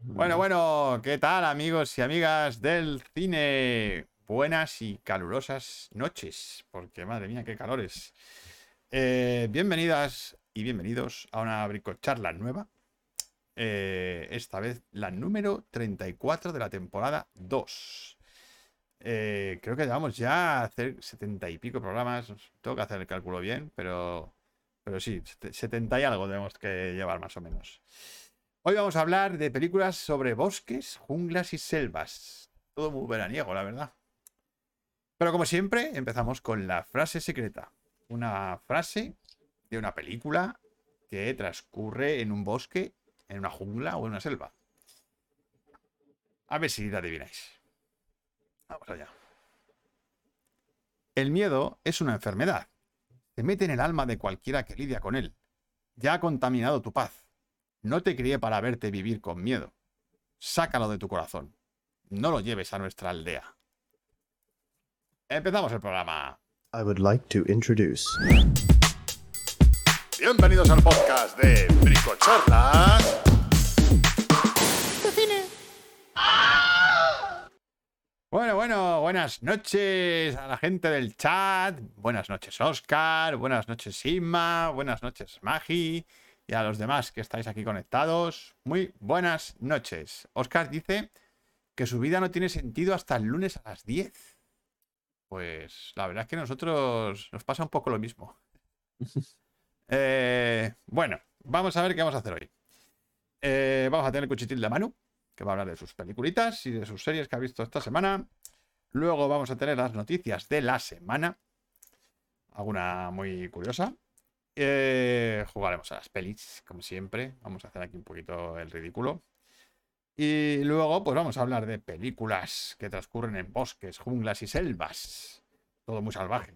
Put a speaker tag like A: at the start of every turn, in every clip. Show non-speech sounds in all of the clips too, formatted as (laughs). A: Mm.
B: Bueno, bueno, ¿qué tal amigos y amigas del cine? Buenas y calurosas noches, porque madre mía, qué calores. Eh, bienvenidas y bienvenidos a una bricocharla nueva. Eh, esta vez la número 34 de la temporada 2. Eh, creo que llevamos ya a hacer 70 y pico programas. Tengo que hacer el cálculo bien, pero, pero sí, 70 y algo tenemos que llevar más o menos. Hoy vamos a hablar de películas sobre bosques, junglas y selvas. Todo muy veraniego, la verdad. Pero como siempre, empezamos con la frase secreta. Una frase de una película que transcurre en un bosque, en una jungla o en una selva. A ver si la adivináis. Vamos allá. El miedo es una enfermedad. Se mete en el alma de cualquiera que lidia con él. Ya ha contaminado tu paz. No te crié para verte vivir con miedo. Sácalo de tu corazón. No lo lleves a nuestra aldea. Empezamos el programa.
A: I would like to introduce.
C: Bienvenidos al podcast de Bricocharlas.
B: Bueno, bueno, buenas noches a la gente del chat. Buenas noches, Oscar. Buenas noches, Inma. Buenas noches, Magi. Y a los demás que estáis aquí conectados. Muy buenas noches. Oscar dice que su vida no tiene sentido hasta el lunes a las 10. Pues la verdad es que a nosotros nos pasa un poco lo mismo. Eh, bueno, vamos a ver qué vamos a hacer hoy. Eh, vamos a tener el cuchitil de Manu, que va a hablar de sus peliculitas y de sus series que ha visto esta semana. Luego vamos a tener las noticias de la semana. Alguna muy curiosa. Eh, jugaremos a las pelis, como siempre. Vamos a hacer aquí un poquito el ridículo. Y luego, pues vamos a hablar de películas que transcurren en bosques, junglas y selvas. Todo muy salvaje.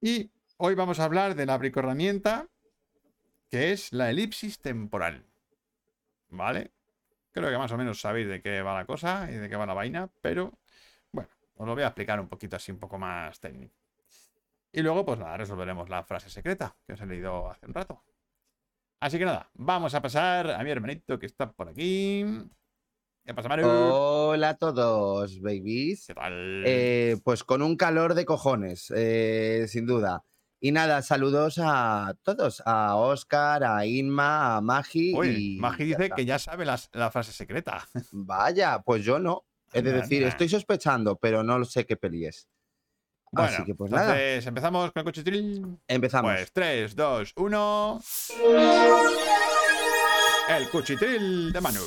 B: Y hoy vamos a hablar de la bricoherramienta que es la elipsis temporal. ¿Vale? Creo que más o menos sabéis de qué va la cosa y de qué va la vaina, pero bueno, os lo voy a explicar un poquito así, un poco más técnico. Y luego, pues nada, resolveremos la frase secreta que os he leído hace un rato. Así que nada, vamos a pasar a mi hermanito que está por aquí. ¿Qué pasa, Mario?
D: Hola a todos, babies.
B: ¿Qué tal?
D: Oh. Eh, pues con un calor de cojones, eh, sin duda. Y nada, saludos a todos, a Oscar, a Inma, a Magi.
B: Uy,
D: y
B: Magi
D: ya
B: dice
D: está.
B: que ya sabe las- la frase secreta.
D: Vaya, pues yo no. Es de
B: Anda,
D: decir,
B: anda.
D: estoy sospechando, pero no sé qué peli es. Así
B: Bueno,
D: que pues nada,
B: entonces empezamos con el cuchitril.
D: empezamos.
B: Pues 3, 2, 1. El cuchitril de Manu.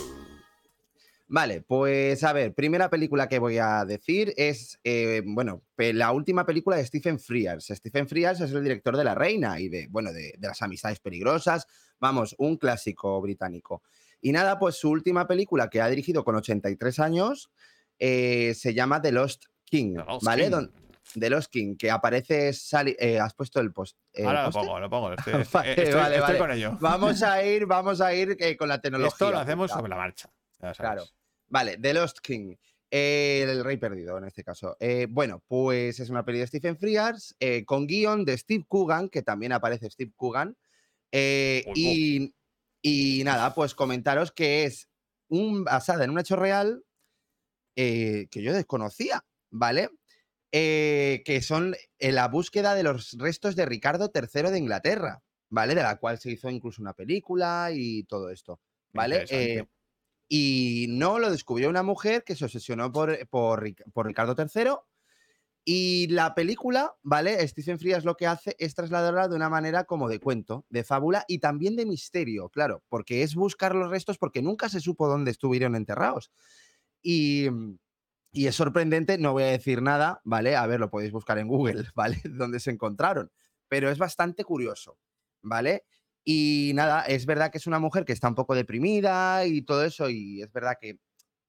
D: Vale, pues a ver, primera película que voy a decir es, eh, bueno, pe- la última película de Stephen Frears. Stephen Frears es el director de La Reina y de, bueno, de, de las amistades peligrosas, vamos, un clásico británico. Y nada, pues su última película que ha dirigido con 83 años eh, se llama The Lost King,
B: The Lost
D: ¿vale?
B: King.
D: Don- The Lost King, que aparece, Sally- eh, has puesto el post. el
B: Ahora lo
D: póster?
B: pongo, lo
D: (laughs)
B: pongo. Estoy, estoy-
D: Vale,
B: estoy-
D: vale,
B: estoy
D: vale.
B: con ello.
D: Vamos a ir, vamos a ir eh, con la tecnología.
B: Esto lo hacemos
D: puta.
B: sobre la marcha. ya sabes.
D: Claro. Vale, The Lost King. Eh, el rey perdido en este caso. Eh, bueno, pues es una peli de Stephen Frears eh, con guión de Steve Coogan, que también aparece Steve Coogan. Eh,
B: Ojo.
D: y, y nada, pues comentaros que es un, basada en un hecho real eh, que yo desconocía, ¿vale? Eh, que son eh, la búsqueda de los restos de Ricardo III de Inglaterra, ¿vale? De la cual se hizo incluso una película y todo esto,
B: Qué
D: ¿vale?
B: interesante.
D: Eh, y no lo descubrió una mujer que se obsesionó por, eh, por, Ric- por Ricardo III. Y la película, ¿vale? Stephen Frears lo que hace es trasladarla de una manera como de cuento, de fábula y también de misterio, claro, porque es buscar los restos porque nunca se supo dónde estuvieron enterrados. Y, y es sorprendente, no voy a decir nada, ¿vale? A ver, lo podéis buscar en Google, (laughs) ¿vale? Dónde se encontraron. Pero es bastante curioso, ¿vale? Y nada, es verdad que es una mujer que está un poco deprimida y todo eso, y es verdad que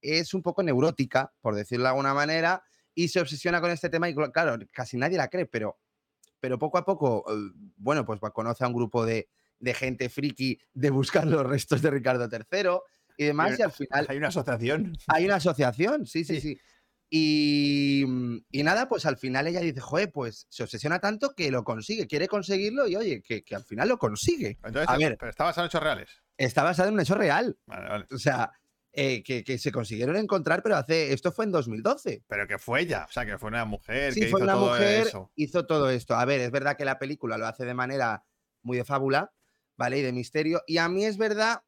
D: es un poco neurótica, por decirlo de alguna manera, y se obsesiona con este tema y cl- claro, casi nadie la cree, pero, pero poco a poco, eh, bueno, pues va- conoce a un grupo de, de gente friki de buscar los restos de Ricardo III y demás, y al final (laughs)
B: Hay una asociación.
D: hay una asociación, sí, sí, sí. Y, mm, y nada, pues al final ella dice, joder, pues se obsesiona tanto que lo consigue, quiere conseguirlo y oye, que, que al final lo consigue.
B: Entonces,
D: A ver.
B: Pero estabas en hechos reales.
D: Está basado en un hecho real.
B: Vale, vale.
D: O sea, eh, que, que se consiguieron encontrar, pero hace. Esto fue en 2012.
B: Pero que fue ella, o sea, que fue una mujer
D: Sí,
B: que
D: fue
B: hizo
D: una
B: todo
D: mujer,
B: eso.
D: hizo todo esto. A ver, es verdad que la película lo hace de manera muy de fábula, ¿vale? Y de misterio. Y a mí es verdad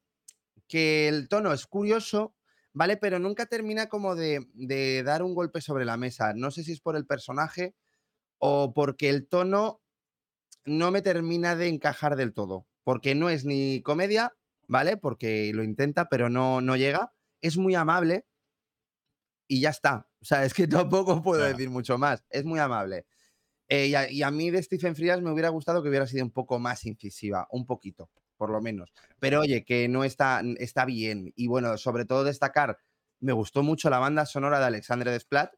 D: que el tono es curioso, ¿vale? Pero nunca termina como de, de dar un golpe sobre la mesa. No sé si es por el personaje o porque el tono no me termina de encajar del todo. Porque no es ni comedia, ¿vale? Porque lo intenta, pero no, no llega. Es muy amable y ya está. O sea, es que (laughs) tampoco puedo
B: Ya.
D: decir mucho más. Es muy amable. Eh, y, a, y a mí de Stephen Frías me hubiera gustado que hubiera sido un poco más incisiva, un poquito, por lo menos. Pero oye, que no está, está bien. Y bueno, sobre todo destacar, me gustó mucho la banda sonora de Alexandre Desplat.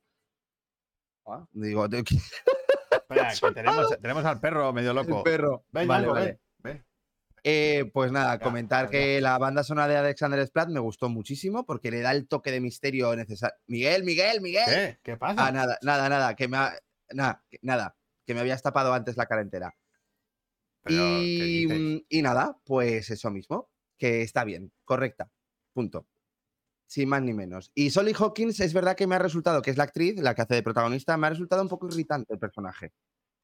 D: Ah, Digo, de-
B: Espera, que
D: (laughs)
B: tenemos, tenemos al perro medio
D: el
B: loco.
D: perro.
B: Ven,
D: Vale,
B: Marco,
D: vale.
B: ven, ven.
D: Eh, pues nada,
B: Ya,
D: comentar
B: pues ya.
D: que la banda sonora de Alexander Splat me gustó muchísimo porque le da el toque de misterio necesario. Miguel, Miguel, Miguel.
B: ¿Qué? ¿Qué pasa?
D: Ah, nada, nada, nada, que me ha- nada, que- nada, que me habías tapado antes la cara entera.
B: Pero, ¿qué
D: y,
B: dices?
D: mm, y nada, pues eso mismo, que está bien, correcta, punto. Sin más ni menos. Y Solly Hawkins es verdad que me ha resultado, que es la actriz, la que hace de protagonista, me ha resultado un poco irritante el personaje.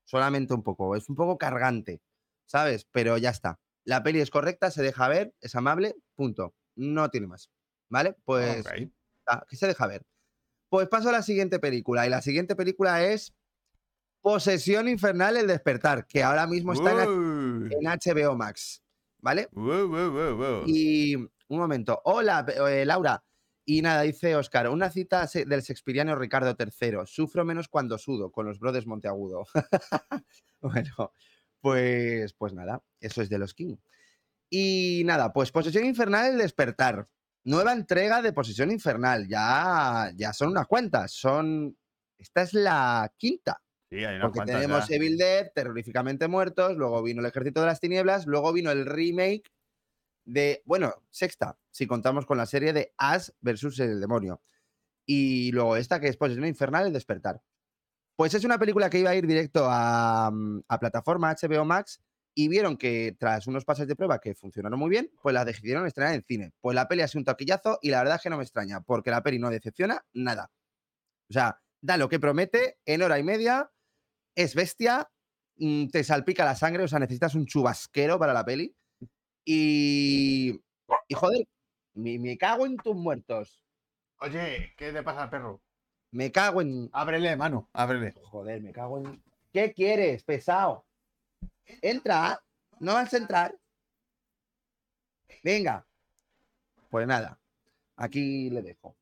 D: Solamente un poco, es un poco cargante, ¿sabes? Pero ya está. La peli es correcta, se deja ver, es amable, punto. No tiene más. ¿Vale? Pues
B: Ok.
D: Ah, que se deja ver. Pues paso a la siguiente película. Y la siguiente película es Posesión Infernal, el despertar, que ahora mismo está en Eh, H-
B: Wow.
D: en HBO Max. ¿Vale?
B: Wow, wow, wow, wow.
D: Y un momento. Hola, pe- eh, Laura. Y nada, dice Oscar, una cita se- del shakespeariano Ricardo III. Sufro menos cuando sudo con los brothers Monteagudo. (laughs) bueno, pues, pues nada, eso es de los King. Y nada, pues Posesión Infernal, el despertar. Nueva entrega de Posesión Infernal. Ya, ya son unas cuantas. Son. Esta es la quinta.
B: Sí, hay unas
D: Porque
B: cuantas
D: tenemos
B: ya.
D: Evil Dead, Terroríficamente Muertos, luego vino El Ejército de las Tinieblas, luego vino el remake de, bueno, sexta, si contamos con la serie de Ash versus el demonio. Y luego esta que es Posesión Infernal, El Despertar. Pues es una película que iba a ir directo a, mm, a plataforma HBO Max y vieron que tras unos pases de prueba que funcionaron muy bien, pues la decidieron estrenar en cine. Pues la peli ha sido un taquillazo y la verdad es que no me extraña, porque la peli no decepciona nada. O sea, da lo que promete en hora y media, es bestia, mm, te salpica la sangre, o sea, necesitas un chubasquero para la peli. Y. Y joder, me, me cago en tus muertos.
B: Oye, ¿qué le pasa al perro?
D: Me cago en.
B: Ábrele, mano, ábrele.
D: Joder, me cago en. ¿Qué quieres, pesado? Entra. No vas a entrar. Venga. Pues nada. Aquí le dejo.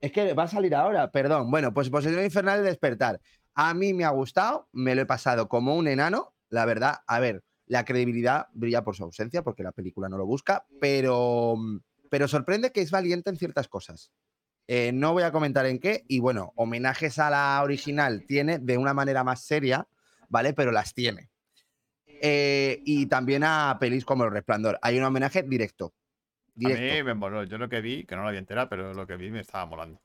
D: Es que va a salir ahora, perdón. Bueno, pues Posesión Infernal de Despertar. A mí me ha gustado, me lo he pasado como un enano. La verdad, a ver, la credibilidad brilla por su ausencia porque la película no lo busca, pero, pero sorprende que es valiente en ciertas cosas. Eh, no voy a comentar en qué. Y bueno, homenajes a la original tiene de una manera más seria, ¿vale? Pero las tiene. Eh, y también a pelis como El Resplandor. Hay un homenaje directo.
B: A mí
D: Directo.
B: me moló. Yo lo que vi, que no lo había enterado, pero lo que vi me estaba molando.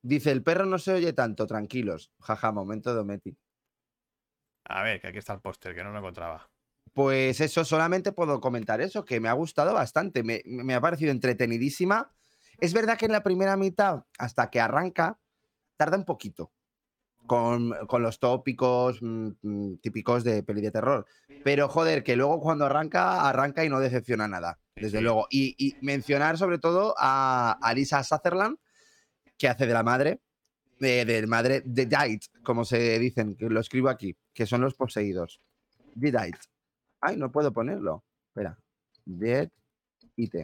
D: Dice, el perro no se oye tanto, tranquilos. Jaja, momento de Ometi.
B: A ver, que aquí está el póster, que no lo encontraba.
D: Pues eso, solamente puedo comentar eso, que me ha gustado bastante, me, me ha parecido entretenidísima. Es verdad que en la primera mitad, hasta que arranca, tarda un poquito con, con los tópicos mm, mm, típicos de peli de terror. Pero joder, que luego cuando arranca, arranca y no decepciona nada,
B: Sí,
D: desde
B: sí.
D: luego. Y, y mencionar sobre todo a, a Lisa Sutherland, que hace de la madre, de, del madre de Dite, como se dicen, que lo escribo aquí, que son los poseídos. The Dite. Ay, no puedo ponerlo. Espera. Dead IT.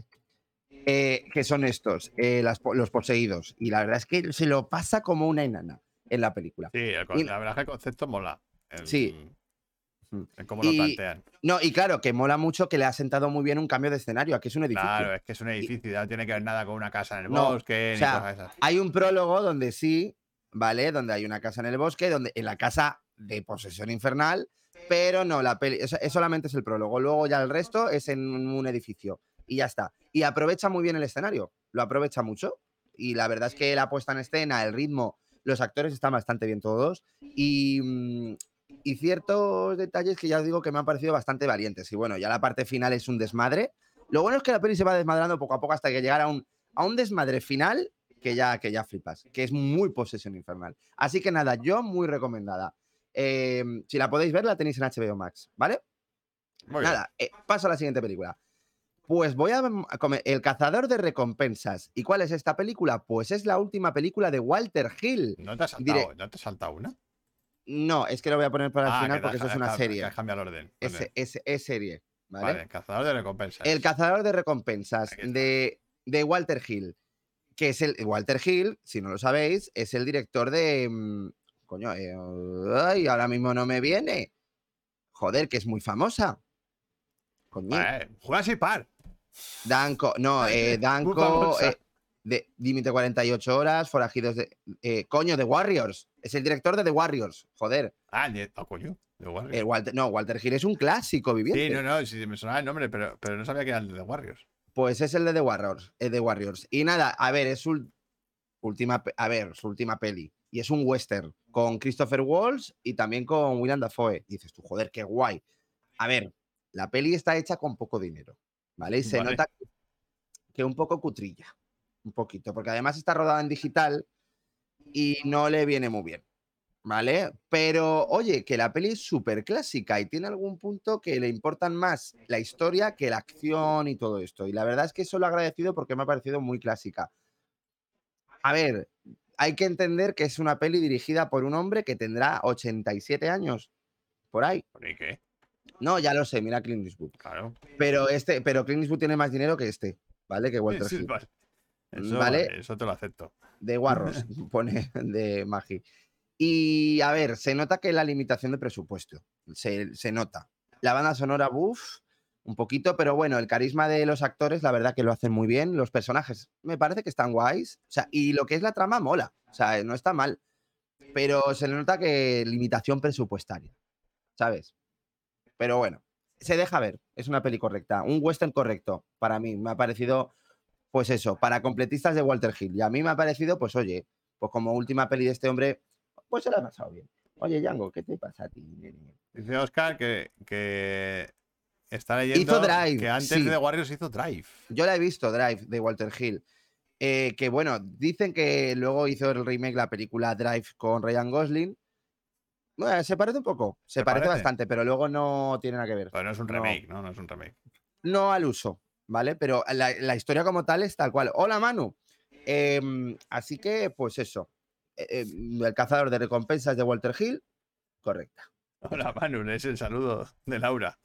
D: Eh, que son estos, eh, las po- los poseídos. Y la verdad es que se lo pasa como una enana en la película.
B: Sí, el con-
D: Y-
B: la verdad es que el concepto mola. El- mm,
D: Sí.
B: el cómo
D: Y-
B: lo plantean.
D: No, y claro, que mola mucho que le ha sentado muy bien un cambio de escenario. Aquí es un edificio.
B: Claro, es que es un edificio, ya no tiene que ver nada con una casa en el
D: No,
B: bosque,
D: o
B: ni
D: sea,
B: cosas esas.
D: Hay un prólogo donde sí, ¿vale? Donde hay una casa en el bosque, donde en la casa de posesión infernal, pero no, la peli, eso, es solamente es el prólogo. Luego ya el resto es en un edificio y ya está. Y aprovecha muy bien el escenario, lo aprovecha mucho. Y la verdad es que la puesta en escena, el ritmo, los actores están bastante bien todos. Y, mm, y ciertos detalles que ya os digo que me han parecido bastante valientes. Y bueno, ya la parte final es un desmadre. Lo bueno es que la peli se va desmadrando poco a poco hasta que llegara un a un desmadre final que ya, que ya flipas, que es muy posesión infernal. Así que nada, yo muy recomendada. Eh, si la podéis ver, la tenéis en HBO Max, ¿vale?
B: Muy bien.
D: Nada, eh, paso a la siguiente película. Pues voy a m- a comer El cazador de recompensas. ¿Y cuál es esta película? Pues es la última película de Walter Hill.
B: No te has saltado,
D: diré-
B: no te has saltado una.
D: No, es que lo voy a poner para el
B: Ah,
D: final
B: que
D: porque
B: te
D: eso
B: has-
D: es una
B: has-
D: serie.
B: has cambiado el orden. Muy
D: Es,
B: bien.
D: es- es serie, ¿vale?
B: Vale, cazador de recompensas.
D: El cazador de recompensas
B: Aquí está.
D: de, de Walter Hill, que es el Walter Hill, si no lo sabéis, es el director de mm, coño, eh, ay, ahora mismo no me viene. Joder, que es muy famosa. Coño,
B: Vale, Jurassic Park.
D: Danco, no, eh,
B: muy
D: Danco,
B: famosa.
D: eh, de límite 48 horas, forajidos de eh, coño de Warriors, es el director de The Warriors, joder.
B: Ah, de, oh, coño, de Warriors.
D: el Walter, no, Walter Hill es un clásico viviente.
B: Sí, no, no, sí, me sonaba el nombre, pero, pero no sabía que era el de Warriors.
D: Pues es el de The Warriors, eh, The Warriors. Y nada, a ver, es su última, pe- a ver, su última peli. Y es un western con Christopher Walsh y también con William Dafoe. Dices tú, joder, qué guay. A ver, la peli está hecha con poco dinero, ¿vale? Y se
B: Vale.
D: nota que un poco cutrilla, un poquito, porque además está rodada en digital y no le viene muy bien, ¿vale? Pero oye, que la peli es súper clásica y tiene algún punto que le importan más la historia que la acción y todo esto. Y la verdad es que eso lo he agradecido porque me ha parecido muy clásica. A ver, hay que entender que es una peli dirigida por un hombre que tendrá 87 años, por ahí.
B: ¿Y qué?
D: No, ya lo sé, mira Clint Eastwood. (laughs)
B: Claro.
D: Pero este, pero Clint Eastwood tiene más dinero que este, ¿vale? Que Walter
B: Sí, sí,
D: Hill.
B: vale. Eso,
D: Vale.
B: eso te lo acepto.
D: de guarros, pone de Magi. Y a ver, se nota que la limitación de presupuesto, se, se nota. La banda sonora, buff, un poquito, pero bueno, el carisma de los actores, la verdad que lo hacen muy bien. Los personajes, me parece que están guays. O sea, y lo que es la trama mola, o sea, no está mal. Pero se le nota que limitación presupuestaria, ¿sabes? Pero bueno, se deja ver, es una peli correcta, un western correcto, para mí, me ha parecido pues eso, para completistas de Walter Hill. Y a mí me ha parecido, pues oye, pues como última peli de este hombre, pues se la ha pasado bien. Oye, Django, ¿qué te pasa a ti? nene?
B: Dice Oscar que, que está leyendo
D: Drive,
B: que antes
D: sí.
B: de The Warriors hizo Drive.
D: Yo la he visto, Drive, de Walter Hill. eh, que bueno, dicen que luego hizo el remake la película Drive con Ryan Gosling. Bueno, se parece un poco, se
B: ¿Te
D: parece,
B: parece?
D: bastante, pero luego no tiene nada que ver.
B: Pero no es un
D: No.
B: remake, ¿no? No, es un remake.
D: no al uso, ¿vale? Pero la, la historia como tal es tal cual. Hola, Manu. Em, así que, pues eso. Eh, eh, el cazador de recompensas de Walter Hill, correcta.
B: Hola, Manu, es el saludo de Laura.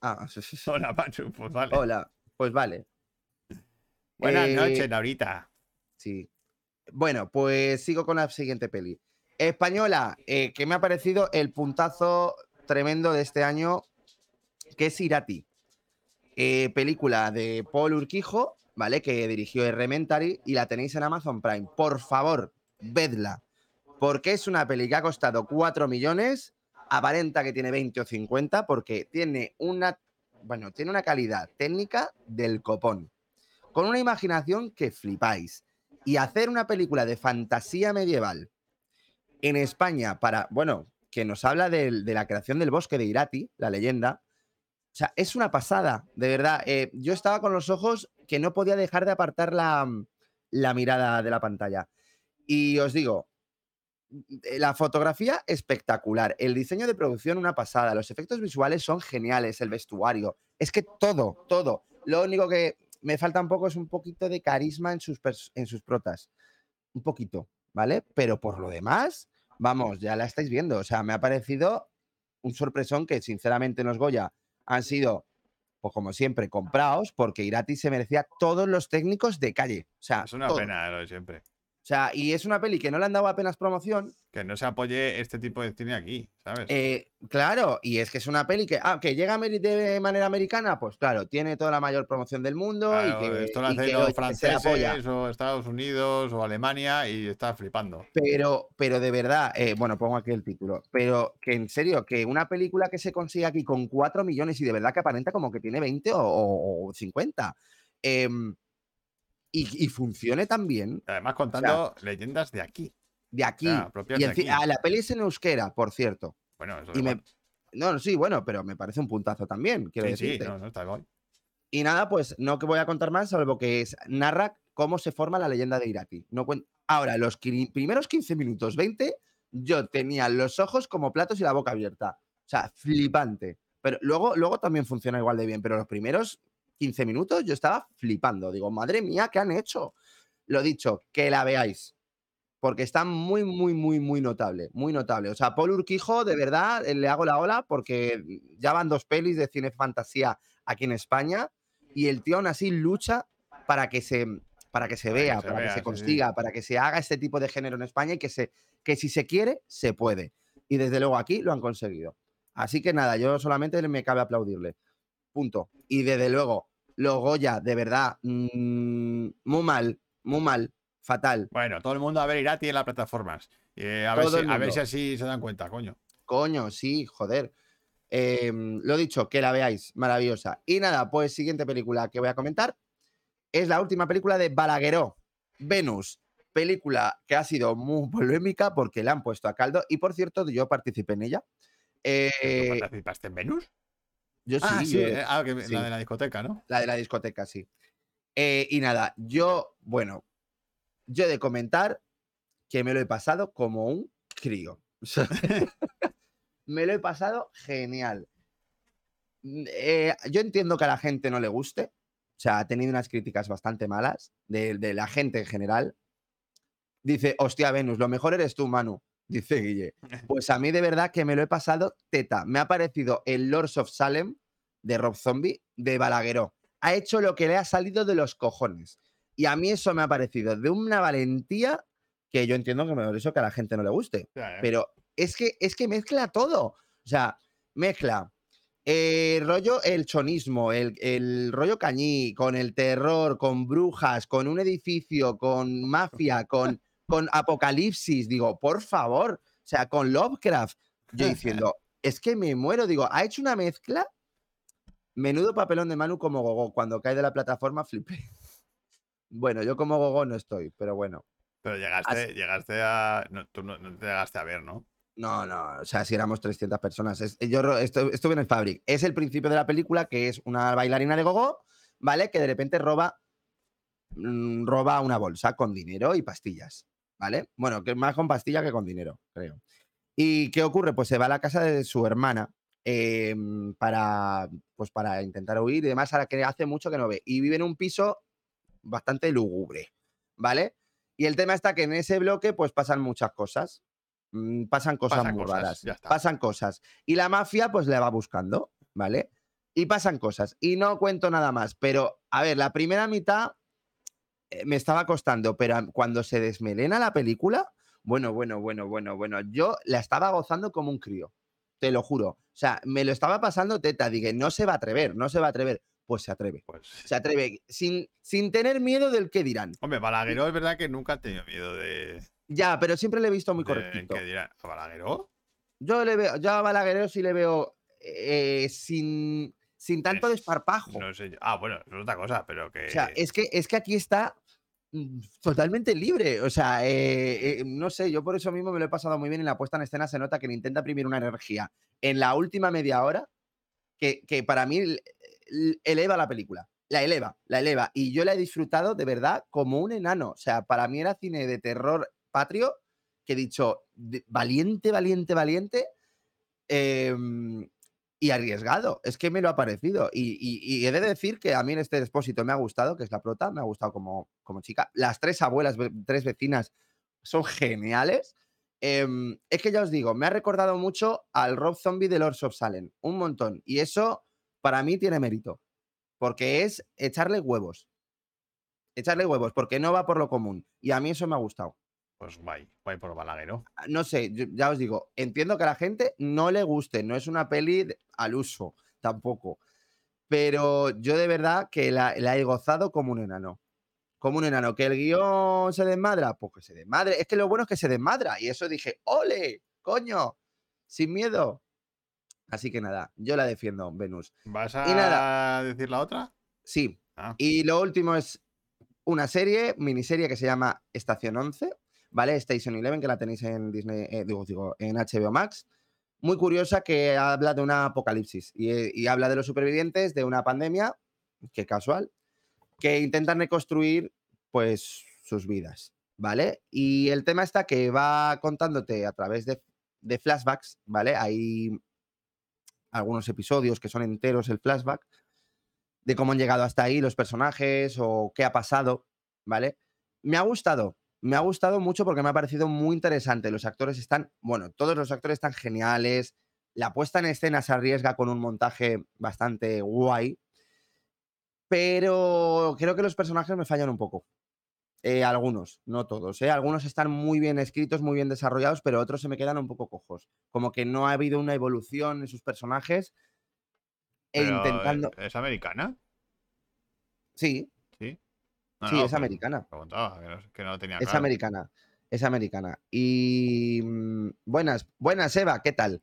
D: Ah, (laughs) sí, sí, sí.
B: Hola, Manu, pues vale.
D: Hola, pues vale.
B: Buenas
D: Eh,
B: noches, Laurita.
D: Sí. Bueno, pues sigo con la siguiente peli. Española, eh, que me ha parecido el puntazo tremendo de este año, que es Irati. Eh, película de Paul Urquijo, ¿vale? Que dirigió Elementary y la tenéis en Amazon Prime. Por favor, vedla. Porque es una peli que ha costado 4 millones, aparenta que tiene 20 o 50, porque tiene una, bueno, tiene una calidad técnica del copón. Con una imaginación que flipáis y hacer una película de fantasía medieval en España para, bueno, que nos habla del- de, la creación del bosque de Irati, la leyenda. O sea, es una pasada, de verdad. Eh, yo estaba con los ojos que no podía dejar de apartar la, la mirada de la pantalla. Y os digo, eh, la fotografía espectacular, el diseño de producción una pasada, los efectos visuales son geniales, el vestuario, es que todo, todo. Lo único que me falta un poco es un poquito de carisma en sus, pers- en sus protas, un poquito, ¿vale? Pero por lo demás, vamos, ya la estáis viendo, o sea, me ha parecido un sorpresón que sinceramente en los Goya han sido, pues como siempre, comprados porque Irati se merecía todos los técnicos de calle. O sea,
B: Es una
D: todos.
B: pena lo de siempre.
D: O sea, y es una peli que no le han dado apenas promoción.
B: Que no se apoye este tipo de cine aquí, ¿sabes?
D: eh, claro, y es que es una peli que, ah, que llega ameri- de manera americana, pues claro, tiene toda la mayor promoción del mundo
B: Claro,
D: y que,
B: esto lo
D: y que
B: hacen
D: oye,
B: los
D: que se la apoya.
B: franceses o Estados Unidos o Alemania y está flipando.
D: Pero, pero de verdad, eh, bueno, pongo aquí el título, pero que en serio, que una película que se consigue aquí con 4 millones y de verdad que aparenta como que tiene 20 o, o- o 50 em, y, y funcione tan bien
B: Además, contando leyendas de aquí.
D: de aquí.
B: Claro, propias
D: y
B: de
D: enci-
B: aquí.
D: ah, la peli es en euskera, por cierto.
B: Bueno, eso da
D: Y me-
B: igual.
D: No, no, sí, bueno, pero me parece un puntazo también, quiero
B: Sí, sí,
D: decirte.
B: no, no, está igual.
D: Y nada, pues no que voy a contar más, salvo que es, narra cómo se forma la leyenda de Irati. No cuen- Ahora, los qui- primeros 15 minutos, 20, yo tenía los ojos como platos y la boca abierta. O sea, flipante. Pero luego, luego también funciona igual de bien, pero los primeros 15 minutos yo estaba flipando. Digo, madre mía, ¿qué han hecho? Lo dicho, que la veáis. Porque está muy, muy, muy, muy notable. Muy notable. O sea, Paul Urquijo, de verdad, eh, le hago la ola porque ya van dos pelis de cine fantasía aquí en España y el tío aún así lucha para que se, para que se
B: Para que
D: vea,
B: se
D: para
B: vea,
D: que
B: sí, sí.
D: se consiga, para que se haga este tipo de género en España y que, se, que si se quiere, se puede. Y desde luego aquí lo han conseguido. Así que nada, yo solamente me cabe aplaudirle. Punto. Y desde luego, los Goya, de verdad, mm, muy mal, muy mal, fatal.
B: Bueno, todo el mundo a ver Irati en las plataformas. Eh, a, ver
D: Todo
B: si,
D: el
B: a ver
D: mundo.
B: si así se dan cuenta, coño.
D: Coño, sí, joder. Em, lo dicho, que la veáis, maravillosa. Y nada, pues siguiente película que voy a comentar es la última película de Balagueró, Venus. Película que ha sido muy polémica porque la han puesto a caldo y por cierto, yo participé en ella.
B: ¿Tú
D: Eh,
B: ¿Participaste en Venus?
D: yo
B: ah, sí,
D: yo-
B: eh, ah, que me-
D: sí.
B: la de la discoteca, ¿no?
D: La de la discoteca, sí. Eh, y nada, yo, bueno, yo he de comentar que me lo he pasado como un crío. O sea, me lo he pasado genial. Mm, eh, yo entiendo que a la gente no le guste. O sea, ha tenido unas críticas bastante malas de, de la gente en general. Dice, hostia, Venus, lo mejor eres tú, Manu. Dice Guille. Pues a mí de verdad que me lo he pasado teta. Me ha parecido el Lords of Salem de Rob Zombie de Balagueró ha hecho lo que le ha salido de los cojones. Y a mí eso me ha parecido de una valentía que yo entiendo que me eso que a la gente no le guste.
B: Ya, eh.
D: Pero es que, es que mezcla todo. O sea, mezcla eh, rollo el chonismo, el, el rollo cañí, con el terror, con brujas, con un edificio, con mafia, con, con apocalipsis. Digo, por favor. O sea, con Lovecraft. Yo diciendo, es que me muero. Digo, ha hecho una mezcla. Menudo papelón de Manu como Gogo. Cuando cae de la plataforma, flipé. (laughs) Bueno, yo como Gogo no estoy, pero bueno.
B: Pero llegaste, llegaste a. No, tú no, no te llegaste a ver, ¿no?
D: No, no, o sea, si éramos 300 personas. Es- yo ro- estu- estuve en el Fabric. Es el principio de la película, que es una bailarina de gogo, ¿vale? Que de repente roba, mm, roba una bolsa con dinero y pastillas, ¿vale? Bueno, que más con pastillas que con dinero, creo. ¿Y qué ocurre? Pues se va a la casa de su hermana eh, para, pues para intentar huir y demás, ahora que hace mucho que no ve. Y vive en un piso bastante lúgubre, ¿vale? Y el tema está que en ese bloque pues pasan muchas cosas. Mm, Pasan cosas
B: Pasan
D: muy
B: cosas,
D: raras.
B: ya está.
D: Pasan cosas. Y la mafia pues le va buscando, ¿vale? Y pasan cosas. Y no cuento nada más. Pero, a ver, la primera mitad eh, me estaba costando, pero a- cuando se desmelena la película, bueno, bueno, bueno, bueno, bueno, yo la estaba gozando como un crío, te lo juro. O sea, me lo estaba pasando teta, dije, no se va a atrever, no se va a atrever. Pues se atreve,
B: Pues.
D: se atreve, sin, sin tener miedo del que dirán.
B: Hombre, Balagueró es verdad que nunca ha tenido miedo de.
D: Ya, pero siempre le he visto muy
B: de-
D: correctito.
B: que dirá, ¿A Balagueró?
D: Yo le veo, yo a Balagueró sí le veo eh, sin, sin tanto
B: Es-
D: desparpajo.
B: No sé yo. Ah, bueno, eso es otra cosa, pero que.
D: O sea, e es que, es que aquí está mm, totalmente libre. O sea, eh, eh, no sé, yo por eso mismo me lo he pasado muy bien. En la puesta en escena se nota que le intenta imprimir una energía en la última media hora que, que para mí l- l- eleva la película. La eleva, la eleva. Y yo la he disfrutado de verdad como un enano. O sea, para mí era cine de terror patrio que he dicho de- valiente, valiente, valiente. em, y arriesgado. Es que me lo ha parecido. Y, y- y he de decir que a mí en este expósito me ha gustado, que es la prota, me ha gustado como, como chica. Las tres abuelas, ve- tres vecinas, son geniales. Em, es que ya os digo, me ha recordado mucho al Rob Zombie de Lords of Salem. Un montón. Y eso para mí tiene mérito. Porque es echarle huevos. Echarle huevos, porque no va por lo común. Y a mí eso me ha gustado.
B: Pues guay, guay por Balagueró.
D: No sé, yo- ya os digo, entiendo que a la gente no le guste, no es una peli de- al uso tampoco. Pero yo de verdad que la, la he gozado como un enano. Como un enano. ¿Que el guión se desmadra? Pues que se desmadre. Es que lo bueno es que se desmadra. Y eso dije, ¡ole! ¡Coño! Sin miedo. Así que nada, yo la defiendo, Venus.
B: ¿Vas
D: Y nada.
B: a decir la otra?
D: Sí.
B: Ah.
D: Y lo último es una serie, miniserie que se llama Estación 11, ¿vale? Station 11, que la tenéis en Disney, eh, digo, digo, en HBO Max. Muy curiosa que habla de una apocalipsis y, eh, y habla de los supervivientes de una pandemia, que casual, que intentan reconstruir pues sus vidas, ¿vale? Y el tema está que va contándote a través de, de flashbacks, ¿vale? Hay algunos episodios que son enteros el flashback, de cómo han llegado hasta ahí los personajes o qué ha pasado, ¿vale? Me ha gustado, me ha gustado mucho porque me ha parecido muy interesante. Los actores están, bueno, todos los actores están geniales. La puesta en escena se arriesga con un montaje bastante guay, pero creo que los personajes me fallan un poco. Eh, algunos, no todos. ¿eh? Algunos están muy bien escritos, muy bien desarrollados, pero otros se me quedan un poco cojos. Como que no ha habido una evolución en sus personajes. E
B: Pero, eh,
D: intentando.
B: ¿Es es americana?
D: Sí,
B: Sí. No,
D: sí,
B: no,
D: es
B: pero
D: americana.
B: Preguntaba, que no, que no lo tenía
D: Es
B: claro.
D: americana. Es americana. Y mm, buenas, buenas, Eva, ¿qué tal?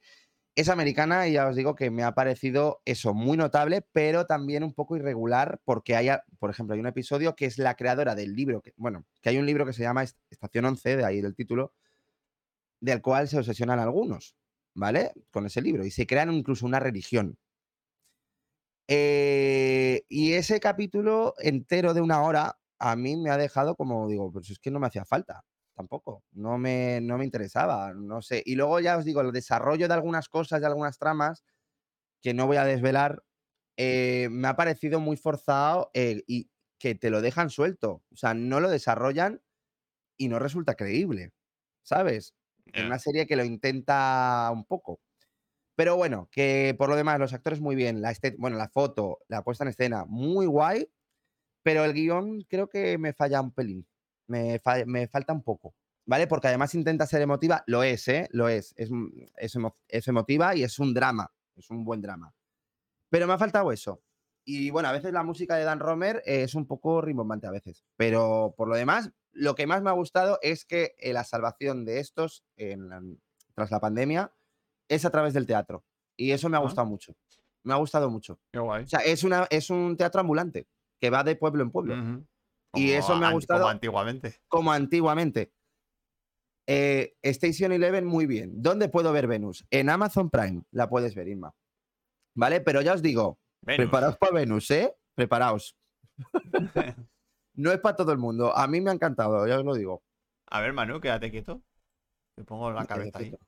D: Es americana y ya os digo que me ha parecido eso muy notable, pero también un poco irregular porque hay, a- por ejemplo, hay un episodio que es la creadora del libro, que, bueno, que hay un libro que se llama Est- Estación 11, de ahí el título, del cual se obsesionan algunos, ¿vale? Con ese libro y se crean incluso una religión. Eh, y ese capítulo entero de una hora a mí me ha dejado como digo, pues es que no me hacía falta tampoco, no me, no me interesaba, no sé. Y luego ya os digo, el desarrollo de algunas cosas, de algunas tramas, que no voy a desvelar, eh, me ha parecido muy forzado eh, y que te lo dejan suelto, o sea, no lo desarrollan y no resulta creíble, ¿sabes? en
B: Ya.
D: una serie que lo intenta un poco. Pero bueno, que por lo demás, los actores muy bien, la, este- bueno, la foto, la puesta en escena, muy guay, pero el guión creo que me falla un pelín, me, fa- me falta un poco, ¿vale? Porque además intenta ser emotiva, lo es, ¿eh? Lo es, es, m- es, emo- es emotiva y es un drama, es un buen drama. Pero me ha faltado eso. Y bueno, a veces la música de Dan Romer eh, es un poco rimbombante a veces, pero por lo demás, lo que más me ha gustado es que eh, la salvación de estos en la- tras la pandemia es a través del teatro. Y eso me ha
B: Ah.
D: gustado mucho. Me ha gustado mucho.
B: Qué guay.
D: O sea, es, una, es un teatro ambulante que va de pueblo en pueblo,
B: Ujú.
D: Y eso me ha
B: an-
D: gustado.
B: Como antiguamente.
D: como antiguamente. Eh, Station Eleven, muy bien. ¿Dónde puedo ver Venus? En Amazon Prime la puedes ver, Inma. ¿Vale? Pero ya os digo,
B: Venus.
D: Preparaos para Venus, ¿eh?
B: (laughs)
D: Preparaos. no es para todo el mundo. A mí me ha encantado, ya os lo digo.
B: A ver, Manu, quédate quieto. Te pongo la
D: Eh,
B: cabeza ahí.
D: perfecto.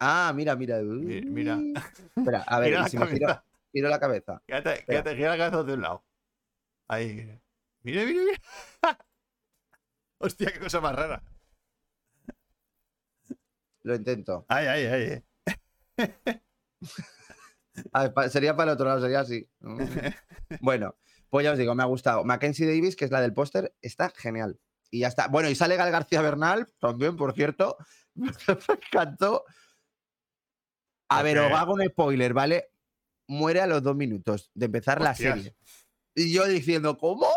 D: Ah, mira, mira. Uy.
B: mira.
D: Espera,
B: (laughs)
D: a ver,
B: Gira
D: y
B: la
D: si me giro,
B: cabeza.
D: giro la cabeza.
B: Quédate, quédate, gira la cabeza de un lado. Ahí. mira. Mira, mira, mira. (laughs) Hostia, qué cosa más rara.
D: Lo intento.
B: Ay, ay, ay. eh.
D: A ver, Ah, pa- sería para el otro lado,
B: (laughs)
D: sería así. Mm. bueno, pues ya os digo, me ha gustado. Mackenzie Davis, que es la del póster, está genial. Y ya está. Bueno, y sale Gal García Bernal, también, por cierto. (laughs) me encantó. A ver, os
B: Ok.
D: hago un spoiler, ¿vale? Muere a los dos minutos de empezar la
B: Hostias.
D: serie. Y yo diciendo, ¿cómo?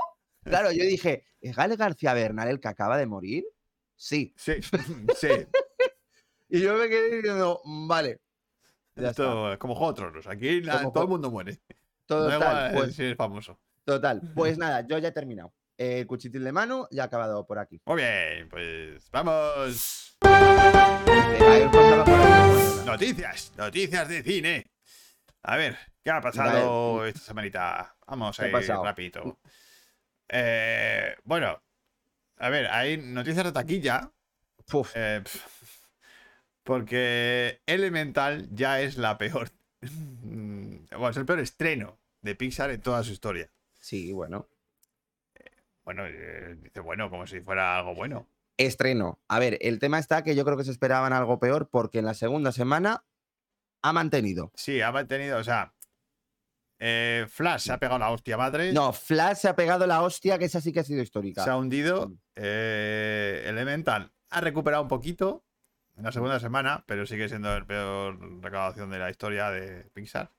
D: Claro, yo dije, ¿es Gal García Bernal el que acaba de morir? Sí.
B: Sí, (laughs) sí.
D: Y yo me quedé diciendo, vale. Ya está.
B: Esto es como Juego de Tronos. Aquí la- todo
D: Como Juego-
B: el mundo muere.
D: Todo
B: no
D: tal,
B: igual
D: pues-
B: si eres famoso.
D: Total, pues nada, yo ya he terminado. Eh, cuchitil de mano, ya he acabado por aquí.
B: Muy bien, pues vamos.
D: Eh, ahí os pasaba por aquí.
B: Noticias, noticias de cine. A ver, ¿qué ha pasado esta semanita? Vamos
D: ¿Qué
B: a
D: ha
B: ir
D: pasado?
B: rapidito. Eh, bueno, a ver, hay noticias de taquilla.
D: Puf,
B: Eh, pf, porque Elemental ya es la peor. (laughs) mm, Bueno, es el peor estreno de Pixar en toda su historia.
D: sí, bueno.
B: Bueno, eh, dice, bueno, como si fuera algo bueno.
D: Estreno. A ver, el tema está que yo creo que se esperaban algo peor porque en la segunda semana ha mantenido.
B: Sí, ha mantenido, o sea. eh, Flash se ha pegado la hostia madre.
D: No, Flash se ha pegado la hostia, que esa sí que ha sido histórica.
B: se ha hundido.
D: Mm.
B: eh, Elemental ha recuperado un poquito en la segunda semana, pero sigue siendo el peor recaudación de la historia de Pixar.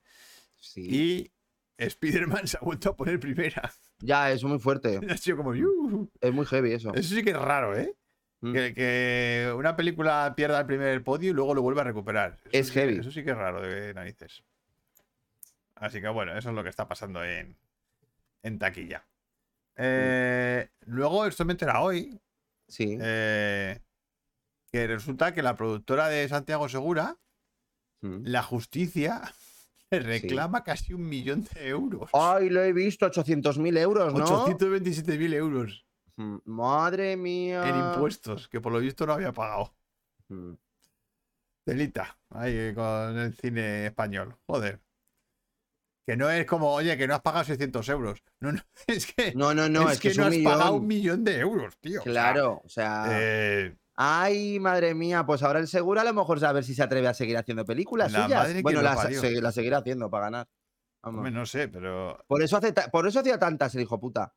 D: Sí.
B: Y Spider-Man (laughs) se ha vuelto a poner primera. (laughs)
D: Ya, es muy fuerte.
B: Ha sido como. "Yuhu".
D: Es muy heavy eso.
B: Eso sí que es raro, ¿eh?
D: Mm.
B: Que, que una película pierda el primer podio y luego lo vuelva a recuperar. Eso
D: Es
B: sí que-
D: heavy.
B: Eso sí que es raro de narices. Así que bueno, eso es lo que está pasando en, en taquilla. Eh, Luego, esto me entera hoy,
D: Sí.
B: eh, que resulta que la productora de Santiago Segura,
D: Mm.
B: la justicia, (laughs) Reclama casi un millón de euros.
D: Ay, lo he visto, 800.000 euros, Ah, ¿no?
B: 827.000 euros
D: Mm, Madre mía.
B: en impuestos, que por lo visto no había pagado.
D: Mm.
B: Delita, ahí eh, con el cine español. Joder. Que no es como, oye, que no has pagado 600 euros. No, (laughs) no, es que
D: No, no, no, es, que, es
B: no
D: un
B: has
D: millón.
B: pagado un millón de euros, tío. O sea,
D: Claro, o sea.
B: eh,
D: Ay, madre mía, pues ahora el seguro a lo mejor sabe si se atreve a seguir haciendo películas
B: La
D: suyas.
B: madre que
D: Bueno,
B: lo
D: las
B: parió.
D: se- las seguirá haciendo para ganar. Vamos.
B: hombre, no sé, pero
D: Por eso, hace ta- por eso hacía tantas el hijo puta.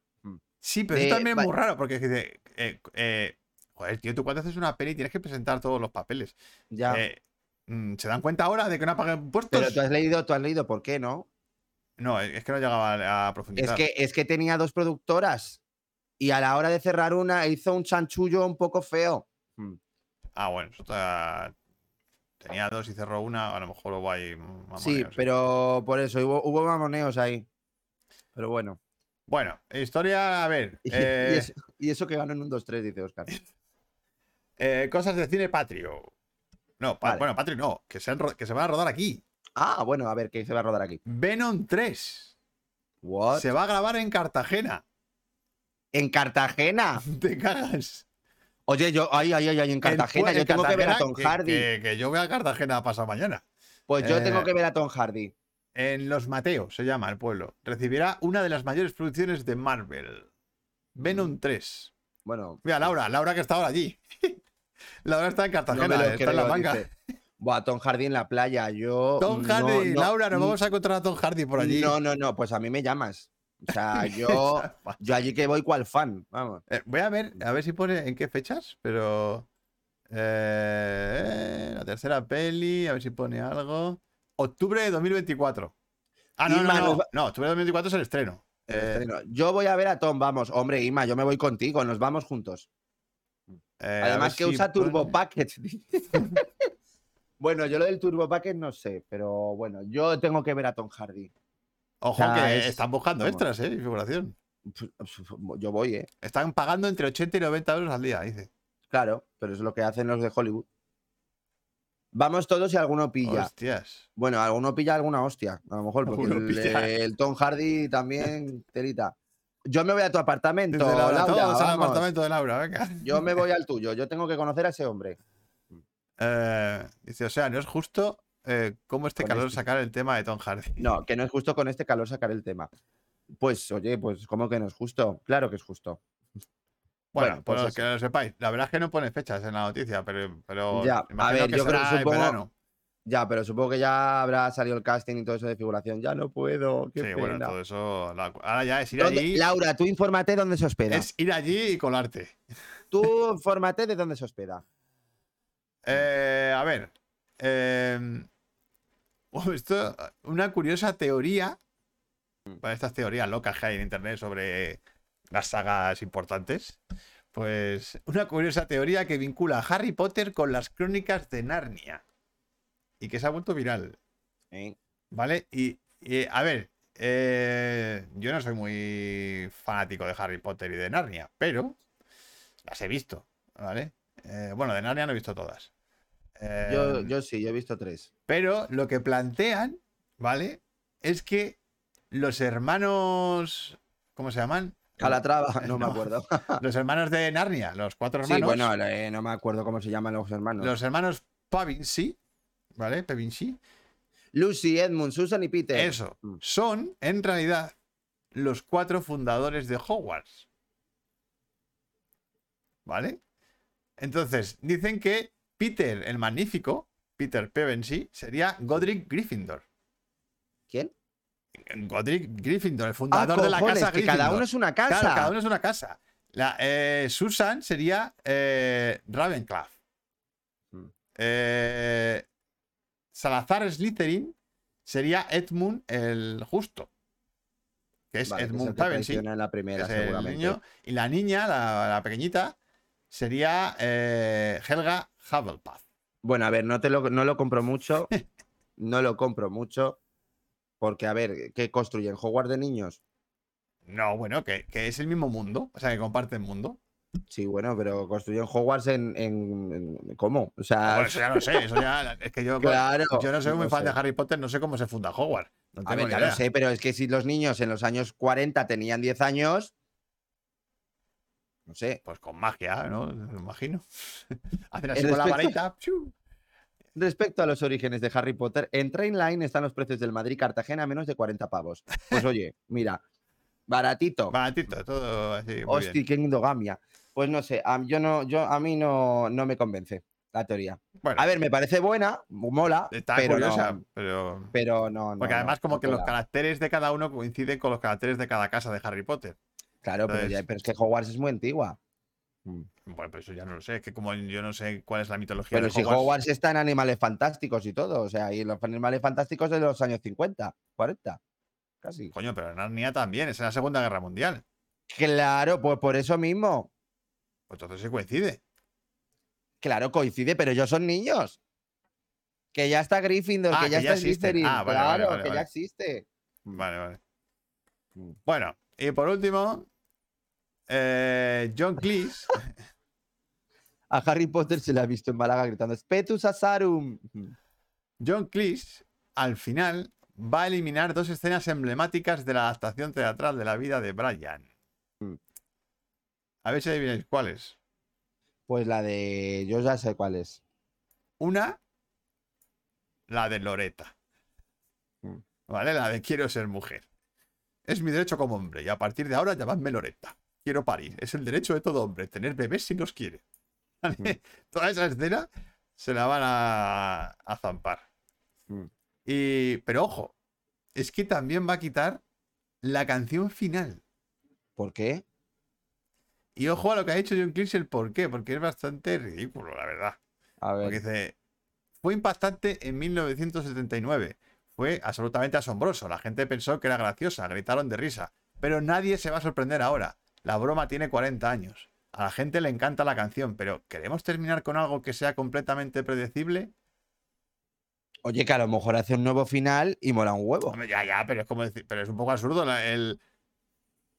B: Sí, pero
D: de-
B: eso también
D: va-
B: es muy raro, porque es que dice, eh, eh, joder, tío, tú cuando haces una peli tienes que presentar todos los papeles.
D: Ya.
B: Eh, pues mm, ¿Se dan cuenta ahora de que no ha pagado impuestos?
D: Pero tú has leído, tú has leído por qué, ¿no?
B: No, es que no llegaba a
D: Es
B: profundizar.
D: que, es que tenía dos productoras y a la hora de cerrar una hizo un chanchullo un poco feo.
B: Ah, bueno, eso está- tenía dos y cerró una, a lo mejor hubo ahí mamoneo,
D: sí, pero por eso hubo, hubo mamoneos ahí. Pero bueno.
B: Bueno, historia, a ver.
D: (laughs) Y, y
B: eh,
D: eso, y eso que ganó en un 2-3,
B: (laughs)
D: dice Oscar.
B: eh, cosas de cine patrio. No, pa-
D: Vale.
B: bueno, patrio no, que se, han ro- que se van a rodar aquí.
D: Ah, bueno, a ver, ¿qué se va a rodar aquí?
B: Venom 3
D: What?
B: se va a grabar en Cartagena. (laughs)
D: ¿En Cartagena?
B: Te cagas.
D: Oye, yo, ay, ay, ay, ay, en Cartagena,
B: en
D: yo tengo que ver a
B: Cartagena,
D: Tom
B: que-
D: Hardy.
B: Que, que yo voy a Cartagena pasado mañana.
D: pues yo
B: eh,
D: tengo que ver a Tom Hardy.
B: En Los Mateos se llama el pueblo. Recibirá una de las mayores producciones de Marvel.
D: Mm.
B: Venom 3.
D: Bueno,
B: Mira, Laura, Laura que está ahora allí. (laughs) Laura está en
D: no me
B: Cartagena, eh,
D: lo
B: está en la
D: creo,
B: manga.
D: dice. Buah, Tom Hardy en la playa, yo.
B: Tom
D: no,
B: Hardy,
D: no,
B: Laura, nos
D: no,
B: vamos a encontrar a Tom Hardy por allí.
D: No, no, no, pues a mí me llamas.
B: (laughs)
D: O sea, yo, yo allí que voy cual fan, vamos.
B: Eh, voy a ver, a ver si pone en qué fechas, pero. eh, la tercera peli, a ver si pone algo. Octubre de 2024. Ah, no,
D: Inma,
B: no, no, no.
D: nos va-
B: octubre de 2024 es el estreno.
D: El
B: Eh,
D: estreno. yo voy a ver a Tom, vamos. Hombre, Ima, yo me voy contigo, nos vamos juntos.
B: eh, a ver
D: Además que
B: si
D: usa
B: pone-
D: Turbo Packet. (laughs) bueno, yo lo del Turbo Packet no sé, pero bueno, yo tengo que ver a Tom Hardy.
B: Ojo,
D: O sea,
B: que
D: es-
B: están buscando
D: vamos.
B: extras, ¿eh? y Figuración.
D: Yo voy, ¿eh?
B: Están pagando entre 80 y 90 euros al día, dice.
D: Claro, pero es lo que hacen los de Hollywood. Vamos todos y alguno pilla.
B: Hostias.
D: Bueno, alguno pilla alguna hostia, a lo mejor, porque
B: Alguno
D: el,
B: pilla.
D: el Tom Hardy también, Telita. Yo me voy a tu apartamento,
B: Desde la-
D: Laura,
B: todos al
D: vamos.
B: apartamento de Laura, venga.
D: Yo me voy al tuyo, yo tengo que conocer a ese hombre.
B: Eh, dice, o sea, no es justo eh, cómo este
D: Con
B: calor
D: este.
B: sacar el tema de Tom Hardy.
D: No, que no es justo con este calor sacar el tema. Pues, oye, pues, ¿cómo que no es justo? Claro que es justo.
B: Bueno,
D: Bueno,
B: por
D: pues
B: lo
D: eso.
B: que lo sepáis. La verdad es que no pone fechas en la noticia, pero, pero
D: Ya, a
B: imagino
D: ver,
B: que
D: yo creo-
B: será en
D: supongo-
B: verano.
D: Ya, pero supongo que ya habrá salido el casting y todo eso de figuración. Ya no puedo,
B: Sí,
D: qué pena.
B: bueno, todo eso. la- ahora ya es ir
D: ¿Dónde-
B: allí.
D: Laura, tú infórmate dónde se hospeda.
B: Es ir allí y colarte.
D: Tú infórmate de dónde se hospeda.
B: Eh, a ver. eh, (laughs) oh, esto, una curiosa teoría.
D: Mm.
B: Para estas teorías locas que hay en internet sobre las sagas importantes. Pues una curiosa teoría que vincula a Harry Potter con las crónicas de Narnia. Y que se ha vuelto viral.
D: ¿eh?
B: ¿Vale? Y, y, a ver, eh, yo no soy muy fanático de Harry Potter y de Narnia, pero las he visto, ¿vale? Eh, bueno, de Narnia no he visto todas. Eh,
D: Yo, yo sí, yo he visto tres.
B: Pero lo que plantean, ¿vale? Es que los hermanos. ¿Cómo se llaman?
D: Calatrava, (laughs) no, me
B: No.
D: acuerdo.
B: Los hermanos de Narnia, los cuatro
D: Ah. Sí,
B: hermanos.
D: bueno, eh, no me acuerdo cómo se llaman los hermanos.
B: Los hermanos Pavinci, ¿vale? Pavinci.
D: Lucy, Edmund, Susan y Peter.
B: Eso.
D: Mm.
B: Son, en realidad, los cuatro fundadores de Hogwarts. ¿Vale? Entonces, dicen que Peter el Magnífico, Peter Pevensey, sería Godric Gryffindor.
D: ¿Quién?
B: Godric Gryffindor, el
D: Ah,
B: fundador de la
D: cojones,
B: casa
D: que
B: Gryffindor.
D: cada uno es una casa.
B: Claro, cada uno es una casa. La, eh, Susan sería eh, Ravenclaw.
D: Mm.
B: Eh, Salazar Slytherin sería Edmund el Justo. Que es
D: Vale, que es el
B: Edmund
D: que
B: Pevensey,
D: traiciona en la
B: que
D: primera,
B: es el
D: seguramente.
B: niño. Y la niña, la, la pequeñita, sería eh, Helga Hufflepuff.
D: Bueno, a ver, no, te lo, no lo
B: (laughs)
D: compro mucho. no lo compro mucho. Porque, a ver, ¿qué construyen? ¿Hogwarts de niños?
B: No, bueno, que, que es el mismo mundo. O sea, que comparten mundo.
D: Sí, bueno, pero construyeron Hogwarts en, en- en- ¿Cómo? O sea,
B: Bueno, eso
D: (laughs)
B: ya no sé, eso ya. Es que yo,
D: Ah,
B: pues,
D: Claro,
B: yo no soy muy
D: no
B: fan de
D: sé.
B: Harry Potter, no sé cómo se funda Hogwarts. No tengo
D: a ver,
B: ni
D: ya
B: idea.
D: lo sé, pero es que si los niños en los años 40 tenían 10 años. No sé.
B: Pues con magia, ¿no? Me imagino. (laughs) Hacen así
D: El
B: con la
D: respecto-
B: varita. ¡piu!
D: Respecto a los orígenes de Harry Potter, en Trainline están los precios del Madrid-Cartagena a menos de 40 pavos.
B: (laughs)
D: Pues oye, mira, baratito.
B: Baratito, todo así. muy bien.
D: Hosti, qué endogamia. Pues no sé, a, yo no, yo, a mí no, no me convence la teoría.
B: Bueno,
D: A ver, me parece buena, mola,
B: está
D: pero,
B: curiosa,
D: no,
B: pero.
D: pero no, no,
B: Porque
D: no,
B: además, como
D: no
B: que los
D: cola.
B: caracteres de cada uno coinciden con los caracteres de cada casa de Harry Potter.
D: Claro, pero,
B: entonces-
D: ya- pero es que Hogwarts es muy antigua.
B: Bueno, pero eso ya no lo sé. Es que como yo no sé cuál es la mitología
D: Pero
B: de
D: si
B: Hogwarts.
D: Hogwarts está en Animales Fantásticos y todo, o sea, y los Animales Fantásticos de los años 50, 40, casi.
B: Coño, pero Narnia también, es en la Segunda Guerra Mundial.
D: Claro, pues por eso mismo.
B: Pues entonces sí coincide.
D: Claro, coincide, pero ellos son niños. Que ya está Gryffindor,
B: Ah,
D: que ya
B: que ya
D: está
B: existen.
D: Slytherin,
B: Ah, vale, vale,
D: claro,
B: vale,
D: que
B: vale.
D: ya existe.
B: Vale, vale. Bueno, y por último, eh, John Cleese.
D: A Harry Potter se le ha visto en Málaga gritando Spetus Asarum.
B: John Cleese, al final, va a eliminar dos escenas emblemáticas de la adaptación teatral de la vida de Brian. A ver si adivináis cuáles.
D: Pues la de. Yo ya sé cuál es.
B: Una, la de Loreta.
D: Mm.
B: ¿Vale? La de quiero ser mujer. Es mi derecho como hombre y a partir de ahora llamadme Loreta. Quiero parir. Es el derecho de todo hombre, tener bebés si los quiere. ¿Vale?
D: Mm.
B: (laughs) Toda esa escena se la van a, a zampar.
D: Mm.
B: Y, pero ojo, es que también va a quitar la canción final.
D: ¿Por qué?
B: Y ojo a lo que ha hecho John Cleese el por qué, porque es bastante ridículo, la verdad.
D: A
B: Porque
D: ver.
B: dice, fue impactante en 1979. Fue absolutamente asombroso. La gente pensó que era graciosa, gritaron de risa. Pero nadie se va a sorprender ahora. La broma tiene 40 años. A la gente le encanta la canción, pero ¿queremos terminar con algo que sea completamente predecible?
D: Oye, que a lo mejor hace un nuevo final y mola un huevo.
B: Hombre, ya, ya, pero es como decir, pero es un poco absurdo la- el,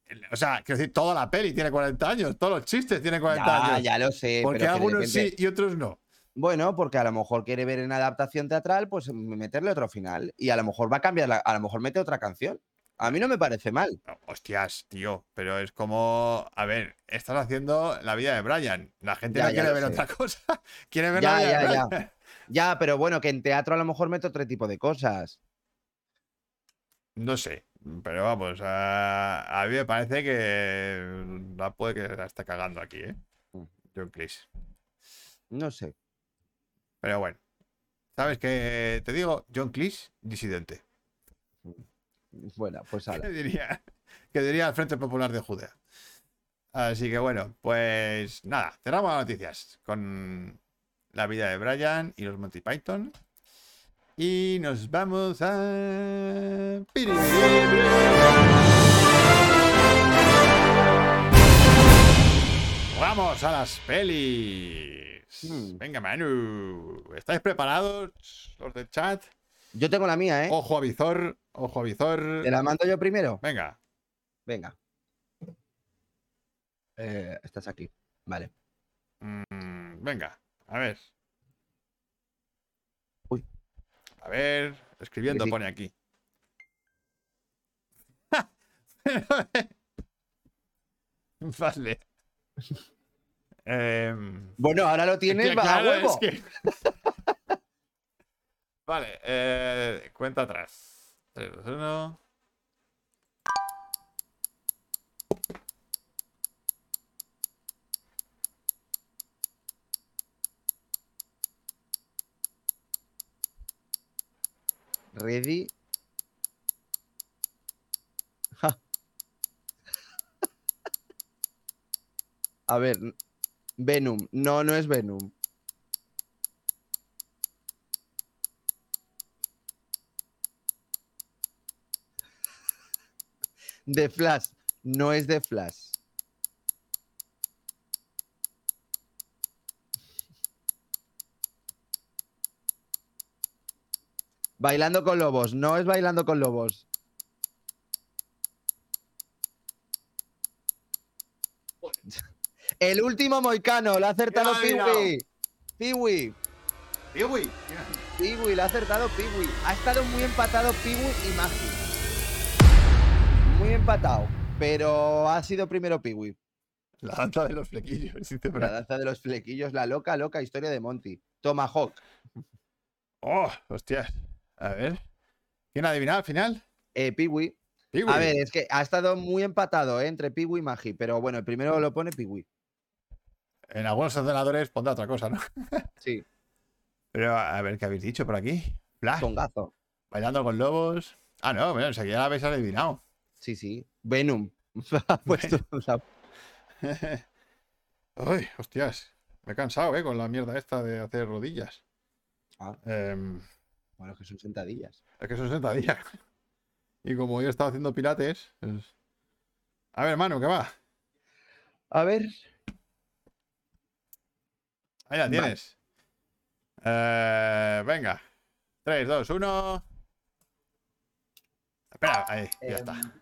B: el- O sea, quiero decir, toda la peli tiene 40 años, todos los chistes tienen 40
D: Ya,
B: años.
D: ya lo sé.
B: Porque
D: pero que de
B: algunos
D: repente-
B: sí y otros no.
D: Bueno, porque a lo mejor quiere ver en adaptación teatral, pues meterle otro final. Y a lo mejor va a cambiar, la- a lo mejor mete otra canción. A mí no me parece mal.
B: No, Oh, Hostias, tío, pero es como, a ver, estás haciendo la vida de Brian. La gente
D: Ya,
B: no
D: ya
B: quiere
D: lo
B: ver
D: sé.
B: otra (laughs) cosa. Quiere ver la vida
D: Ya,
B: de
D: ya,
B: (laughs)
D: ya.
B: Brian.
D: Ya, pero bueno, que en teatro a lo mejor mete otro tipo de cosas.
B: No sé, pero vamos, a, a mí me parece que la puede que la está cagando aquí, ¿eh?
D: Mm.
B: John Cleese.
D: No sé.
B: Pero bueno, ¿sabes qué te digo? John Cleese, disidente.
D: Bueno, pues ahora.
B: Que (laughs) diría, que diría el Frente Popular de Judea. Así que bueno, pues nada, cerramos las noticias con la vida de Brian y los Monty Python. Y nos vamos a... Vamos a las pelis.
D: Hmm.
B: Venga, Manu. ¿Estáis preparados los del chat?
D: Yo tengo la mía, ¿eh?
B: Ojo a visor, ojo a visor.
D: ¿Te la mando yo primero?
B: Venga.
D: Venga. Eh, estás aquí. Vale.
B: Mm, venga, a ver.
D: Uy.
B: A ver, escribiendo
D: Sí.
B: pone aquí. (laughs) vale. Em,
D: Bueno, ahora lo tienes,
B: que
D: va a
B: claro, es
D: huevo.
B: que- (laughs) vale, eh, cuenta atrás. 3, 2, 1.
D: Ready. Ja. (laughs) A ver. n- Venom. No, no es Venom. The Flash. No es The Flash. Bailando con lobos. No es bailando con lobos. (laughs) El último moicano, lo ha acertado
B: Ya lo he
D: Piwi. Piwi,
B: Piwi.
D: Piwi, lo ha acertado Piwi. Ha estado muy empatado Piwi y Magi. Muy empatado, pero ha sido primero Piwi.
B: La danza de los flequillos, (laughs) dice, pero-
D: La danza de los flequillos, la loca, loca historia de Monty. Tomahawk.
B: Oh, hostias. A ver. ¿Quién adivinaba al final?
D: Eh, Piwi.
B: Piwi.
D: A ver, es que ha estado muy empatado eh, entre Piwi y Magi, pero bueno, el primero lo pone Piwi.
B: En algunos ordenadores pondrá otra cosa, ¿no?
D: Sí,
B: Pero a ver, ¿qué habéis dicho por aquí? Flash,
D: tongazo.
B: bailando con lobos. Ah, no, bueno, enseguida la habéis (laughs) adivinado.
D: Sí, sí. Venom. (laughs) Ha puesto la-
B: Ay, hostias. Me he cansado, ¿eh? Con la mierda esta de hacer rodillas.
D: Ah.
B: Em,
D: Bueno, que son sentadillas.
B: es que son sentadillas. (laughs) Y como yo he estado haciendo pilates. es- A ver, hermano, ¿qué va?
D: A ver.
B: Ahí la
D: Va.
B: tienes. Eh, venga. 3, 2, 1. Espera, ahí, ya está.
D: Em,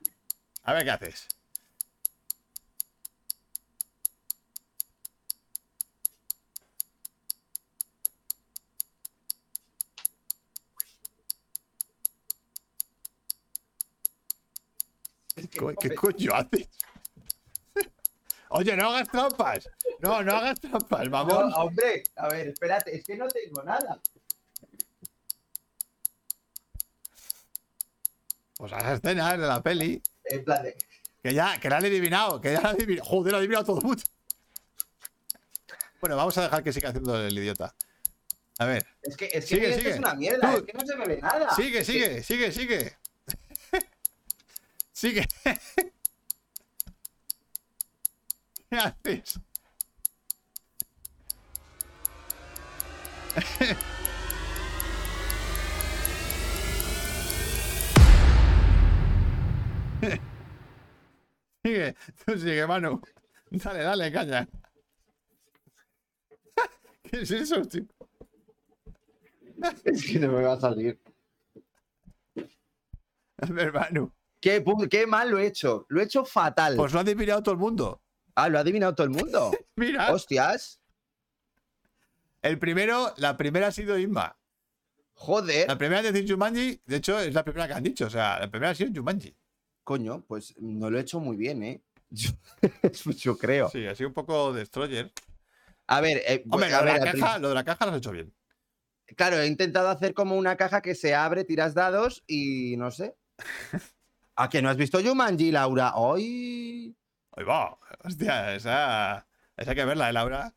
B: A ver qué haces. Co-
D: Eh,
B: ¿Qué coño haces? (laughs) Oye, no hagas trampas. No, no hagas trampas, mamón.
D: hombre, a ver, espérate, es que no tengo nada.
B: Pues a las escenas de la peli.
D: En plan de.
B: Que ya, que la han adivinado, que ya la han adivinado. Joder, la han adivinado todo el mundo. Bueno, vamos a dejar que siga haciendo el idiota. A ver.
D: Es que, es
B: que Sigue, esto sigue. es una mierda, Tú- es que
D: no se me ve nada.
B: Sigue, sigue, sigue, sigue. (laughs) sigue. (laughs) ¿Qué haces? (laughs) sigue, tú sigue, Manu. Dale, dale, caña. (laughs) ¿Qué es eso, tío?
D: (laughs) Es que no me va a salir.
B: A ver, Manu.
D: Qué, pu- qué mal lo he hecho. Lo he hecho fatal.
B: Pues lo ha adivinado todo el mundo.
D: Ah, lo ha adivinado todo
B: (laughs)
D: el mundo.
B: Mira.
D: Hostias.
B: El primero, la primera ha sido Inma.
D: Joder.
B: La primera de decir Jumanji, de hecho, es la primera que han dicho. O sea, la primera ha sido Jumanji.
D: Coño, pues no lo he hecho muy bien, ¿eh? (laughs) Yo, yo creo.
B: Sí, ha sido un poco destroyer.
D: A ver, eh,
B: Hombre,
D: a
B: lo,
D: ver,
B: de la
D: al prin-
B: caja, lo de la caja lo has hecho bien.
D: Claro, he intentado hacer como una caja que se abre, tiras dados y
B: (laughs)
D: no sé. ¿A que no has visto Jumanji, Laura? ¡Ay!
B: Ahí va. Hostia, esa, esa hay que verla, ¿eh, Laura.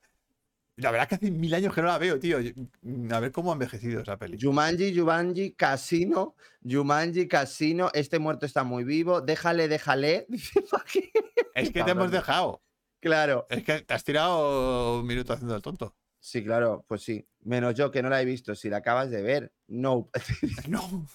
B: La verdad es que hace mil años que no la veo, tío. Yo- mm, A ver cómo ha envejecido esa peli.
D: Jumanji, Jumanji, Casino, Jumanji, Casino, este muerto está muy vivo, déjale, déjale. (laughs) Dice, "¿Pa qué?".
B: Es que te hemos dejado.
D: claro.
B: Es que te has tirado un minuto haciendo el tonto. (laughs)
D: Sí, claro, pues sí. Menos yo que no la he visto, si la acabas de ver. No, (laughs)
B: No.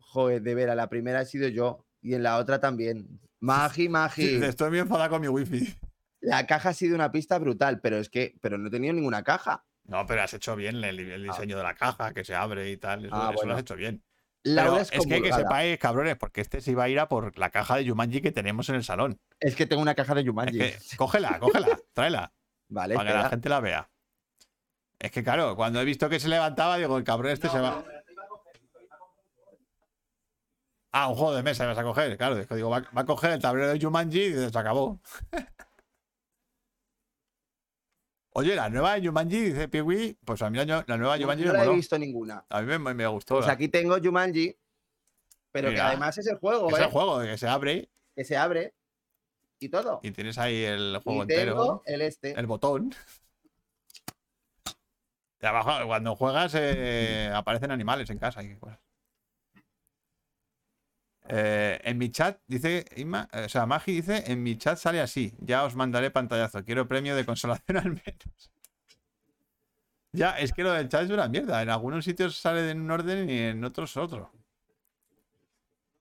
D: joder, de ver, a la primera he sido yo y en la otra también. Magi, magi.
B: Estoy bien enfadado con mi wifi.
D: La caja ha sido una pista brutal, pero es que, pero no he tenido ninguna caja.
B: No, pero has hecho bien el, el diseño de la caja que se abre y tal. Eso, eso
D: Ah,
B: lo
D: bueno.
B: has hecho bien. Pero
D: Laura
B: es, que hay que
D: comulgada.
B: sepáis, cabrones, porque este se iba a ir a por la caja de Jumanji que tenemos en el salón.
D: Es que tengo una caja de
B: Es
D: Jumanji.
B: que, cógela, cógela,
D: (laughs)
B: tráela,
D: Vale,
B: para que la
D: espera.
B: gente la vea. Es que claro, cuando he visto que se levantaba, digo, el cabrón este se va. Ah, un juego de mesa vas a coger, claro. es que digo, va, va a coger el tablero de Jumanji y dices, se acabó. (laughs) Oye, la nueva de Jumanji, dice Piwi, pues a mí la, ñu- la nueva Jumanji
D: no
B: me
D: la he
B: moló.
D: visto ninguna.
B: A mí me, me- me gustó.
D: Pues
B: la-
D: aquí tengo Jumanji, pero que
B: Mira.
D: además es el juego,
B: es el
D: ¿eh?
B: juego que se abre
D: que se abre y todo. Y,
B: y tienes ahí el juego entero.
D: tengo el este.
B: el botón. De abajo, cuando juegas, eh, aparecen animales en casa. y cosas. Eh, en mi chat, dice Inma, eh, o sea, Magi dice: En mi chat sale así. Ya os mandaré pantallazo. Quiero premio de consolación al menos. Ya, es que lo del chat es una mierda. En algunos sitios sale en un orden y en otros otro.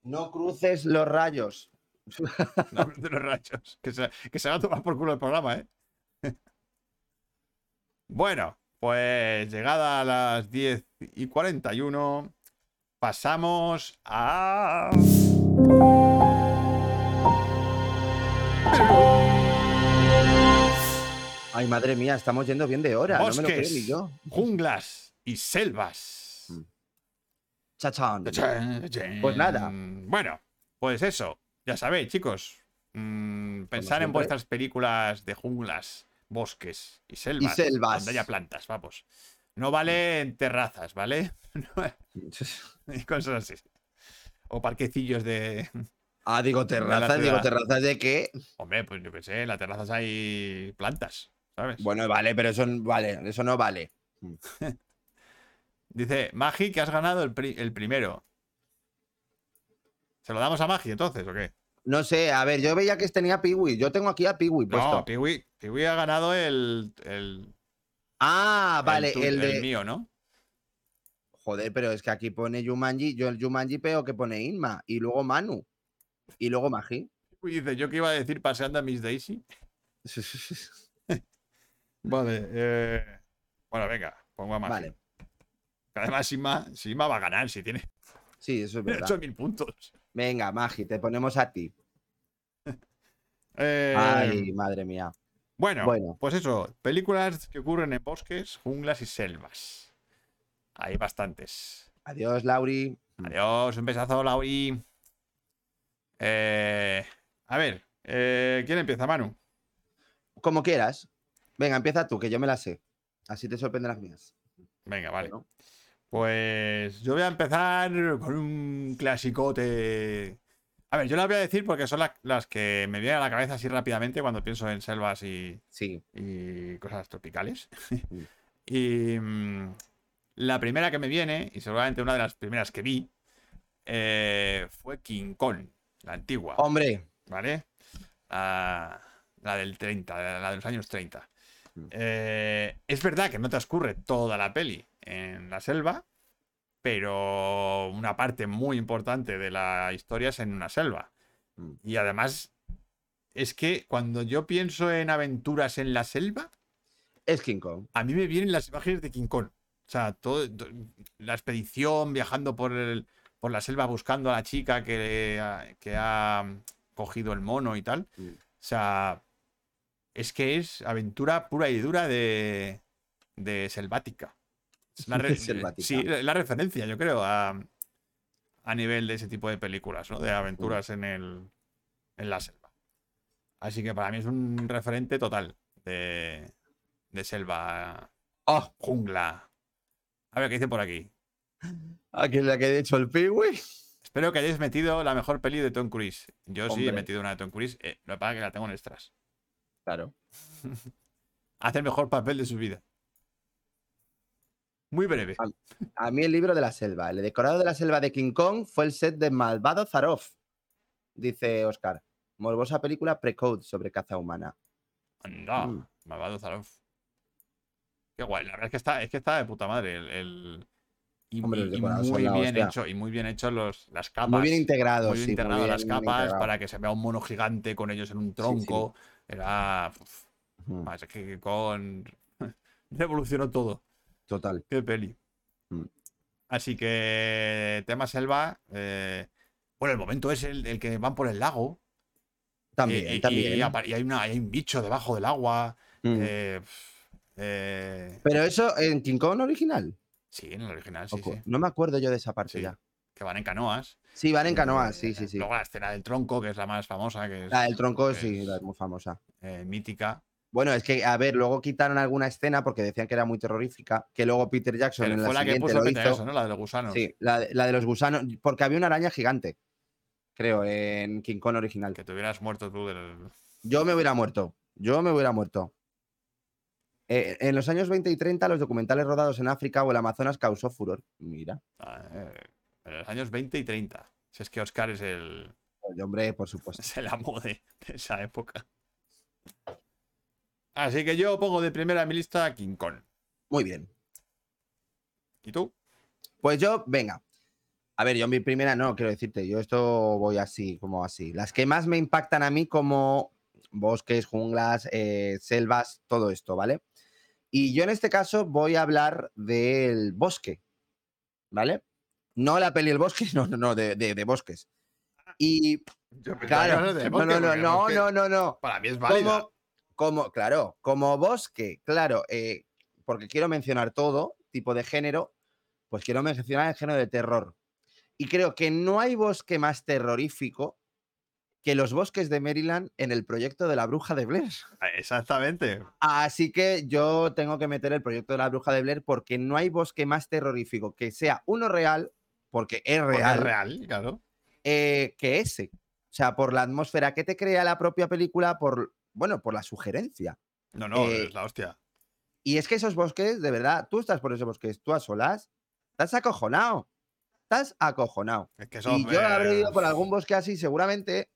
D: No cruces los rayos.
B: (laughs) No, de los rayos. Que se, que se va a tomar por culo el programa, ¿eh? (laughs) Bueno, pues llegada a las 10 y 41, pasamos a.
D: Ay, madre mía, estamos yendo bien de hora. No me lo creo ni
B: Bosques,
D: yo.
B: junglas y selvas.
D: Mm. Chachán.
B: Chan, chan.
D: Pues nada.
B: Bueno, pues eso. Ya sabéis, chicos. Mm, pensar en
D: siempre.
B: vuestras películas de junglas, bosques y selvas.
D: selvas.
B: Donde haya plantas, vamos. No vale en terrazas, ¿vale? (laughs) y cosas así. O parquecillos de. (laughs)
D: Ah, digo terrazas,
B: ciudad.
D: digo terrazas de qué.
B: Hombre, pues yo qué sé, en las terrazas hay plantas, ¿sabes?
D: Bueno, vale, pero eso, n- vale, eso no vale.
B: Dice, Magi, que has ganado el, pri- el primero. ¿Se lo damos a Magi entonces o qué?
D: No sé, a ver, yo veía que tenía Piwi. Yo tengo aquí a Piwi puesto.
B: No, Piwi, Piwi ha ganado el, el,
D: ah, vale,
B: tu-
D: el, de.
B: mío, ¿no?
D: Joder, pero es que aquí pone Jumanji. Yo el Jumanji veo que pone Inma. Y luego Manu. Y luego Magi.
B: Piwi dice, yo que iba a decir paseando a Miss Daisy. Vale, eh, bueno, venga, pongo a (laughs) Magi.
D: Vale.
B: Que Además, Sima, Sima va a ganar si tiene
D: Sí, eso es verdad.
B: 8.000 puntos.
D: Venga, Magi, te ponemos a ti.
B: Eh,
D: Ay, madre mía.
B: Bueno,
D: Bueno.
B: pues eso, películas que ocurren en bosques, junglas y selvas. Hay bastantes.
D: Adiós, Lauri.
B: Adiós, un besazo, Lauri. Eh, a ver, eh, ¿quién empieza, Manu?
D: Como quieras. Venga, empieza tú, que yo me la sé. Así te sorprenden las mías.
B: Venga, vale.
D: Bueno.
B: Pues yo voy a empezar con un clasicote. A ver, yo las voy a decir porque son las, las que me vienen a la cabeza así rápidamente cuando pienso en selvas y,
D: Sí.
B: y cosas tropicales. y mm, la primera que me viene, y seguramente una de las primeras que vi, eh, fue King Kong, la antigua.
D: Hombre,
B: ¿vale? La, la del 30, la la de los años 30.
D: Mm.
B: Eh, es verdad que no transcurre toda la peli en la selva, pero una parte muy importante de la historia es en una selva.
D: Mm.
B: Y además, es que cuando yo pienso en aventuras en la selva,
D: es King Kong.
B: a mí me vienen las imágenes de King Kong. O sea, todo, to- la expedición viajando por, el, por la selva buscando a la chica que, ha- que ha cogido el mono y tal.
D: Mm.
B: O sea, es que es aventura pura y dura de, de selvática. Es
D: (laughs)
B: la re-
D: Selvática.
B: Sí, la referencia, yo creo, a, a nivel de ese tipo de películas, ¿no? De
D: Mm.
B: aventuras en, el, en la selva. Así que para mí es un referente total de, de selva,
D: ¡Oh!
B: jungla. A ver qué dice por aquí. Ah,
D: Aquí es la que he hecho el piwi.
B: Espero que hayáis metido la mejor peli de Tom Cruise. Yo sí he
D: Hombre.
B: metido una de Tom Cruise. eh, lo que pasa es que la tengo en extras.
D: Claro.
B: Hace el mejor papel de su vida. Muy breve.
D: Ah. A mí el libro de la selva. El decorado de la selva de King Kong fue el set de Malvado Zaroff, dice Oscar. Morbosa película Precode sobre caza humana.
B: Anda,
D: Mm.
B: malvado Zaroff. Qué guay. La verdad es que está, es que está de puta madre. El, el- Y,
D: Hombre,
B: y-
D: los
B: y
D: decorados son
B: muy
D: la
B: bien
D: hostia.
B: hecho. Y muy bien hecho los, las capas.
D: Muy bien
B: muy
D: integrado,
B: bien
D: sí.
B: integrado las capas
D: integrado.
B: para que se vea un mono gigante con ellos en un tronco. Era. uf,
D: Ujú,
B: Más es que con. (laughs) Revolucionó todo.
D: Total.
B: Qué peli.
D: Mm.
B: Así que. Tema selva. eh, bueno, el momento es el, el que van por el lago. eh,
D: También,
B: y, y-
D: también. ¿eh?
B: y apa- y hay, una, hay un bicho debajo del agua.
D: Mm.
B: eh, pf, eh,
D: Pero eso en King Kong original.
B: sí, en el original, sí,
D: Ojo,
B: sí.
D: No me acuerdo yo de esa parte
B: Sí.
D: ya.
B: Que van en canoas.
D: Sí, van en canoa, sí, sí, sí.
B: Luego la escena del tronco, que es la más famosa, que es
D: La del tronco, sí,
B: es-
D: la es muy famosa.
B: eh, mítica.
D: Bueno, es que, a ver, luego quitaron alguna escena porque decían que era muy terrorífica, que luego Peter Jackson
B: Que
D: en la
B: fue la que
D: siguiente
B: puso
D: lo
B: Peter
D: hizo.
B: Jackson, ¿no? La de los gusanos.
D: Sí, la, de- la de los gusanos, porque había una araña gigante, creo, en King Kong original.
B: Que te hubieras muerto tú del.
D: Yo me hubiera muerto, yo me hubiera muerto. Eh, en los años 20 y 30, los documentales rodados en África o el Amazonas causó furor. Mira,
B: Ah, eh, en los años 20 y 30. Si es que Oscar es el,
D: oye, hombre, por
B: (laughs)
D: supuesto.
B: es el amo de, de esa época. Así que yo pongo de primera en mi lista a King Kong.
D: Muy bien.
B: ¿Y tú?
D: Pues yo, venga. A ver, yo mi primera no, quiero decirte, yo esto voy así, como así. Las que más me impactan a mí como bosques, junglas, eh, selvas, todo esto, ¿vale? Y yo en este caso voy a hablar del bosque, ¿vale? No la peli El Bosque, (laughs) no, no, no, de, de- de bosques. Y
B: Yo
D: claro, no, no, no, no, no, no, no.
B: Para mí es
D: Como, Como, claro, como bosque, claro, eh, porque quiero mencionar todo tipo de género, pues quiero mencionar el género de terror. Y creo que no hay bosque más terrorífico que los bosques de Maryland en el proyecto de la bruja de Blair.
B: Ah, Exactamente.
D: Así que yo tengo que meter el proyecto de la bruja de Blair porque no hay bosque más terrorífico que sea uno real, porque es
B: Porque
D: real,
B: Es real, claro.
D: eh, que ese. O sea, por la atmósfera que te crea la propia película, por, bueno, por la sugerencia.
B: No, no,
D: Eh,
B: es la hostia.
D: Y es que esos bosques, de verdad, tú estás por esos bosques, tú a solas, estás acojonado. Estás acojonado.
B: Es que son,
D: Y yo habré
B: eh,
D: ido por algún bosque así, seguramente.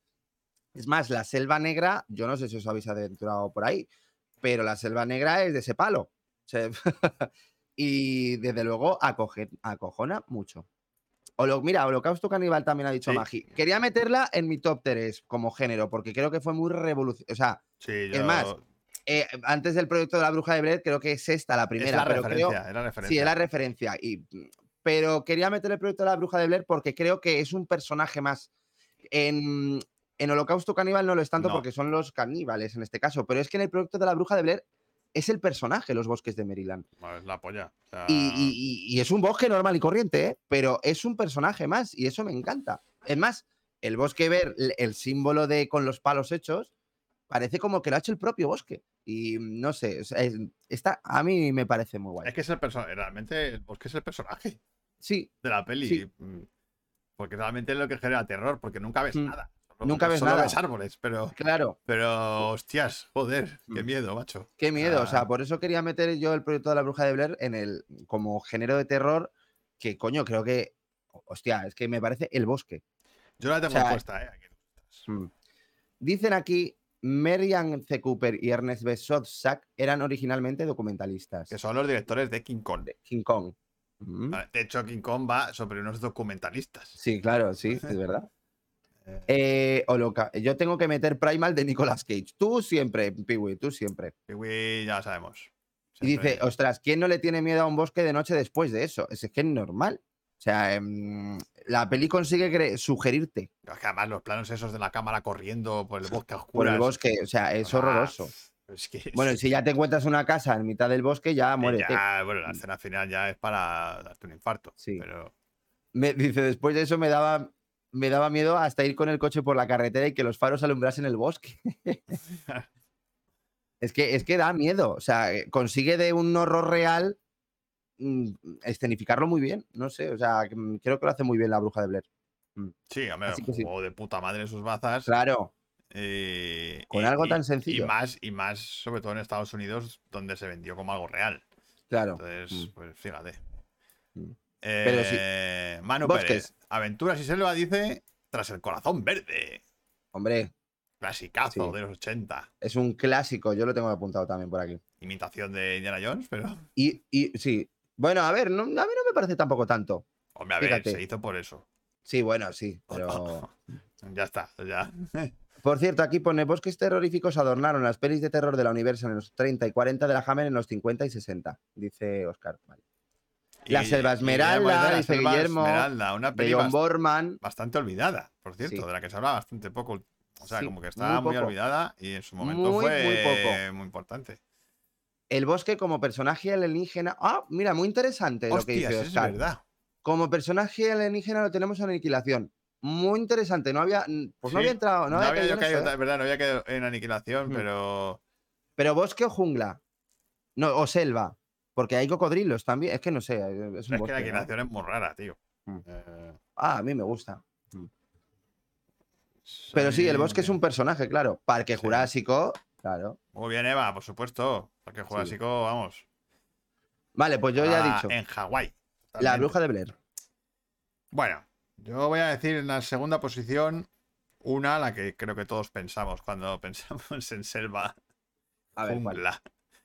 D: Es más, la selva negra, yo no sé si os habéis aventurado por ahí, pero la selva negra es de ese palo. O sea, (laughs) y desde luego acoge- acojona mucho. O lo, mira, Holocausto Caníbal también ha dicho
B: Sí.
D: Magi. Quería meterla en mi top 3 como género, porque creo que fue muy revolucionario. O sea,
B: Sí,
D: es
B: yo-
D: más, eh, antes del proyecto de la bruja de Blair, creo que es esta la primera.
B: es la
D: pero creo,
B: referencia, es la
D: Sí,
B: referencia.
D: es la referencia. Y, mm, pero quería meter el proyecto de la bruja de Blair porque creo que es un personaje más. En, en Holocausto Caníbal no lo es tanto
B: No.
D: porque son los caníbales en este caso, pero es que en el proyecto de la bruja de Blair es el personaje, los bosques de Maryland.
B: Bueno, es la polla. o sea,
D: Y, y- y- y es un bosque normal y corriente, ¿eh? pero es un personaje más y eso me encanta. Es más, el bosque ver l- el símbolo de con los palos hechos parece como que lo ha hecho el propio bosque. Y mm, no sé, o sea, es- está, a mí me parece muy guay.
B: Es que es el personaje, realmente, porque es el personaje
D: Sí,
B: de la peli.
D: Sí.
B: mm, Porque realmente es lo que genera terror, porque nunca ves
D: Mm.
B: nada. Solo-
D: Nunca ves
B: solo
D: nada.
B: ves árboles, pero,
D: claro.
B: pero hostias, joder, qué
D: Mm.
B: miedo, macho.
D: Qué miedo, o
B: Ah.
D: sea, por eso quería meter yo el proyecto de la bruja de Blair en el como género de terror que coño, creo que hostia, es que me parece el bosque.
B: Yo la tengo
D: sea,
B: puesta, ¿eh? aquí.
D: Mm. Dicen aquí Marian C. Cooper y Ernest B. Sotzak eran originalmente documentalistas.
B: Que son los directores de King Kong.
D: De King Kong. Ujú.
B: Vale, De hecho, King Kong va sobre unos documentalistas.
D: Sí, claro,
B: (laughs)
D: sí, es verdad.
B: Eh,
D: Eh, Holoca- yo tengo que meter Primal de Nicolas Cage. Tú siempre, Piwi, tú siempre.
B: Kiwi, ya lo sabemos.
D: Y
B: Siempre-
D: dice, ostras, ¿quién no le tiene miedo a un bosque de noche después de eso? Es que es normal. O sea, em, la peli consigue cre- sugerirte
B: Es que además los planos esos de la cámara corriendo por el bosque a
D: por
B: oscuras.
D: el bosque. O sea, es
B: Ah,
D: horroroso.
B: Es que
D: Bueno, y si ya te encuentras una casa en mitad del bosque, ya
B: Eh,
D: muérete.
B: ya, bueno, la escena final ya es para darte un infarto.
D: Sí.
B: Pero
D: Me, dice, después de eso me daba, me daba miedo hasta ir con el coche por la carretera y que los faros alumbrasen el bosque. (laughs) es, que, es que da miedo. O sea, eh, consigue de un horror real mm, escenificarlo muy bien. No sé, o sea, que, mm, creo que lo hace muy bien la bruja de Blair.
B: sí, hombre,
D: Así que sí.
B: jugó de puta madre sus bazas.
D: Claro,
B: eh,
D: con
B: y-
D: algo
B: y-
D: tan
B: Y
D: sencillo.
B: más, y más, sobre todo en Estados Unidos, donde se vendió como algo real.
D: claro.
B: Entonces,
D: Mm.
B: pues fíjate.
D: Mm. Pero sí.
B: Eh, Manu
D: Bosques.
B: Pérez, Aventuras y Selva dice Tras el corazón verde.
D: Hombre,
B: Clasicazo
D: Sí.
B: de los 80.
D: es un clásico. Yo lo tengo apuntado también por aquí.
B: Imitación de Indiana Jones, pero.
D: Y, y sí, bueno, a ver, no- a mí no me parece tampoco tanto.
B: Hombre, a ver,
D: Fíjate.
B: se hizo por eso.
D: Sí, bueno, sí,
B: (laughs)
D: pero...
B: Ya está,
D: (laughs)
B: ya.
D: Por cierto, aquí pone bosques terroríficos adornaron las pelis de terror de la Universal en los 30 y 40 de la Hammer en los 50 y 60, dice Oscar. Vale. La Selva Esmeralda,
B: Guillermo de la
D: dice
B: Selva
D: Guillermo,
B: Esmeralda, una
D: De
B: peli
D: John
B: bast-
D: Borman.
B: bastante olvidada, por cierto,
D: Sí.
B: de la que se habla bastante poco. O sea,
D: Sí,
B: como que estaba muy,
D: muy poco.
B: olvidada y en su momento
D: Muy,
B: fue
D: muy poco.
B: muy importante.
D: El bosque como personaje alienígena. Ah, mira, muy interesante lo que
B: Hostias,
D: dice
B: es
D: Oscar.
B: verdad.
D: Como personaje alienígena lo tenemos en aniquilación. Muy interesante. No había, mm, pues no
B: Sí,
D: había entrado. No,
B: No,
D: había
B: había
D: caído
B: yo
D: en
B: caído,
D: eso, ¿eh?
B: es verdad, no había caído en aniquilación,
D: Mm.
B: pero
D: Pero bosque o jungla. No, o selva. Porque hay cocodrilos también. Es que no sé. eh, Es un
B: es que
D: bosque,
B: la
D: ¿no?
B: aniquilación es muy rara, tío.
D: Mm.
B: Eh,
D: Ah, a mí me gusta. Pero sí, el bosque es un personaje, claro. Parque
B: Sí.
D: Jurásico, claro.
B: Muy bien, Eva, por supuesto. Porque Jurásico, vamos.
D: Vale, pues yo ya he
B: Ah,
D: dicho.
B: En Hawái.
D: La
B: totalmente.
D: bruja de Blair.
B: Bueno, yo voy a decir en la segunda posición una, la que creo que todos pensamos cuando (laughs) pensamos en selva,
D: A ver, ¿cuál? Ah.
B: jungla,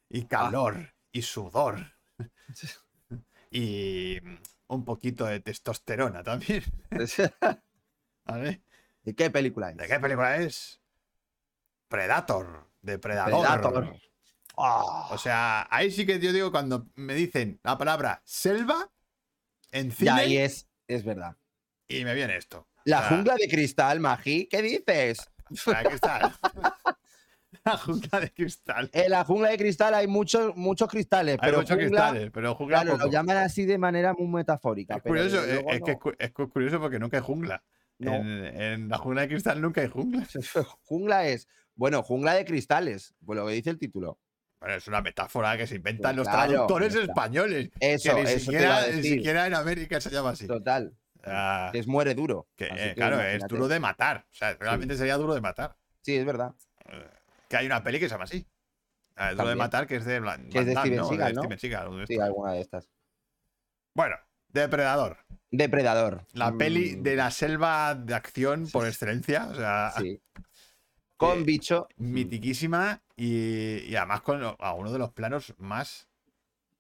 B: y calor, y sudor,
D: (laughs)
B: y mm, un poquito de testosterona también. (laughs) ¿vale?
D: (laughs) ¿Y qué película es?
B: ¿De qué película es? Predator, Depredador.
D: Predator. Ah,
B: O sea, ahí sí que yo digo cuando me dicen la palabra selva en cine
D: ya, y es, es verdad.
B: y me viene esto.
D: La
B: Ah.
D: jungla de cristal, Magí, ¿qué dices?
B: Aquí está. (laughs) La jungla de cristal.
D: En la jungla de cristal hay muchos, muchos cristales,
B: Hay
D: pero
B: muchos
D: jungla,
B: cristales, pero jungla
D: claro, lo
B: poco.
D: llaman así de manera muy metafórica.
B: Es
D: pero
B: curioso,
D: desde
B: es,
D: luego
B: es que es,
D: no.
B: cu- es cu- curioso porque nunca hay jungla.
D: No.
B: En, en la jungla de cristal nunca hay jungla.
D: (laughs) jungla es, bueno, jungla de cristales, pues lo que dice el título.
B: Bueno, es una metáfora que se inventan
D: Pues
B: los
D: claro,
B: traductores
D: ya está.
B: españoles.
D: Eso,
B: que ni,
D: eso te iba
B: siquiera,
D: a
B: ni
D: decir.
B: siquiera en América se llama así.
D: Total,
B: Ah,
D: que es muere duro.
B: que,
D: así
B: eh,
D: que
B: claro, es
D: imagínate.
B: duro de matar. O sea, realmente sería duro de matar.
D: Sí, es verdad.
B: Que hay una peli que se llama así. Ah, el duro de
D: También.
B: matar, que es de, Blan-
D: Que es de
B: Van Damme,
D: Steven
B: ¿no?
D: Seagal, ¿no?
B: Steven Seagal, uno de
D: Sí,
B: estos.
D: alguna de estas.
B: Bueno, Depredador.
D: Depredador.
B: La peli
D: Mm,
B: de la selva de acción por excelencia. O sea, (laughs)
D: sí. Con
B: Eh,
D: bicho.
B: mitiquísima y, y además con lo- a uno de los planos más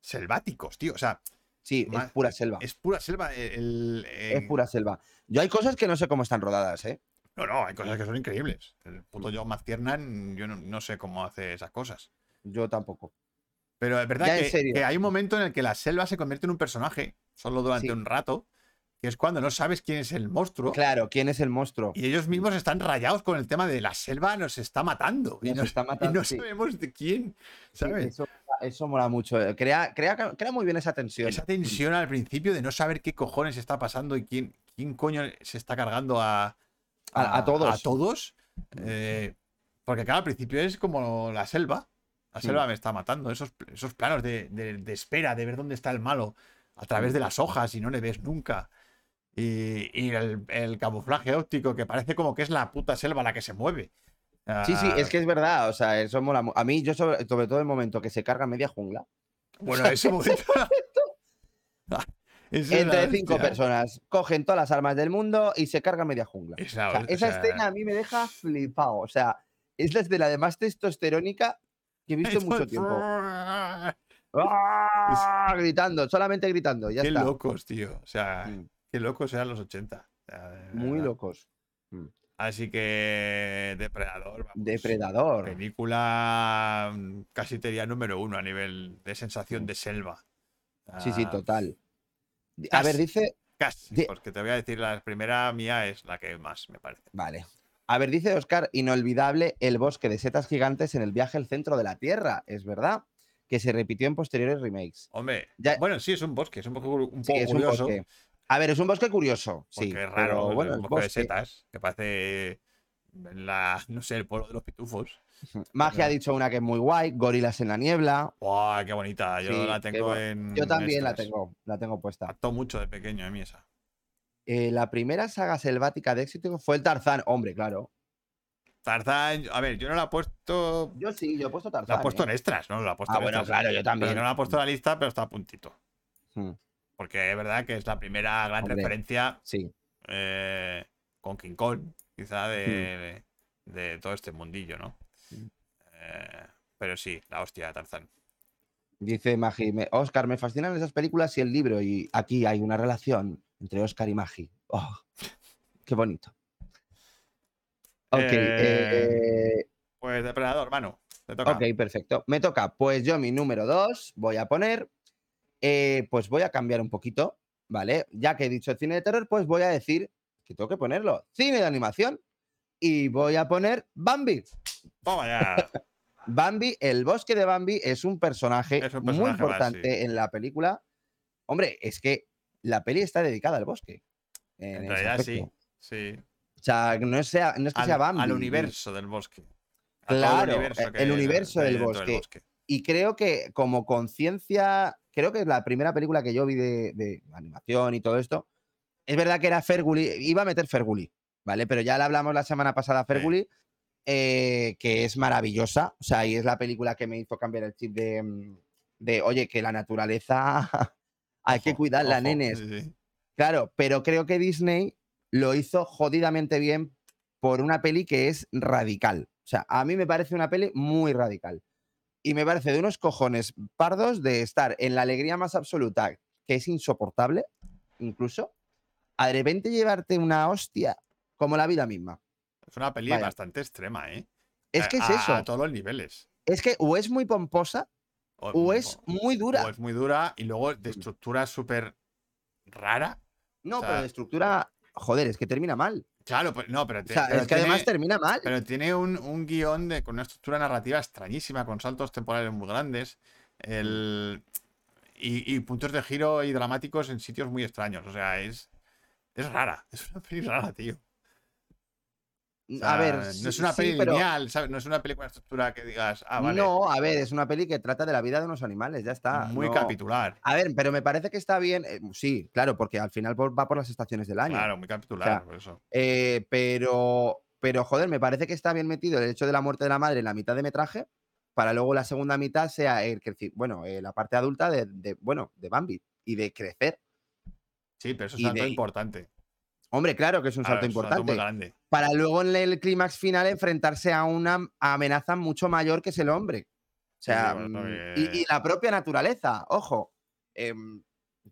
B: selváticos, tío. O sea,
D: Sí, es
B: más-
D: pura selva.
B: es pura selva. e, el- el-
D: Es
B: en-
D: pura selva. Yo hay cosas que no sé cómo están rodadas, ¿eh?
B: No, no, hay cosas que son increíbles. El puto John McTiernan, yo no, no sé cómo hace esas cosas.
D: Yo tampoco.
B: Pero es verdad
D: Ya, en
B: que,
D: serio.
B: que hay un momento en el que la selva se convierte en un personaje, solo durante
D: Sí.
B: un rato, que es cuando no sabes quién es el monstruo.
D: Claro, ¿quién es el monstruo?
B: Y ellos mismos están rayados con el tema de la selva nos está matando. Y,
D: Nos
B: no-
D: está
B: y no
D: matando. sí,
B: sabemos de quién,
D: sí,
B: ¿sabes?
D: eso, eso mola mucho. eh, Crea, crea, crea muy bien esa tensión.
B: Esa tensión al principio de no saber qué cojones está pasando y quién, quién coño se está cargando a,
D: A- a todos.
B: a todos. eh, porque claro, al principio es como la selva. La
D: Sí.
B: selva me está matando. Esos, esos planos de, de- de espera, de ver dónde está el malo a través de las hojas y no le ves nunca. Y, y el, el camuflaje óptico que parece como que es la puta selva la que se mueve.
D: Sí, sí,
B: Ah,
D: es que es verdad. O sea, eso mola. mu- A mí, yo sobre, sobre todo el momento que se carga media jungla.
B: Bueno,
D: (laughs)
B: ese momento. (laughs) Eso es la
D: Entre cinco
B: hostia.
D: personas, cogen todas las armas del mundo y se carga media jungla.
B: Es la
D: O sea,
B: hostia,
D: esa
B: o sea,
D: escena a mí me deja flipado. O sea, es la escena de más testosterónica que he visto en
B: Eso
D: mucho
B: es- (laughs)
D: tiempo. ¡Ah! Gritando, solamente gritando, ya
B: Qué
D: está.
B: locos, tío. O sea,
D: Mm,
B: qué locos eran los 80. o sea, de
D: Muy
B: verdad.
D: locos.
B: Así que Depredador, vamos,
D: Depredador.
B: Película mm, casi te diría número uno a nivel de sensación de selva.
D: Sí, sí,
B: Ah,
D: total. Di- A ver,
B: Casi.
D: dice.
B: Casi,
D: De-
B: porque te voy a decir, la primera mía es la que más me parece.
D: Vale. A ver, dice Oscar, inolvidable el bosque de setas gigantes en el viaje al centro de la Tierra. Es verdad que se repitió en posteriores remakes.
B: Hombre,
D: Ya-
B: bueno, sí, es un bosque, es un poco, un
D: Eh, Sí,
B: poco
D: es un
B: curioso.
D: bosque. A ver, es un bosque curioso.
B: Porque
D: Sí,
B: es raro,
D: pero bueno,
B: un
D: es
B: poco de
D: bosque.
B: setas, que parece la, no sé, el pueblo de los pitufos.
D: Magia ha dicho una que es muy guay, Gorilas en la niebla.
B: ¡Guau, qué bonita! Yo
D: Sí,
B: la
D: qué
B: tengo
D: guay.
B: en.
D: Yo también la
B: Mm, estas.
D: tengo, la tengo puesta.
B: Acto mucho de pequeño a mí esa.
D: Eh, la primera saga selvática de éxito fue el Tarzán. Hombre, claro.
B: Tarzán, a ver, yo no la he puesto.
D: Yo sí, yo he puesto Tarzán.
B: La he puesto
D: ¿eh?
B: en extras, ¿no? La he puesto
D: Ah,
B: en
D: bueno,
B: extras.
D: claro, yo
B: Pero
D: también.
B: que no la he puesto en la lista, pero está a puntito.
D: Mm,
B: Porque es verdad que es la primera gran
D: Hombre.
B: referencia
D: Sí,
B: eh, con King Kong, quizá de,
D: Hmm.
B: de todo este mundillo, ¿no?
D: Sí.
B: Eh, pero sí, la hostia de Tarzán.
D: dice Magi. me- Oscar, me fascinan esas películas y el libro. Y aquí hay una relación entre Oscar y Magi. Oh, qué bonito. Ok,
B: Eh,
D: eh,
B: Pues depredador, mano. Te toca.
D: Ok, perfecto. Me toca. Pues yo mi número 2 voy a poner, eh, pues voy a cambiar un poquito, ¿vale? Ya que he dicho cine de terror, pues voy a decir que tengo que ponerlo. Cine de animación y voy a poner Bambi.
B: Toma
D: (laughs)
B: ya.
D: Bambi, el bosque de Bambi es un personaje,
B: Es un
D: muy
B: personaje más,
D: importante en la película. Hombre, es que la peli está dedicada al bosque. en
B: En
D: ese
B: realidad sí.
D: aspecto.
B: Sí.
D: O sea, no, sea, no es que
B: Al,
D: sea Bambi.
B: al universo del bosque. A todo el
D: Claro,
B: universo que
D: el
B: hay
D: universo
B: de-
D: del
B: dentro
D: bosque. Y creo que como conciencia, creo que es la primera película que yo vi de, de animación y todo esto. Es verdad que era Ferguli, iba a meter Ferguli, ¿vale? Pero ya la hablamos la semana pasada, Ferguli, eh, que es maravillosa. O sea, y es la película que me hizo cambiar el chip de, mm, de oye, que la naturaleza (laughs) hay que
B: Ojo,
D: cuidarla,
B: ojo,
D: nenes.
B: sí, sí.
D: Claro, pero creo que Disney lo hizo jodidamente bien por una peli que es radical. O sea, a mí me parece una peli muy radical. Y me parece de unos cojones pardos de estar en la alegría más absoluta, que es insoportable, incluso, a de repente llevarte una hostia como la vida misma.
B: Es una peli
D: Vaya.
B: bastante extrema, ¿eh?
D: Es que es
B: A- A,
D: eso.
B: todos los niveles.
D: Es que o es muy pomposa o es muy
B: o
D: dura. Mm.
B: es Pues muy dura y luego de estructura súper rara.
D: No,
B: o
D: pero
B: sea-
D: de estructura, joder, es que termina mal.
B: Claro, pues no, pero,
D: O
B: te-
D: sea,
B: pero
D: es que
B: tiene-
D: además termina mal.
B: Pero tiene un, un guión de, con una estructura narrativa extrañísima, con saltos temporales muy grandes el-
D: Mm.
B: y, y puntos de giro y dramáticos en sitios muy extraños. O sea, es, es rara. (laughs) Es una peli rara, tío. O
D: Mm, a
B: sea,
D: ver,
B: no
D: sí,
B: es una
D: sí,
B: peli
D: pero-
B: lineal, ¿sabes? No es una película estructura que digas, ah, vale, ah,
D: No, a ver, es una peli que trata de la vida de unos animales, ya está.
B: muy
D: no.
B: capitular.
D: A ver, pero me parece que está bien. eh, sí, claro, porque al final por- va por las estaciones del año.
B: Claro, muy capitular,
D: O sea,
B: por eso.
D: Eh, pero, pero, joder, me parece que está bien metido el hecho de la muerte de la madre en la mitad de metraje, para luego la segunda mitad sea el creci- bueno, eh, la parte adulta de, de, bueno, de Bambi y de crecer.
B: Sí, pero eso es
D: y
B: un salto
D: de-
B: importante.
D: Hombre, claro que es un
B: Claro,
D: salto
B: es un salto muy
D: importante.
B: grande.
D: para luego en el clímax final enfrentarse a una amenaza mucho mayor que es el hombre. O
B: Sí, sí,
D: sea,
B: bueno,
D: mm,
B: no,
D: y, y
B: eh.
D: la propia naturaleza, ojo, em,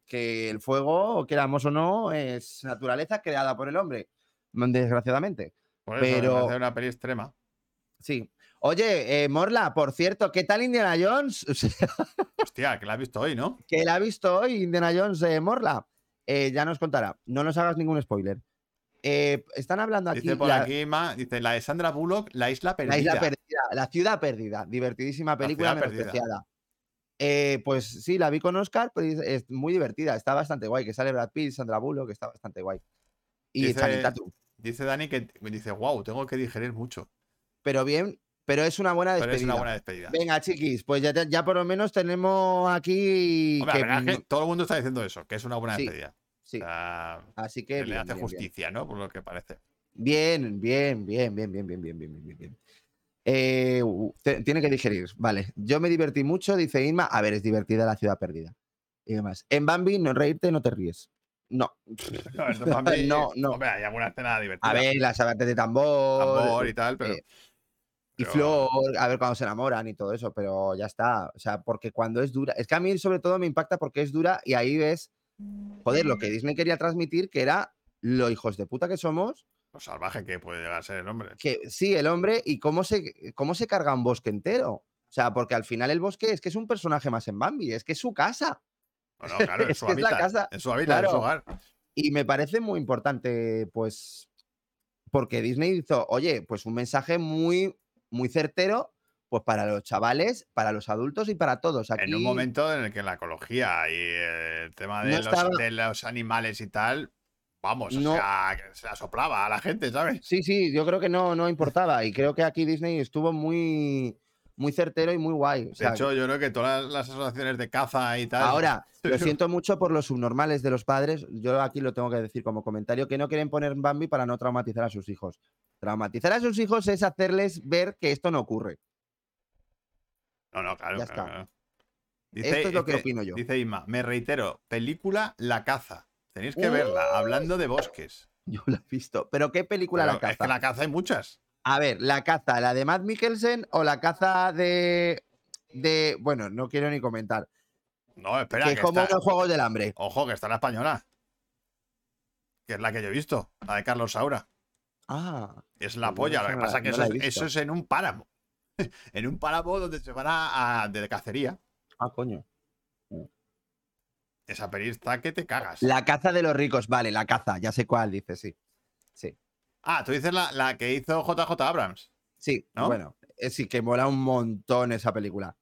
D: que el fuego, queramos o no, es naturaleza creada por el hombre, mm, desgraciadamente.
B: Por eso,
D: Pero-
B: pero... una peli extrema.
D: Sí. Oye, eh, Morla, por cierto, ¿qué tal Indiana Jones? (laughs) O sea,
B: Hostia, que la has visto hoy, ¿no?
D: que la ha visto hoy Indiana Jones eh, Morla. Eh, ya nos contará. No nos hagas ningún spoiler. Eh, están hablando aquí.
B: Dice por
D: la-
B: aquí, Ma, dice la de Sandra Bullock, La Isla Perdida.
D: La isla perdida, la ciudad perdida, divertidísima película
B: Pues ciudad perdida.
D: menospreciada. Eh, pues sí, la vi con Oscar, pero es- es muy divertida, está bastante guay, que sale Brad Pitt, Sandra Bullock, que está bastante guay. Y
B: Dice-
D: Channing Tatum.
B: Dice Dani que dice, wow, tengo que digerir mucho.
D: Pero bien, pero es una buena
B: Pero
D: despedida.
B: es una buena despedida.
D: Venga, chiquis, pues ya, te- ya por lo menos tenemos aquí
B: Hombre,
D: que-
B: la verdad es que todo el mundo está diciendo eso, que es una buena
D: Sí,
B: despedida.
D: sí,
B: O sea,
D: así
B: que
D: que
B: le
D: bien,
B: hace
D: bien, bien.
B: justicia, ¿no? Por lo que
D: (laughs)
B: parece.
D: Bien, bien, bien, bien, bien, bien, bien, bien, bien, bien, bien. Eh, u- te- tiene que digerir, vale. Yo me divertí mucho, dice Inma. A ver, es divertida la ciudad perdida. Y demás. En Bambi, no reírte, no te ríes. No.
B: No, eso para mí-
D: No, no.
B: Hombre, hay alguna escena divertida.
D: A ver, las abates de tambor,
B: Amor y tal, pero.
D: eh, y
B: pero-
D: flor, a ver cuando se enamoran y todo eso, pero ya está. O sea, porque cuando es dura. Es que a mí, sobre todo, me impacta porque es dura y ahí ves, joder, lo que Disney quería transmitir, que era lo hijos de puta que somos
B: Lo salvaje que puede llegar a ser el hombre.
D: que sí, el hombre, y cómo se, cómo se carga un bosque entero. O sea, porque al final el bosque es que es un personaje más en Bambi, es que es su casa.
B: No,
D: (laughs)
B: no, claro, en
D: Es
B: su
D: que es la
B: hábitat.
D: casa-
B: En su hábitat, en su
D: claro.
B: hogar.
D: Y me parece muy importante, pues, porque Disney hizo, oye, pues un mensaje muy, muy certero, pues para los chavales, para los adultos y para todos. Aquí,
B: En un momento en el que la ecología y el tema de,
D: No
B: los,
D: estaba-
B: de los animales y tal, vamos,
D: No.
B: o sea, que se la soplaba a la gente, ¿sabes?
D: Sí, sí, yo creo que no, no importaba. Y creo que aquí Disney estuvo muy, muy certero y muy guay. O
B: De
D: sea,
B: hecho, yo creo que todas las asociaciones de caza y tal. (laughs)
D: Ahora, lo
B: Pero-
D: siento mucho por los subnormales de los padres. Yo aquí lo tengo que decir como comentario, que no quieren poner Bambi para no traumatizar a sus hijos. Traumatizar a sus hijos es hacerles ver que esto no ocurre.
B: No, no, claro.
D: Ya
B: claro,
D: está.
B: claro.
D: Esto es lo que opino yo.
B: este Dice Isma, me reitero, película La Caza. Tenéis que verla, hablando de bosques.
D: Yo lo he visto. Pero ¿qué Uh. película la
B: Pero
D: caza?
B: Es que la caza hay muchas.
D: A ver, la caza, la de Matt Mikkelsen o la caza de... de... Bueno, no quiero ni comentar.
B: No, espera,
D: que
B: que,
D: es como
B: está-
D: unos juegos del hambre.
B: Ojo, que está la española. Que es la que yo he visto, la de Carlos Saura.
D: Ah,
B: Es la
D: Pues yo
B: polla. Lo
D: esa
B: que
D: no la-
B: pasa es que
D: no
B: eso,
D: la
B: es,
D: he visto.
B: eso es en un páramo. (laughs) en un páramo donde se van a, a- de cacería.
D: ah, coño.
B: Esa peli está que te cagas.
D: La caza de los ricos, vale, la caza, ya sé cuál, dice, sí.
B: Ah, tú dices la, la que hizo JJ Abrams.
D: Sí,
B: ¿No?
D: bueno, eh, sí que mola un montón esa película.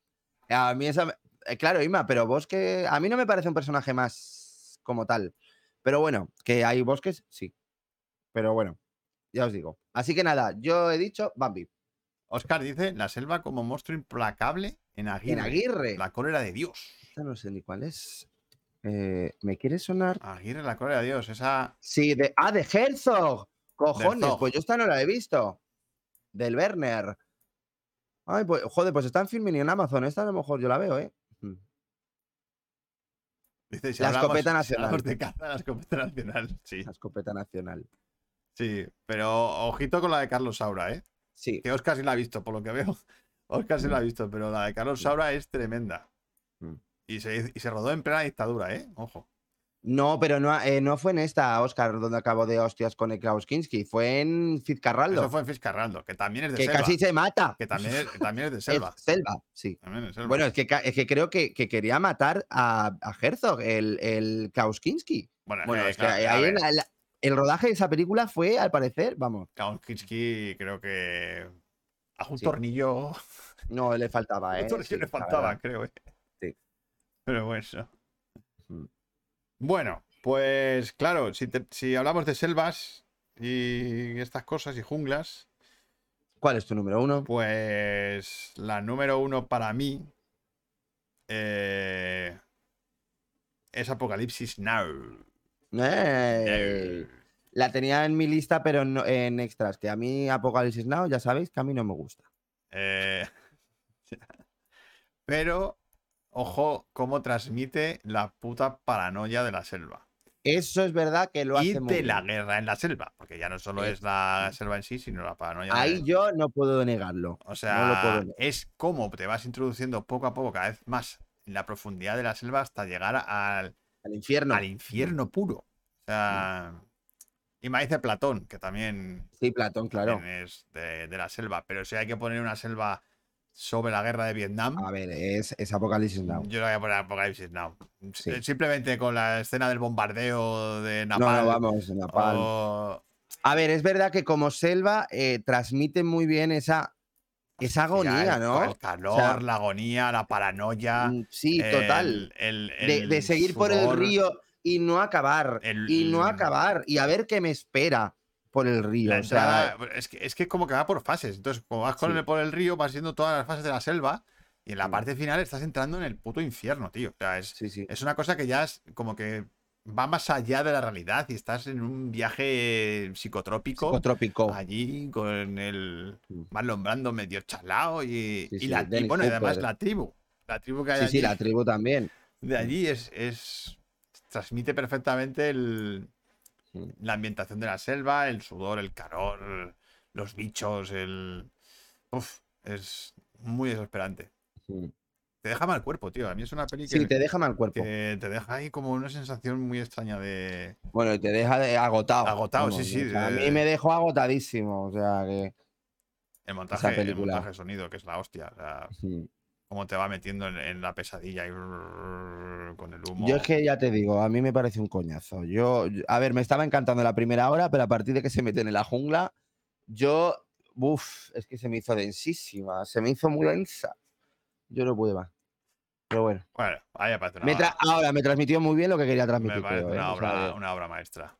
D: A mí esa... me- eh, Claro, Ima, pero Bosque... A mí no me parece un personaje más como tal. Pero bueno, que hay bosques, sí. Pero bueno, ya os digo. Así que nada, yo he dicho Bambi.
B: Oscar dice, la selva como monstruo implacable en Aguirre.
D: En Aguirre.
B: La cólera de Dios.
D: Esta No sé ni cuál es. Eh, ¿Me quiere sonar?
B: Aguirre, la cólera de Dios. Esa...
D: Sí, de... Ah, de Herzog. Cojones,
B: Herzog.
D: pues yo esta no la he visto. Del Werner. Ay, pues, joder, pues está en Filmin y en Amazon. Esta a lo mejor yo la veo, ¿eh? Mm.
B: Dice,
D: La escopeta
B: si
D: nacional.
B: hablamos de caza, la escopeta (laughs) nacional. Sí,
D: La escopeta nacional.
B: sí. Pero ojito con la de Carlos Saura, ¿eh?
D: Sí.
B: Que Oscar sí la ha visto, por lo que veo. (laughs) Oscar sí la ha visto, pero la de Carlos Saura es tremenda.
D: Mm.
B: Y se, y se rodó en plena dictadura, ¿eh? Ojo.
D: No, pero no, eh, no fue en esta, Oscar, donde acabó de hostias con el Klauskinski. Fue en Fitzcarraldo,
B: Eso fue en Fiscarraldo, que también es de
D: que
B: selva.
D: casi se mata.
B: Que
D: (laughs)
B: también es, que también es de
D: Es
B: selva.
D: selva, sí.
B: También es selva.
D: Bueno, es que, ca- es que creo que, que quería matar a, a Herzog, el, el Klauskinski.
B: Bueno,
D: Bueno,
B: que,
D: es que
B: claro, a
D: ahí
B: ver,
D: en la- en la- el rodaje de esa película fue, al parecer, vamos,
B: Kaon Kinski creo que. A un
D: Sí.
B: tornillo. (laughs)
D: no le faltaba, ¿eh?
B: un tornillo
D: Sí,
B: le
D: la
B: faltaba,
D: verdad.
B: creo, ¿eh?
D: Sí.
B: Pero bueno.
D: Mm.
B: Bueno, pues claro, si, te- si hablamos de selvas y estas cosas y junglas,
D: ¿Cuál es tu número uno?
B: pues la número uno para mí eh, es Apocalipsis Now.
D: Eh, La tenía en mi lista, pero no- en extras, que a mí Apocalipsis Now, ya sabéis que a mí no me gusta.
B: Eh, (laughs) pero, ojo, cómo transmite la puta paranoia de la selva.
D: Eso es verdad que lo hace
B: y de
D: muy
B: la
D: bien. Eh.
B: guerra en la selva, porque ya no solo es la selva en sí, sino la paranoia. de-
D: Ahí yo no puedo negarlo.
B: o sea,
D: no lo puedo negar.
B: es como te vas introduciendo poco a poco, cada vez más en la profundidad de la selva hasta llegar al,
D: Al infierno.
B: al infierno puro. O sea, y me dice Platón, que también
D: Sí, Platón, claro.
B: también es de, de la selva, pero si hay que poner una selva sobre la guerra de Vietnam,
D: A ver, es, es Apocalipsis Now.
B: yo la voy a poner Apocalipsis Now.
D: Sí.
B: S- eh, Simplemente con la escena del bombardeo de
D: No,
B: Napalm.
D: no, vamos, Napalm.
B: Oh. o-
D: A ver, es verdad que como selva eh, transmite muy bien esa, esa
B: Ya,
D: agonía,
B: el-
D: ¿no?
B: El calor,
D: sea,
B: la agonía, la paranoia.
D: Mm, Sí, total.
B: el- el-
D: De,
B: el
D: de seguir por el
B: sudor.
D: río y no acabar.
B: el-
D: y no acabar. Y a ver qué me espera por el río.
B: La
D: o sea,
B: entrada- es, que, es que como que va por fases. Entonces, como vas con
D: Sí.
B: el- por el río, vas siendo todas las fases de la selva. Y en la
D: Mm.
B: parte final estás entrando en el puto infierno, tío. O sea, es,
D: sí, sí.
B: es una cosa que ya es como que va más allá de la realidad y estás en un viaje psicotrópico.
D: Psicotrópico.
B: allí con el
D: Mm.
B: Marlon Brando medio chalao y,
D: Sí,
B: y
D: sí,
B: la, y
D: Dennis
B: bueno, y además
D: Hopper.
B: la tribu. La tribu que hay
D: Sí, sí,
B: allí.
D: la tribu también.
B: de allí es, es- transmite perfectamente el-
D: Mm.
B: la ambientación de la selva, el sudor, el calor, los bichos, el Uf, es muy desesperante. Te deja mal cuerpo, tío. A mí es una peli que,
D: Sí, te deja mal cuerpo.
B: que te deja ahí como una sensación muy extraña de
D: Bueno, y te deja de- agotado.
B: Agotado, sí, sí, eh.
D: o sea, a
B: de-
D: mí me dejó agotadísimo. O sea, que.
B: el montaje, el
D: película.
B: montaje de sonido, que es la hostia. o sea, cómo te va metiendo en, en la pesadilla y con el humo.
D: Yo es que ya te digo, a mí me parece un coñazo. Yo, yo- a ver, me estaba encantando la primera hora, pero a partir de que se meten en la jungla, yo, uff, es que se me hizo densísima, se me hizo muy densa. Yo no pude más. Pero bueno,
B: Bueno, ahí aparece una
D: me
B: obra.
D: tra- ahora me transmitió muy bien lo que quería
B: Me
D: transmitir.
B: parece
D: creo, ¿eh?
B: una
D: O sea,
B: obra, Mm. una obra maestra.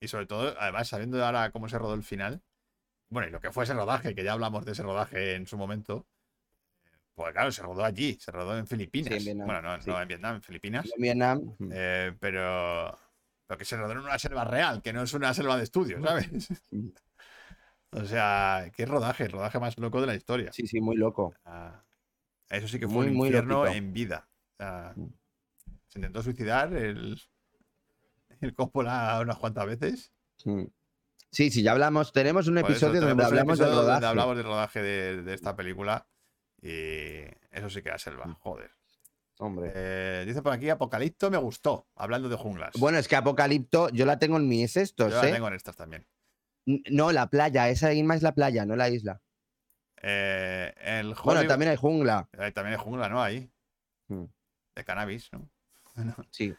B: Y sobre todo, además, sabiendo ahora cómo se rodó el final, bueno, y lo que fue ese rodaje, que ya hablamos de ese rodaje en su momento, pues claro, se rodó allí, se rodó en Filipinas.
D: Vietnam,
B: bueno, no,
D: sí.
B: no en Vietnam, en Filipinas.
D: en Vietnam,
B: (laughs) Eh, pero, pero que se rodó en una selva real, que no es una selva de
D: Mm.
B: estudio, ¿sabes? (laughs) o sea, qué rodaje, el rodaje más loco de la historia.
D: sí, sí, muy loco.
B: Ah, eso sí que fue
D: Muy,
B: un
D: muy
B: infierno
D: loquito.
B: en vida. O sea,
D: Mm.
B: se intentó suicidar el, el Coppola unas cuantas veces.
D: Sí, sí, ya hablamos, tenemos un
B: Por eso
D: episodio donde
B: tenemos un
D: hablamos del
B: episodio donde
D: rodaje.
B: hablamos del rodaje de, de esta película. Y eso sí que era
D: Mm.
B: selva, joder.
D: Hombre.
B: Eh, dice por aquí, Apocalipto me gustó, hablando de junglas.
D: Bueno, es que Apocalipto, yo la tengo en mi es
B: yo
D: esto,
B: la
D: ¿eh?
B: tengo en estas también.
D: N- No, la playa, esa isma es la playa, no la isla.
B: Eh, el
D: Bueno,
B: Hollywood-
D: también hay jungla.
B: eh, también hay jungla, ¿no? Ahí.
D: Mm.
B: De cannabis, ¿no? (laughs)
D: Sí.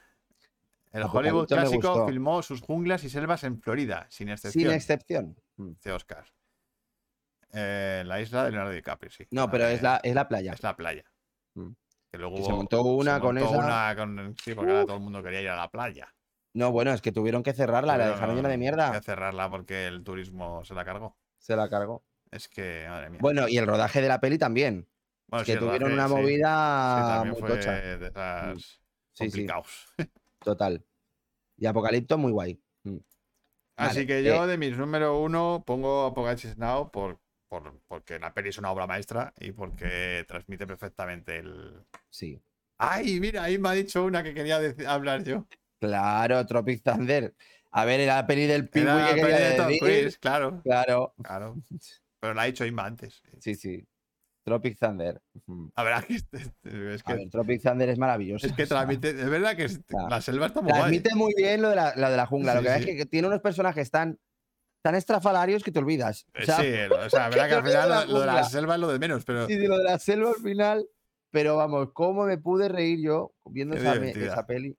B: El
D: Apocalipto
B: Hollywood
D: me
B: clásico
D: gustó.
B: filmó sus junglas y selvas en Florida, sin
D: Sin
B: excepción.
D: excepción.
B: de Oscar. Eh, la isla de Leonardo DiCaprio, sí.
D: No, pero
B: de-
D: es la, es la playa.
B: es la playa.
D: Mm.
B: Que luego
D: Que se
B: hubo-
D: montó una
B: Oh, se
D: con
B: montó
D: esa.
B: una con- sí, porque ahora todo el mundo quería ir a la playa.
D: No, bueno, es que tuvieron que cerrarla, la
B: Pero
D: dejaron llena de
B: Hay
D: mierda.
B: que cerrarla porque el turismo se la cargó.
D: Se la cargó.
B: Es que, madre mía.
D: Bueno, y el rodaje de la peli también.
B: Bueno, sí,
D: que
B: el
D: tuvieron
B: rodaje,
D: una
B: sí. Sí,
D: movida
B: también
D: muy
B: fue
D: tocha. Mm.
B: de esas
D: Sí, sí,
B: complicados.
D: total. Y Apocalipto, muy guay.
B: Así
D: Vale,
B: que yo de mis número uno pongo Apocalipsis Now por, por- porque la peli es una obra maestra y porque transmite perfectamente el...
D: Sí.
B: ¡Ay, mira! Ahí me ha dicho una que quería deci- hablar yo.
D: Claro, Tropic Thunder. A ver, era la peli del
B: Era
D: pingüino que
B: la peli de
D: quería
B: Tom Cruise,
D: decir.
B: claro,
D: Claro, (laughs)
B: claro. Pero la ha hecho Inma antes.
D: sí, sí. Tropic Thunder. Ujú.
B: La verdad que (laughs) es, es
D: A
B: que,
D: ver, Tropic Thunder es maravilloso. (laughs)
B: es que transmite. Es verdad que es-
D: Claro.
B: la selva está muy guay.
D: Transmite muy bien lo de la, lo de la jungla.
B: Sí,
D: lo que pasa
B: sí.
D: es que tiene unos personajes tan, tan estrafalarios que te olvidas. O
B: Eh,
D: sea,
B: sí, o sea, la verdad que al
D: transmite
B: final
D: la
B: lo, lo de la
D: jungla.
B: selva es lo de menos, pero
D: (laughs) Sí, de lo de la selva al final. Pero vamos, cómo me pude reír yo viendo
B: Qué
D: esa, me-
B: divertida.
D: esa peli.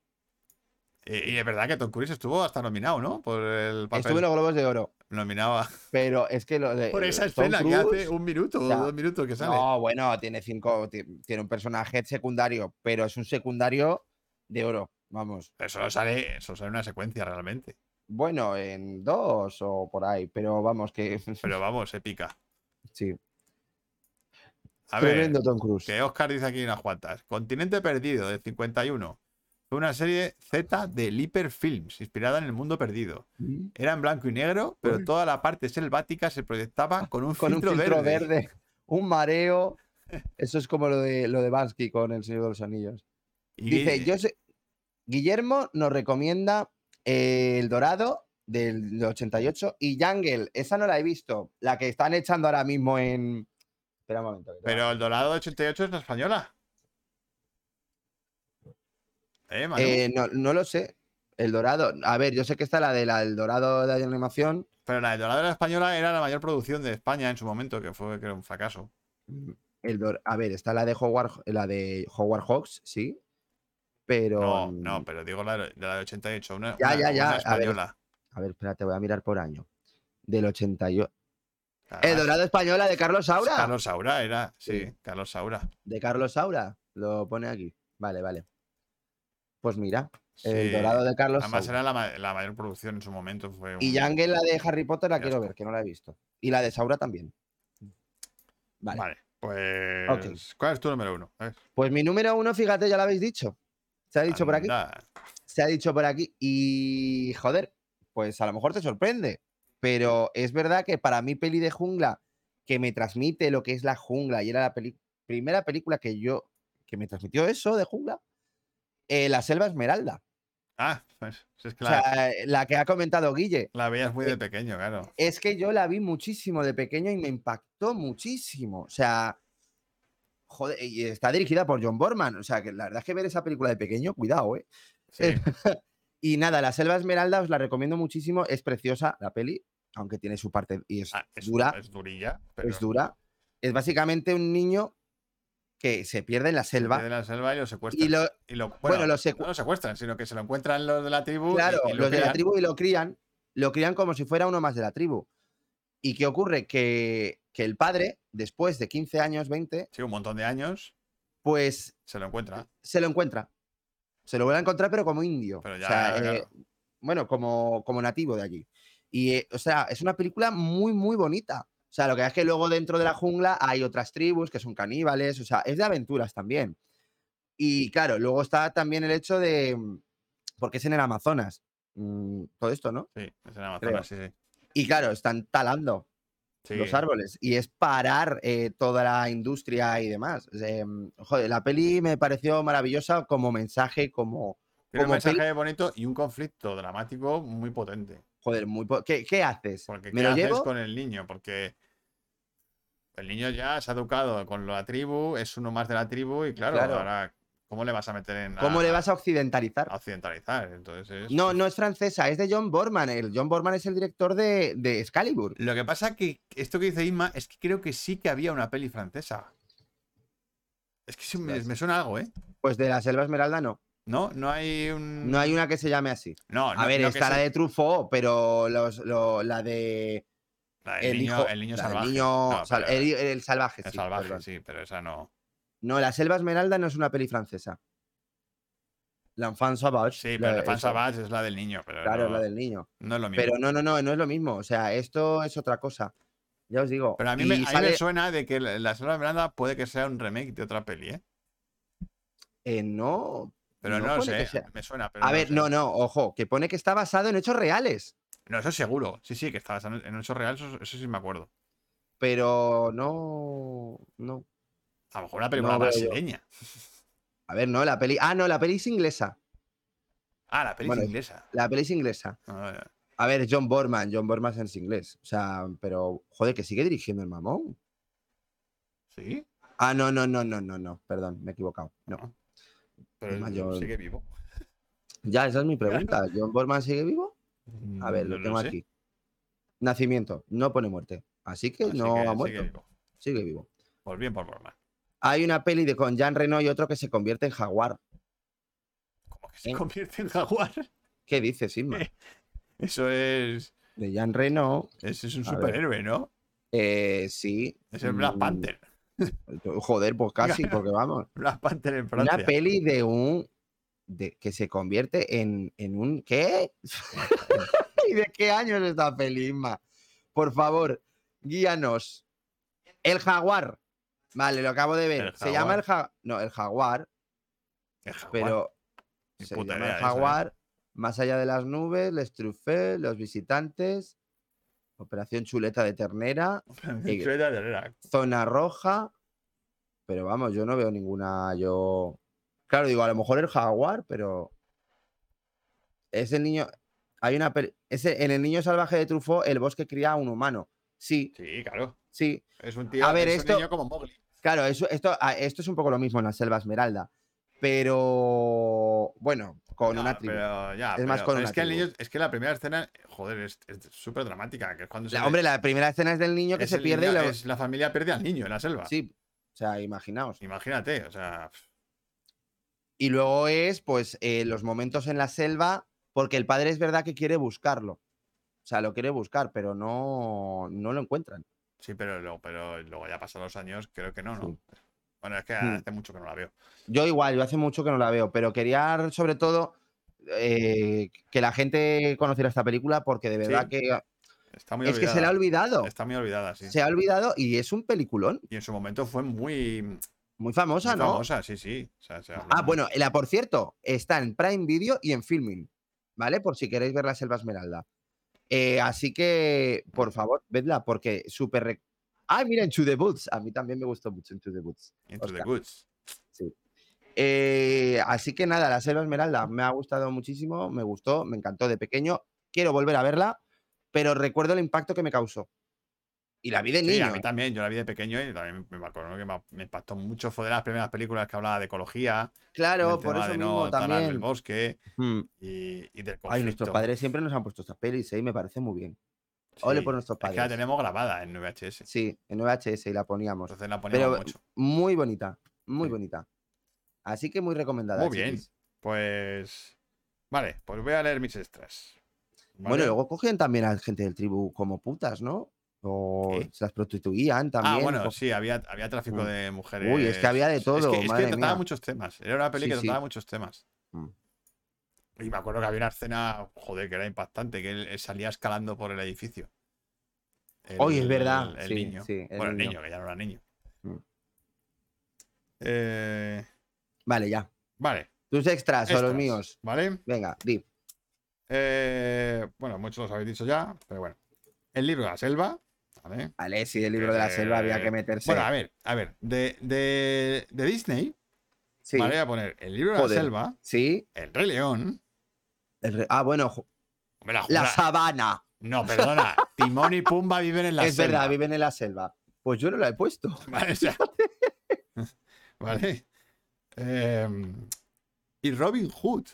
B: Y, y es verdad que Tom Cruise estuvo hasta nominado, ¿no? Por el papel
D: Estuve en los Globos de Oro,
B: nominado a-
D: pero es que lo de.
B: por esa
D: eh, Tom
B: escena
D: Cruise-
B: que hace un minuto o
D: ya.
B: dos minutos que sale.
D: No, bueno, tiene cinco. ti- Tiene un personaje secundario, pero es un secundario de oro. Vamos.
B: Eso no sale, eso sale en una secuencia realmente.
D: Bueno, en dos o por ahí, pero vamos, que.
B: Pero vamos, épica.
D: (laughs) sí.
B: A ver,
D: Tremendo Tom Cruise.
B: que Oscar dice aquí unas cuantas. Continente Perdido, de 51. Fue una serie Z de Liper Films, inspirada en el mundo perdido.
D: Mm.
B: Era en blanco y negro, pero
D: Uy.
B: toda la parte selvática se proyectaba con un
D: Con un
B: filtro,
D: filtro
B: verde.
D: verde. un mareo. Eso es como lo de, lo de Bansky con El Señor de los Anillos.
B: Y-
D: Dice, yo sé- Guillermo nos recomienda eh, El Dorado del 88 y Jungle. Esa no la he visto. La que están echando ahora mismo en. Espera un momento. que te
B: Pero el Dorado de 88 es la española. Eh, Manu?
D: Eh, no, no lo sé. El Dorado. A ver, yo sé que está la de la del Dorado de animación.
B: Pero la del Dorado de la española era la mayor producción de España en su momento, que fue creo, un fracaso.
D: El Dor- a ver, está la de Howard, la de Howard Hawks, sí. Pero.
B: No,
D: mm,
B: no, pero digo la de la de 88, una,
D: Ya,
B: una-
D: ya, ya,
B: una
D: a ver,
B: española.
D: A ver, espérate, voy a mirar por año. Del 88.
B: Ah,
D: El Dorado Española de Carlos Saura.
B: Carlos Saura era, sí,
D: Sí.
B: Carlos Saura.
D: De Carlos Saura. Lo pone aquí. Vale, vale. Pues mira, el
B: Sí.
D: Dorado de Carlos
B: Además
D: Saura.
B: era la, ma- la mayor producción en su momento. Fue un-
D: Y Yang la de Harry Potter la
B: Ya
D: quiero
B: está.
D: ver, que no la he visto. Y la de Saura también. Vale.
B: Vale. pues... ¿Cuál es tu número uno? Eh,
D: Pues mi número uno, fíjate, ya lo habéis dicho. Se ha dicho por aquí.
B: anda.
D: se ha dicho por aquí y joder, pues a lo mejor te sorprende, pero es verdad que para mí peli de jungla que me transmite lo que es la jungla y era la peli- primera película que yo que me transmitió eso de jungla, eh, La Selva Esmeralda,
B: Ah, pues es que
D: o
B: la,
D: sea, eh, la que ha comentado Guille.
B: la veías muy de pequeño, claro.
D: Es que yo la vi muchísimo de pequeño y me impactó muchísimo, o sea, joder, y está dirigida por John Borman, o sea, que la verdad es que ver esa película de pequeño, cuidado, eh.
B: Sí.
D: Y nada, La Selva Esmeralda os la recomiendo muchísimo. Es preciosa la peli, aunque tiene su parte y es
B: Ah, es,
D: dura.
B: es durilla, pero
D: Es dura. Es básicamente un niño que se pierde en la
B: se mete
D: selva.
B: en la selva y lo secuestran.
D: Y lo,
B: Y lo- bueno,
D: bueno, lo secu-
B: no lo secuestran, sino que se lo encuentran los de la tribu. y-
D: claro,
B: y lo
D: los de la
B: crían.
D: tribu y lo crían. Lo crían como si fuera uno más de la tribu. ¿Y qué ocurre? Que, que el padre, después de 15 años, 20,
B: Sí, un montón de años
D: pues
B: se lo encuentra.
D: se lo encuentra. Se lo vuelve a encontrar, pero como indio.
B: Pero
D: O
B: ya,
D: sea, eh,
B: claro.
D: bueno, como, como nativo de allí. Y, eh, o sea, es una película muy, muy bonita. O sea, lo que es que luego dentro de la jungla hay otras tribus que son caníbales, o sea, es de aventuras también. Y claro, luego está también el hecho de, mm, porque es en el Amazonas, mm, todo esto, ¿no?
B: Sí, es en Amazonas, sí, sí.
D: Y claro, están talando
B: Sí,
D: los árboles y es parar eh, toda la industria y demás. Eh, mm, joder, la peli me pareció maravillosa como mensaje, como,
B: Tiene un
D: como peli-
B: mensaje bonito y un conflicto dramático muy potente.
D: joder, muy... po- ¿Qué, qué haces?
B: Porque
D: ¿Me
B: ¿qué
D: lo
B: haces
D: llevo?
B: con el niño? Porque el niño ya se ha educado con la tribu, es uno más de la tribu y claro,
D: Claro.
B: ahora, ¿cómo le vas a meter en
D: ¿Cómo le vas a occidentalizar?
B: a occidentalizar? Entonces es-
D: No, no es francesa, es de John Borman. El John Borman es el director de, de Excalibur.
B: Lo que pasa que esto que dice Inma es que creo que sí que había una peli francesa. Es que sí me,
D: Ostras.
B: me suena algo, ¿eh?
D: Pues de la Selva Esmeralda no.
B: No, no hay un.
D: No hay una que se llame así.
B: No,
D: A
B: Mm. Pues no-
D: ver,
B: no que
D: está la
B: sea-
D: de Truffaut, pero los- lo- la de.
B: la del niño,
D: hijo-
B: el niño
D: la del
B: salvaje.
D: niño
B: No,
D: sal-
B: pero-
D: el, el salvaje.
B: el
D: sí,
B: salvaje,
D: perdón.
B: sí, pero esa no.
D: No, la Selva Esmeralda no es una peli francesa. L'Enfant Sauvage.
B: Sí,
D: la-
B: pero el fan
D: eso,
B: Savage es la del niño, pero
D: Claro,
B: no,
D: la del niño.
B: no es lo mismo.
D: Pero no, no, no, no es lo mismo. O sea, esto es otra cosa. Ya os digo.
B: Pero a mí,
D: y
B: me, a mí me
D: sale-
B: suena de que la la Selva Esmeralda puede que sea un remake de otra peli, ¿eh?
D: eh, no.
B: Pero
D: No
B: no, lo
D: puede que
B: sé, eh,
D: sea.
B: me suena. Pero
D: A ver,
B: sé.
D: no, no, ojo, que pone que está basado en hechos reales.
B: No, eso seguro. Sí, sí, que estaba basado en hechos reales, eso, eso sí me acuerdo.
D: pero no, no.
B: A lo mejor una película
D: No veo yo.
B: brasileña.
D: A ver, no, la peli. Ah, no, la peli es inglesa.
B: Ah, la peli es
D: Bueno,
B: inglesa.
D: La peli es inglesa.
B: Ah, vale.
D: A ver, John Borman, John Borman es inglés. O sea, pero joder, que sigue dirigiendo el mamón.
B: Sí,
D: Ah, no, no, no, no, no, no. Perdón, me he equivocado. No.
B: pero
D: Es
B: él
D: mayor.
B: sigue vivo.
D: Ya, esa es mi pregunta. ¿John Borman sigue vivo? A ver, lo
B: No
D: tengo
B: sé.
D: aquí. Nacimiento, no pone muerte. Así que
B: Así
D: no
B: que
D: ha
B: sigue
D: muerto.
B: vivo.
D: Sigue vivo.
B: Pues bien, por Borman.
D: Hay una peli de con Jean Reno y otro que se convierte en jaguar.
B: Como que se
D: ¿Eh?
B: convierte en jaguar. (laughs)
D: ¿Qué dices, Inma?
B: Eso es.
D: De Jan Reno.
B: Ese es un
D: A ver.
B: superhéroe, ¿no?
D: eh, sí.
B: Es el Black
D: Mm,
B: Panther.
D: Joder, pues casi, porque vamos.
B: Black Panther en Francia.
D: Una peli de un. de- que se convierte en, en un. ¿Qué? (laughs) ¿Y de qué año es esta peli, Inma? Por favor, guíanos. El jaguar. Vale, lo acabo de ver.
B: El
D: Se llama
B: jaguar.
D: el jaguar. No, el jaguar,
B: El jaguar. (laughs)
D: pero.
B: Ni
D: Se
B: puta
D: llama
B: idea
D: el
B: de esa, ¿eh?
D: jaguar. Más allá de las nubes, Les Truffes, Los Visitantes, Operación Chuleta de Ternera,
B: Soy de Adelera.
D: Zona Roja. Pero vamos, yo no veo ninguna. Yo. Claro, digo, a lo mejor el jaguar, pero. Es el niño. Hay una. peli- es el- en el niño salvaje de Truffaut, el bosque cría a un humano. Sí,
B: Sí, claro.
D: sí.
B: Es un tío.
D: A ver,
B: es
D: esto-
B: un niño como Mowgli.
D: Claro, eso, esto, a- esto es un poco lo mismo en la selva esmeralda. Pero. Bueno, con
B: Ya,
D: una tribu.
B: pero ya,
D: Es más
B: pero-
D: con
B: pero
D: una
B: es que el
D: tribu.
B: niño- es que la primera escena, joder, es es súper dramática. Que es cuando se
D: La-
B: le-
D: hombre, la primera escena es del niño que
B: es
D: se
B: el
D: pierde
B: niño-
D: y lo.
B: es la familia pierde al niño en la selva.
D: Sí. O sea, imaginaos.
B: Imagínate, o sea, pf,
D: Y luego es, pues, eh, los momentos en la selva, porque el padre es verdad que quiere buscarlo. O sea, lo quiere buscar, pero no, no lo encuentran.
B: sí, pero, lo- pero luego ya pasan los años, creo que no, ¿no?
D: Sí.
B: Bueno, es que
D: Mm.
B: hace mucho que no la veo.
D: Yo igual, yo hace mucho que no la veo, pero quería sobre todo eh, que la gente conociera esta película porque de verdad
B: Sí,
D: que
B: Está muy
D: es que
B: olvidada.
D: se la ha olvidado.
B: Está muy olvidada, sí.
D: Se ha olvidado y es un peliculón
B: Y en su momento fue muy, muy
D: muy famosa, ¿no?
B: famosa, sí, sí. O sea, se habló
D: Ah,
B: mucho.
D: bueno, la por cierto, está en Prime Video y en Filming, ¿vale? Por si queréis ver la Selva Esmeralda. Eh, así que, por favor, vedla, porque súper. rec- Ah, mira, Into the Boots. A mí también me gustó mucho Into the Boots.
B: Into the
D: Oscar.
B: Woods.
D: Eh, así que nada, la Selva Esmeralda me ha gustado muchísimo, me gustó, me encantó de pequeño. Quiero volver a verla, pero recuerdo el impacto que me causó. Y la vi de
B: Sí,
D: niño.
B: a mí también, yo la vi de pequeño y también me acuerdo que me me impactó mucho. Fue de las primeras películas que hablaba de ecología,
D: claro,
B: del
D: por
B: tema
D: eso
B: de
D: mismo
B: no talar el
D: también.
B: bosque
D: Mm.
B: y, y del conflicto.
D: Ay, nuestros padres siempre nos han puesto estas pelis, ¿eh? y me parece muy bien. Ole
B: Sí,
D: por nuestros
B: Es que la
D: padres.
B: tenemos grabada en VHS.
D: Sí, en VHS y la poníamos.
B: Entonces la poníamos
D: Pero
B: mucho.
D: muy bonita, muy
B: Sí.
D: bonita. Así que muy recomendada.
B: Muy bien.
D: chiquis.
B: Pues. Vale, pues voy a leer mis extras. ¿vale?
D: Bueno, luego cogían también a gente del tribu como putas, ¿no? O
B: ¿Qué?
D: se las prostituían también.
B: ah, bueno,
D: co-
B: sí, había, había tráfico
D: Mm.
B: de mujeres.
D: Uy, es que había de todo.
B: Es que, es que
D: madre
B: trataba
D: mía.
B: muchos temas. Era una peli
D: Sí,
B: que trataba
D: sí.
B: muchos temas.
D: Mm.
B: Y me acuerdo que había una escena, joder, que era impactante, que él, él salía escalando por el edificio. El-
D: Oye, es verdad.
B: El, el
D: sí,
B: niño.
D: sí, el
B: bueno, el
D: niño.
B: niño, que ya no era niño.
D: Mm.
B: Eh,
D: Vale, ya.
B: vale.
D: Tus extras, o
B: extras,
D: los míos.
B: Vale.
D: Venga, di.
B: Eh, bueno, muchos los habéis dicho ya, pero bueno. El libro de la selva. ¿vale?
D: Vale, sí, el libro de la
B: Eh,
D: selva había que meterse.
B: Bueno, a ver, a ver. De, de, de Disney,
D: sí,
B: vale, voy a poner el libro de
D: Joder.
B: la selva,
D: sí.
B: el Rey León.
D: el re- Ah, bueno, jo-
B: hombre, la
D: la
B: jungla-
D: sabana.
B: No, perdona.
D: (laughs)
B: Timón y Pumba viven en la
D: es
B: selva.
D: verdad, viven en la selva. Pues yo no la he puesto.
B: (laughs) Vale. o sea, (laughs) vale. Em, y Robin Hood.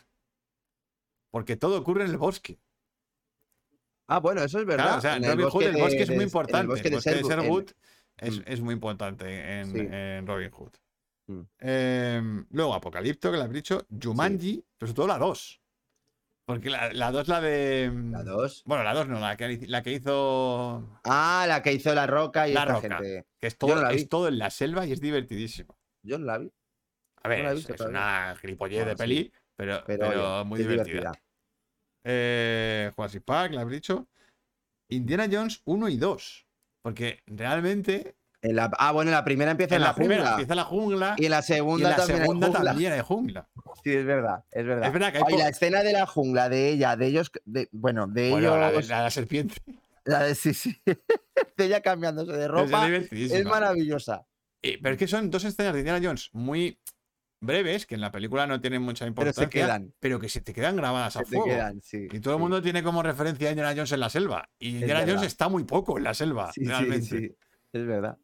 B: Porque todo ocurre en el bosque.
D: Ah, bueno, eso es verdad.
B: Claro, o sea, en Robin Hood el
D: de-
B: bosque es
D: de-
B: muy
D: en
B: importante.
D: El bosque de Selwood. en-
B: Sherwood es,
D: Mm.
B: es muy importante en,
D: Sí.
B: en Robin Hood.
D: Mm.
B: Em, luego, Apocalipto, que la habéis dicho. Jumanji, pero sobre todo la 2. Porque la, la 2, la de. em,
D: La 2.
B: Bueno, la 2 no, la que, la que hizo.
D: Ah, la que hizo La Roca y
B: La
D: esta
B: Roca.
D: gente.
B: Que es
D: Yo
B: todo,
D: no la vi.
B: es todo en la selva y es divertidísimo.
D: Yo no la vi,
B: A ver,
D: No la he
B: es,
D: visto
B: es
D: todavía.
B: una gilipollez
D: Bueno,
B: de
D: sí.
B: peli, pero,
D: pero,
B: pero
D: oye,
B: muy
D: es
B: divertida. Eh, Jurassic Park, la habéis dicho. Indiana Jones 1 y 2. Porque realmente
D: En la- ah, bueno, en la primera empieza en, la,
B: primera
D: jungla.
B: empieza la jungla
D: Y en
B: y
D: la
B: en
D: segunda
B: la
D: también. hay
B: segunda
D: jungla.
B: también hay jungla.
D: (laughs) Sí, es verdad, es verdad.
B: Es verdad que hay
D: Ay,
B: po-
D: la escena de la jungla, de ella, de ellos, de- bueno, de
B: Bueno, la, de-
D: ellos,
B: la de la serpiente
D: la de- sí, sí, (laughs) de ella cambiándose de
B: es
D: (laughs) ropa,
B: divertidísima.
D: es maravillosa.
B: Eh, pero es que son dos escenas de Indiana Jones muy breves, que en la película no tienen mucha
D: Pero
B: importancia,
D: se quedan,
B: pero que se te quedan grabadas a
D: se te
B: fuego.
D: quedan, sí.
B: Y todo el
D: sí,
B: mundo tiene como referencia a Indiana Jones en la selva. Y Indiana Jones
D: verdad.
B: está muy poco en la selva,
D: sí, sí,
B: realmente.
D: sí, es verdad.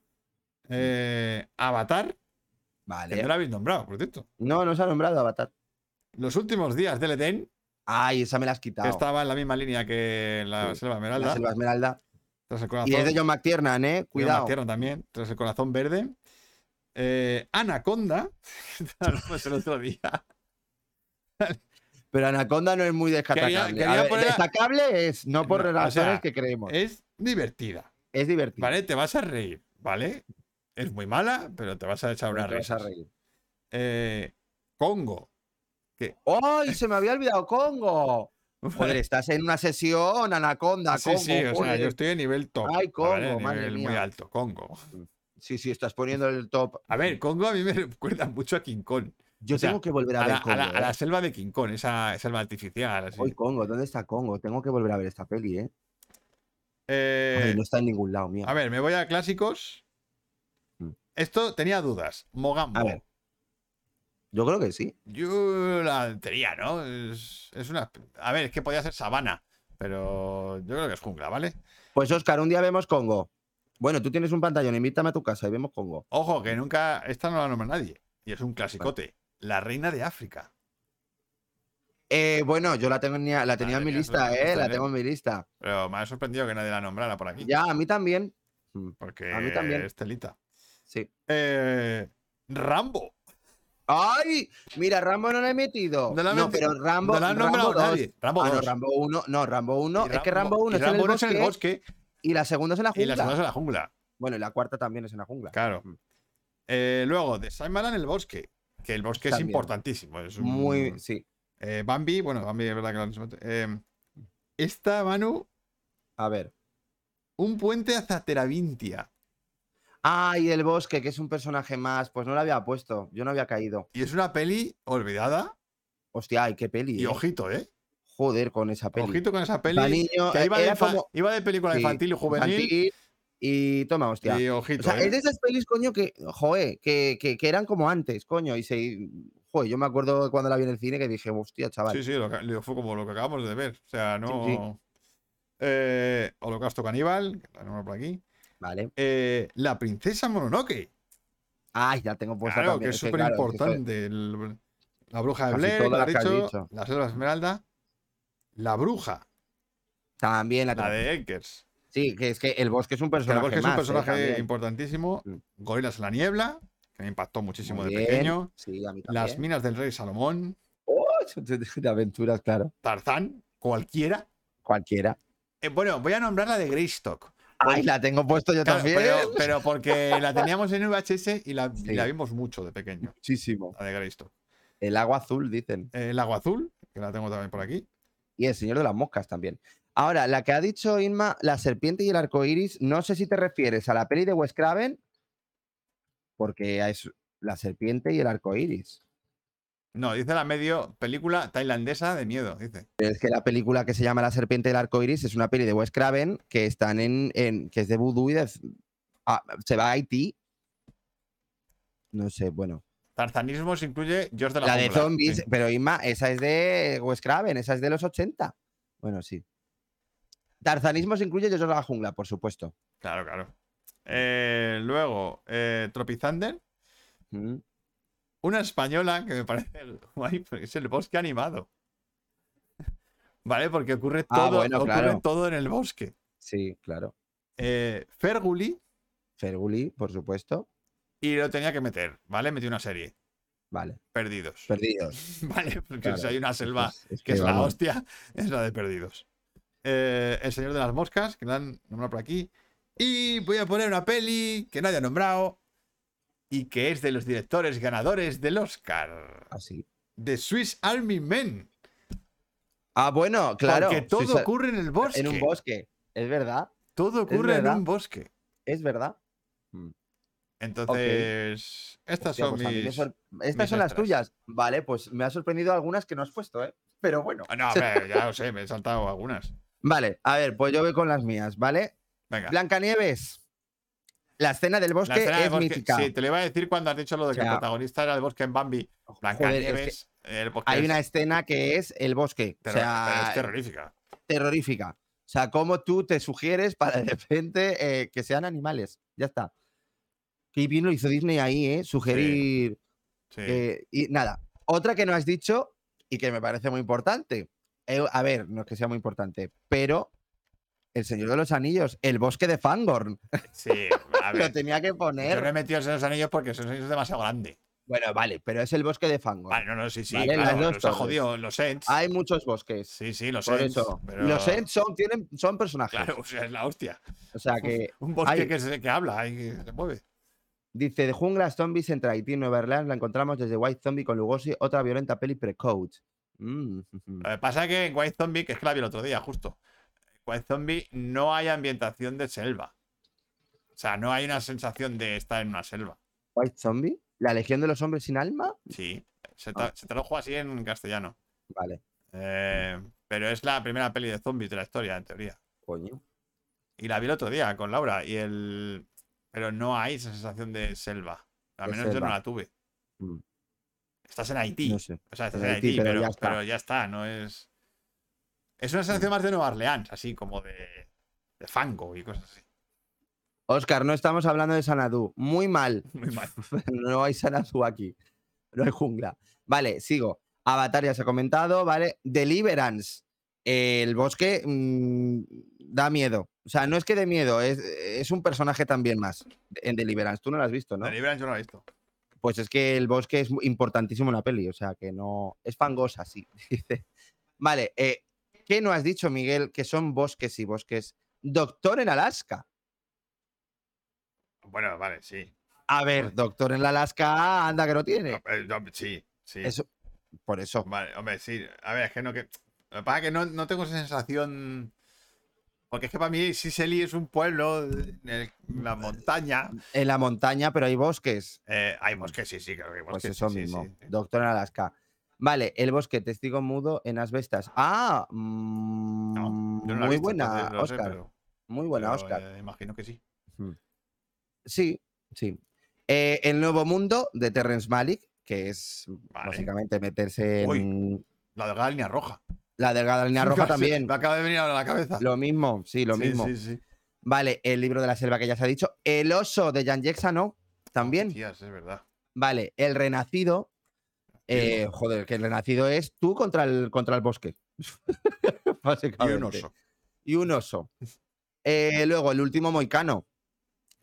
B: Eh, Avatar, que no
D: Vale.
B: la habéis nombrado, por cierto.
D: No, no se ha nombrado Avatar.
B: Los últimos días del Edén,
D: Ay, esa me la has
B: que
D: quitado.
B: estaba en la misma línea que la
D: Sí,
B: Selva Esmeralda.
D: La Selva Esmeralda.
B: Tras el corazón.
D: Y es de John McTiernan, ¿eh?
B: Tiene
D: Cuidado.
B: más tierra también. Tras el corazón verde. (laughs) pues,
D: (laughs)
B: Eh, Anaconda. que hablamos el otro día.
D: Pero Anaconda no es muy descatacable.
B: Quería- quería
D: A ver,
B: poner a-
D: Destacable es, no por
B: No, o
D: razones
B: sea,
D: que creemos. Es,
B: Es divertida,
D: divertido.
B: ¿vale? Te vas a reír, ¿vale? Es muy mala, pero te vas a echar una
D: te vas a
B: risa. Eh,
D: reír.
B: Congo.
D: ¡Ay, se me había olvidado Congo! Joder, estás en una sesión, Anaconda,
B: (laughs) sí,
D: Congo.
B: sí, o sea,
D: joder.
B: yo estoy a nivel top. ¿vale?
D: Ay, Congo, madre
B: Nivel muy
D: mía.
B: alto, Congo.
D: sí, sí, estás poniendo el top.
B: A ver, Congo a mí me (laughs) recuerda mucho a King Kong.
D: Yo
B: o sea,
D: tengo que volver a,
B: A
D: ver
B: la, a
D: Congo.
B: la- a
D: ¿eh?
B: la selva de King Kong, esa selva artificial. así.
D: Ay, Congo, ¿dónde está Congo? Tengo que volver a ver esta peli, ¿eh?
B: Eh,
D: Ay, no está en ningún lado, mío.
B: A ver, me voy a clásicos.
D: Mm.
B: Esto tenía dudas. Mogambo.
D: A ver. Yo creo que sí.
B: Yo la tenía, ¿no? Es, es una. A ver, es que podía ser sabana, pero yo creo que es jungla, ¿vale?
D: Pues Oscar, un día vemos Congo. Bueno, tú tienes un pantallón, invítame a tu casa y vemos Congo.
B: Ojo, que nunca. Esta no la nombra nadie. Y es un clasicote. La reina de África.
D: Eh, bueno, yo la tenía, la tenía
B: Madre
D: en mi
B: mía, eso
D: lista,
B: es
D: ¿eh?
B: justo,
D: La
B: ¿eh?
D: tengo en mi lista.
B: Pero me ha sorprendido que nadie la nombrara por aquí.
D: Ya, a mí también. Mm,
B: Porque
D: a mí también.
B: es telita.
D: Sí.
B: Eh, Rambo.
D: ¡Ay! Mira, Rambo no la he metido.
B: No
D: No,
B: la he metido.
D: pero Rambo.
B: no la ha
D: Rambo
B: nombrado
D: 2.
B: nadie. Rambo
D: Ah,
B: 2.
D: no, Rambo 1. No, Rambo 1.
B: Y
D: Es que Rambo 1
B: y
D: está en el
B: Rambo uno es
D: bosque,
B: en el bosque
D: y la segunda es en la
B: y la
D: jungla.
B: segunda es en la jungla.
D: Bueno, y la cuarta también es en la jungla.
B: Claro.
D: Mm.
B: Eh, luego, de Simon en el bosque. Que el bosque es
D: También.
B: importantísimo. Es un-
D: Muy, sí.
B: Eh, Bambi, bueno, Bambi es verdad que lo han suelto. Eh, Esta, Manu,
D: A ver.
B: un puente hacia Teravintia.
D: Ay, el bosque, que es un personaje más. Pues no lo había puesto. Yo no había caído.
B: Y es una peli olvidada.
D: Hostia, ay, qué peli.
B: Y
D: eh.
B: ojito, ¿eh?
D: Joder con esa peli.
B: Ojito con esa peli.
D: Pa' niño,
B: que
D: eh,
B: iba, de
D: era
B: infa-
D: como
B: iba de película
D: sí,
B: infantil y juvenil.
D: infantil y toma, hostia.
B: Y
D: O
B: ojito.
D: sea,
B: ¿eh?
D: es de esas pelis, coño, que, joe, que, que, que eran como antes, coño, y se... Joe, yo me acuerdo cuando la vi en el cine que dije, hostia, chaval.
B: Sí, sí, lo que- lo- fue como lo que acabamos de ver. O sea, no.
D: sí.
B: Eh, Holocausto Caníbal, que la nombro por aquí.
D: Vale.
B: Eh, la princesa Mononoke.
D: Ay, ya tengo puesta
B: claro, que
D: Pues también.
B: es
D: que,
B: súper
D: claro, es que, joe,
B: importante. el- La bruja de
D: Casi
B: Blair,
D: todas
B: lo
D: las
B: has
D: que has
B: dicho,
D: dicho.
B: La selva esmeralda. La bruja,
D: También la,
B: la
D: tengo.
B: de Eggers.
D: Sí, que es que el bosque es un
B: Que el
D: personaje
B: bosque es un
D: más, ¿eh?
B: personaje
D: También.
B: importantísimo.
D: Mm.
B: Gorilas en la niebla, que me impactó muchísimo
D: Muy
B: de
D: bien.
B: pequeño.
D: Sí, a mí también.
B: Las minas del rey Salomón.
D: (laughs) de aventuras, claro.
B: Tarzán, cualquiera.
D: Cualquiera.
B: Eh, bueno, voy a nombrar la de Greystock.
D: Ay, la tengo puesto yo
B: Claro,
D: también.
B: pero, pero porque la teníamos en VHS y la, y
D: Sí.
B: la vimos mucho de pequeño,
D: Muchísimo.
B: la de Greystock.
D: El agua azul, dicen.
B: Eh, El agua azul, que la tengo también por aquí.
D: Y el señor de las moscas también. Ahora, la que ha dicho Inma, la serpiente y el arco iris, no sé si te refieres a la peli de Wes Craven, porque es la serpiente y el arco iris.
B: No, dice la medio película tailandesa de miedo, dice.
D: Pero es que la película que se llama La serpiente y el arco iris es una peli de Wes Craven que, están en, en- que es de vudú y de, ah, se va a Haití. No sé, bueno.
B: Tarzanismo se incluye George de la
D: La de
B: Jungla,
D: zombies,
B: sí.
D: pero Inma, esa es de Wes Craven, esa es de los 80. Bueno, sí. Tarzanismo se incluye yo de la jungla, por supuesto.
B: Claro, claro. Eh, luego, eh, Tropizander,
D: Mm.
B: una española que me parece guay, porque es el (laughs) bosque animado. ¿Vale? Porque ocurre
D: Ah,
B: todo,
D: bueno,
B: ocurre
D: claro.
B: todo en el bosque.
D: Sí, claro.
B: Eh, Ferguli,
D: Ferguli, por supuesto.
B: y lo tenía que meter, ¿vale? Metí una serie,
D: Vale.
B: Perdidos.
D: Perdidos.
B: (laughs) ¿Vale? Porque
D: Claro,
B: si hay una selva
D: Es- es
B: que es la
D: vamos,
B: hostia, (laughs) es la de Perdidos. Eh, el Señor de las Moscas, que la han nombrado por aquí. Y voy a poner una peli que nadie ha nombrado y que es de los directores ganadores del Oscar.
D: Así.
B: de Swiss Army Men.
D: Ah, bueno, claro.
B: Porque todo
D: Suiza-
B: ocurre en el bosque.
D: en un bosque. Es verdad.
B: Todo ocurre en
D: verdad.
B: un bosque.
D: Es verdad.
B: Entonces, estas
D: Hostia,
B: son
D: pues a mí me
B: mis.
D: sor- Estas
B: mis
D: son las
B: extras.
D: tuyas. Vale, pues me ha sorprendido algunas que no has puesto, ¿eh? Pero bueno.
B: Ah, No, a ver, ya lo sé, me he saltado algunas.
D: Vale, a ver, pues yo voy con las mías, ¿vale?
B: Venga.
D: Blancanieves. La escena del
B: La
D: bosque
B: escena del
D: es
B: bosque-
D: mítica.
B: Sí, te lo iba a decir cuando has dicho lo de
D: O
B: que el
D: sea,
B: protagonista era el bosque en Bambi.
D: Joder, es que
B: Blancanieves, el bosque
D: hay
B: es
D: una escena que es el bosque.
B: terror-
D: o sea, eh,
B: pero es terrorífica.
D: terrorífica. O sea, cómo tú te sugieres para de repente eh, que sean animales. Ya está. Qué bien lo hizo Disney ahí, ¿eh? Sugerir.
B: Sí.
D: eh, y nada. Otra que no has dicho y que me parece muy importante. Eh, a ver, no es que sea muy importante, pero El Señor de los Anillos, el bosque de Fangorn.
B: sí, a
D: Lo
B: ver.
D: (laughs) tenía que
B: Yo no
D: poner.
B: he metido esos anillos porque esos anillos es demasiado grande.
D: Bueno, vale, pero es el bosque de fango.
B: Vale, no, no, sí, sí,
D: Vale, las
B: claro,
D: dos
B: los ha
D: torres.
B: jodido los Ents.
D: Hay muchos bosques.
B: Sí, sí, los
D: por
B: Ents.
D: eso.
B: pero-
D: Los Ents son, tienen, son personajes.
B: Claro, o sea, es la hostia.
D: O sea
B: (laughs)
D: que
B: Un bosque
D: hay-
B: que, se, que habla y que se mueve.
D: dice: De junglas, zombies entre Haití y Nueva Orleans la encontramos desde White Zombie con Lugosi, otra violenta peli pre-coach. Mm, ujú.
B: Lo que pasa que en White Zombie, que es que la vi el otro día, justo. En White Zombie no hay ambientación de selva. O sea, no hay una sensación de estar en una selva.
D: White Zombie, la legión de los hombres sin alma.
B: Sí, se,
D: Ah.
B: tra- se tradujo así en castellano.
D: Vale,
B: Eh, pero es la primera peli de zombies de la historia, en teoría.
D: coño.
B: Y la vi el otro día con Laura y el... Pero no hay esa sensación de selva. Al
D: De
B: menos yo
D: selva.
B: no la tuve.
D: Mm.
B: Estás en Haití.
D: No sé.
B: O sea, estás
D: en
B: en
D: Haití,
B: Haití,
D: Pues pero
B: pero,
D: ya está.
B: pero ya está, no es... Es una sensación más de Nueva Orleans, así como de, de fango y cosas así.
D: Oscar, no estamos hablando de Sanadú. Muy mal.
B: (laughs)
D: (laughs)
B: Muy mal.
D: no hay Sanadú aquí. No hay jungla. Vale, sigo. Avatar ya se ha comentado, ¿vale? Deliverance. El bosque mm, da miedo. O sea, no es que dé miedo, es, es un personaje también más en Deliverance. Tú no lo has visto, ¿no?
B: La libran yo no la he visto.
D: Pues es que el bosque es mu- importantísimo en la peli, o sea, que no. Es fangosa, sí. (laughs) dice. vale, eh, ¿qué no has dicho, Miguel? Que son bosques y bosques. Doctor en Alaska.
B: Bueno, vale, sí.
D: A ver, Doctor en Alaska, anda que no tiene.
B: Eh, yo- sí, sí.
D: Eso, por eso.
B: Vale, hombre, sí. A ver, es que no que. Lo que pasa es que no, no tengo esa sensación. Porque es que para mí Sicily es un pueblo en el- en la montaña.
D: En la montaña, pero hay bosques.
B: Eh, hay bosques, sí, sí, claro que hay
D: Pues
B: bosques.
D: eso
B: sí, sí,
D: mismo.
B: sí.
D: Doctor en Alaska. Vale, el bosque, testigo mudo en asbestas. Ah,
B: No,
D: mm,
B: yo no la he
D: muy
B: visto,
D: buena,
B: entonces no lo sé,
D: Oscar.
B: pero-
D: Muy buena,
B: pero,
D: Oscar.
B: eh, imagino que sí.
D: Sí, sí. Eh, el Nuevo Mundo de Terrence Malick, que es
B: Vale.
D: básicamente meterse en
B: Uy. La delgada línea roja.
D: la delgada línea roja
B: (laughs) Sí,
D: también.
B: Me acaba de venir ahora a la cabeza.
D: Lo mismo, sí, lo
B: Sí,
D: mismo.
B: Sí, sí.
D: Vale, el libro de la selva que ya se ha dicho. El oso de Jan Jackson, ¿no? También.
B: Hostias, es verdad.
D: Vale, el renacido. eh, joder, que el renacido es tú contra el, contra el bosque.
B: Y
D: (laughs) Básicamente.
B: un oso.
D: Y un oso. Eh, luego, el último moicano.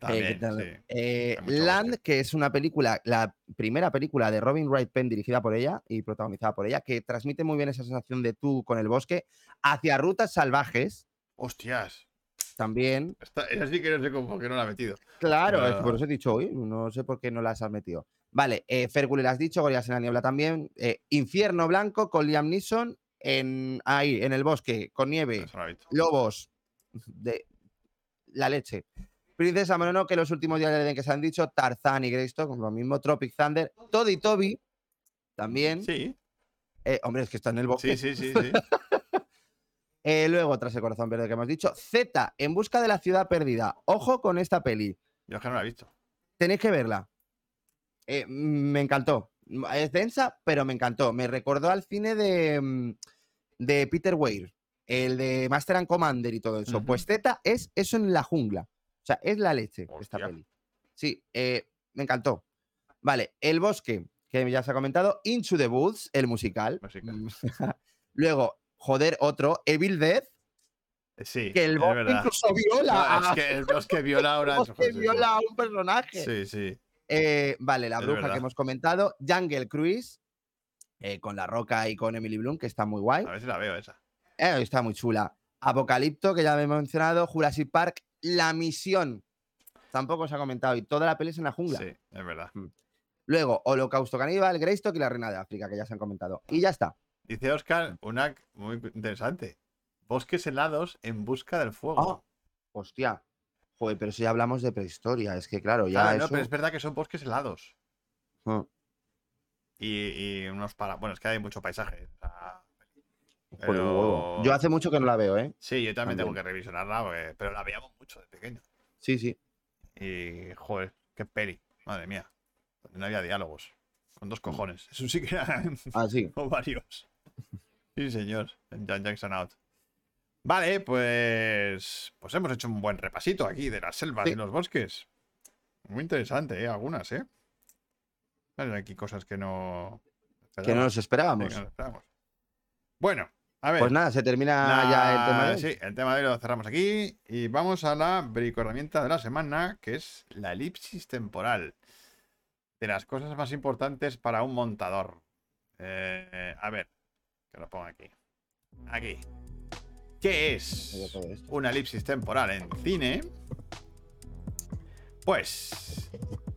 D: Eh, ¿qué
B: También,
D: tal?
B: sí.
D: Eh,
B: Hay mucho
D: Land,
B: bosque.
D: que es una película, la primera película de Robin Wright Penn dirigida por ella y protagonizada por ella, que transmite muy bien esa sensación de tú con el bosque hacia rutas salvajes
B: Hostias.
D: también.
B: Esta, esa sí que no sé cómo que no la ha metido.
D: Claro, es que
B: Ah.
D: por eso he dicho hoy, no sé por qué no las has metido. Vale, eh, Fergule las has dicho, Gorilas en la niebla también. eh, Infierno Blanco con Liam Neeson en, ahí, en el bosque, con nieve.
B: Eso no la he visto.
D: Lobos. De la leche. Princesa Mononoke, los últimos días de Edén que se han dicho. Tarzán y Greystock, lo mismo. Tropic Thunder. Todd y Toby. También.
B: Sí,
D: Eh, hombre, es que está en el bosque.
B: sí, sí, sí. sí.
D: Eh, luego, tras el corazón verde que hemos dicho. Z, en busca de la ciudad perdida. Ojo con esta peli.
B: Yo es que no la he visto.
D: Tenéis que verla. Eh, mm, me encantó. Mm, Es densa, pero me encantó. Me recordó al cine de, mm, de Peter Weir, el de Master and Commander y todo eso.
B: Ujú.
D: Pues Z es eso en la jungla. O sea, es la leche esta
B: Hostia.
D: peli. Sí, eh, me encantó. Vale, El Bosque, que ya se ha comentado. Into the Woods, el musical.
B: Musical.
D: Mm. (laughs) Luego, joder, otro. Evil Dead,
B: Sí,
D: que el
B: es
D: bosque
B: verdad.
D: incluso viola.
B: No, es
D: a-
B: que el bosque viola ahora.
D: el
B: es-
D: bosque viola a un personaje.
B: Sí, sí.
D: Eh, vale, la
B: Es
D: bruja
B: verdad.
D: que hemos comentado. Jungle Cruise, eh, con La Roca y con Emily Bloom, que está muy guay.
B: A ver si la veo esa.
D: Eh, está muy chula. Apocalipto, que ya hemos mencionado. Jurassic Park, La Misión. Tampoco se ha comentado. Y toda la peli es en la jungla.
B: Sí, es verdad.
D: Luego, Holocausto Caníbal, Greystock y La Reina de África, que ya se han comentado. Y ya está.
B: Dice Oscar, una muy interesante. Bosques helados en busca del fuego.
D: Hostia. Joder, pero si ya hablamos de prehistoria. Es que, claro, ya
B: Claro, no,
D: eso-
B: pero es verdad que son bosques helados.
D: Ah.
B: Y, y unos para. Bueno, es que hay mucho paisaje. o sea,
D: Joder, un huevo.
B: pero-
D: Yo hace mucho que no la veo, ¿eh?
B: Sí, yo también, tengo
D: También.
B: que revisionarla, porque- pero la veíamos mucho de pequeño.
D: Sí, sí.
B: Y, joder, qué peli. Madre mía. No había diálogos. Con
D: Mm.
B: dos cojones. Eso sí que era
D: Así.
B: (laughs) O varios. Sí, señor. En Jan Jackson Out. Vale, pues. Pues hemos hecho un buen repasito aquí de las selvas
D: Sí.
B: y los bosques. Muy interesante, ¿eh? Algunas, ¿eh? Vale, aquí cosas que no.
D: que no nos
B: esperábamos,
D: esperábamos.
B: que no nos esperábamos. Bueno, a ver.
D: Pues nada, se termina ya el tema de
B: la-
D: hoy.
B: Sí, el tema de hoy lo cerramos aquí. Y vamos a la bricoherramienta de la semana, que es la elipsis temporal. de las cosas más importantes para un montador. Eh, a ver, que lo pongo aquí. Aquí. ¿Qué es una elipsis temporal en cine? Pues,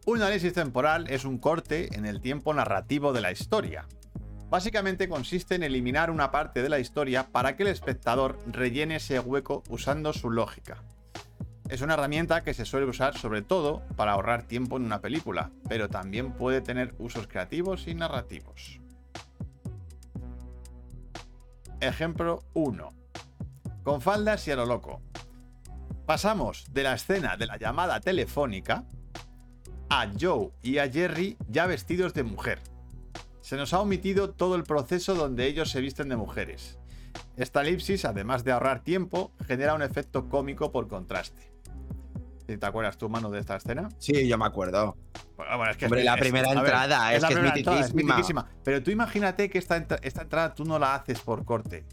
B: un análisis temporal es un corte en el tiempo narrativo de la historia. Básicamente consiste en eliminar una parte de la historia para que el espectador rellene ese hueco usando su lógica. Es una herramienta que se suele usar sobre todo para ahorrar tiempo en una película, pero también puede tener usos creativos y narrativos. Ejemplo 1. Con faldas y a lo loco. Pasamos de la escena de la llamada telefónica a Joe y a Jerry ya vestidos de mujer. Se nos ha omitido todo el proceso donde ellos se visten de mujeres. Esta elipsis, además de ahorrar tiempo, genera un efecto cómico por contraste. Si ¿Te acuerdas tú, mano, de esta escena?
D: Sí, yo me acuerdo.
B: Bueno, Ah, bueno, es que
D: Hombre, la primera
B: a
D: entrada, es
B: la
D: que es
B: primera entrada,
D: mitiquísima.
B: Pero tú imagínate que esta, entra- esta entrada tú no la haces por corte.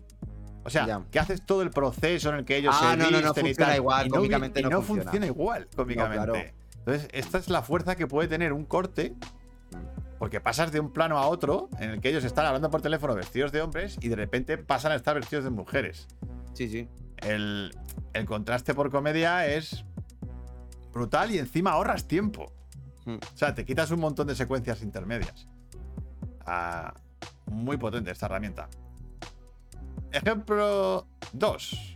B: O sea,
D: Ya.
B: que haces todo el proceso en el que ellos
D: Ah,
B: se
D: no, no, no
B: visten y
D: funciona
B: tal,
D: igual,
B: y no, vi-
D: cómicamente
B: y
D: no
B: no
D: funciona.
B: funciona igual cómicamente.
D: claro.
B: Entonces, esta es la fuerza que puede tener un corte porque pasas de un plano a otro en el que ellos están hablando por teléfono vestidos de hombres y de repente pasan a estar vestidos de mujeres
D: Sí, sí.
B: el, el contraste por comedia es brutal y encima ahorras tiempo.
D: Mm.
B: O sea, te quitas un montón de secuencias intermedias. Ah, muy potente esta herramienta. Ejemplo 2.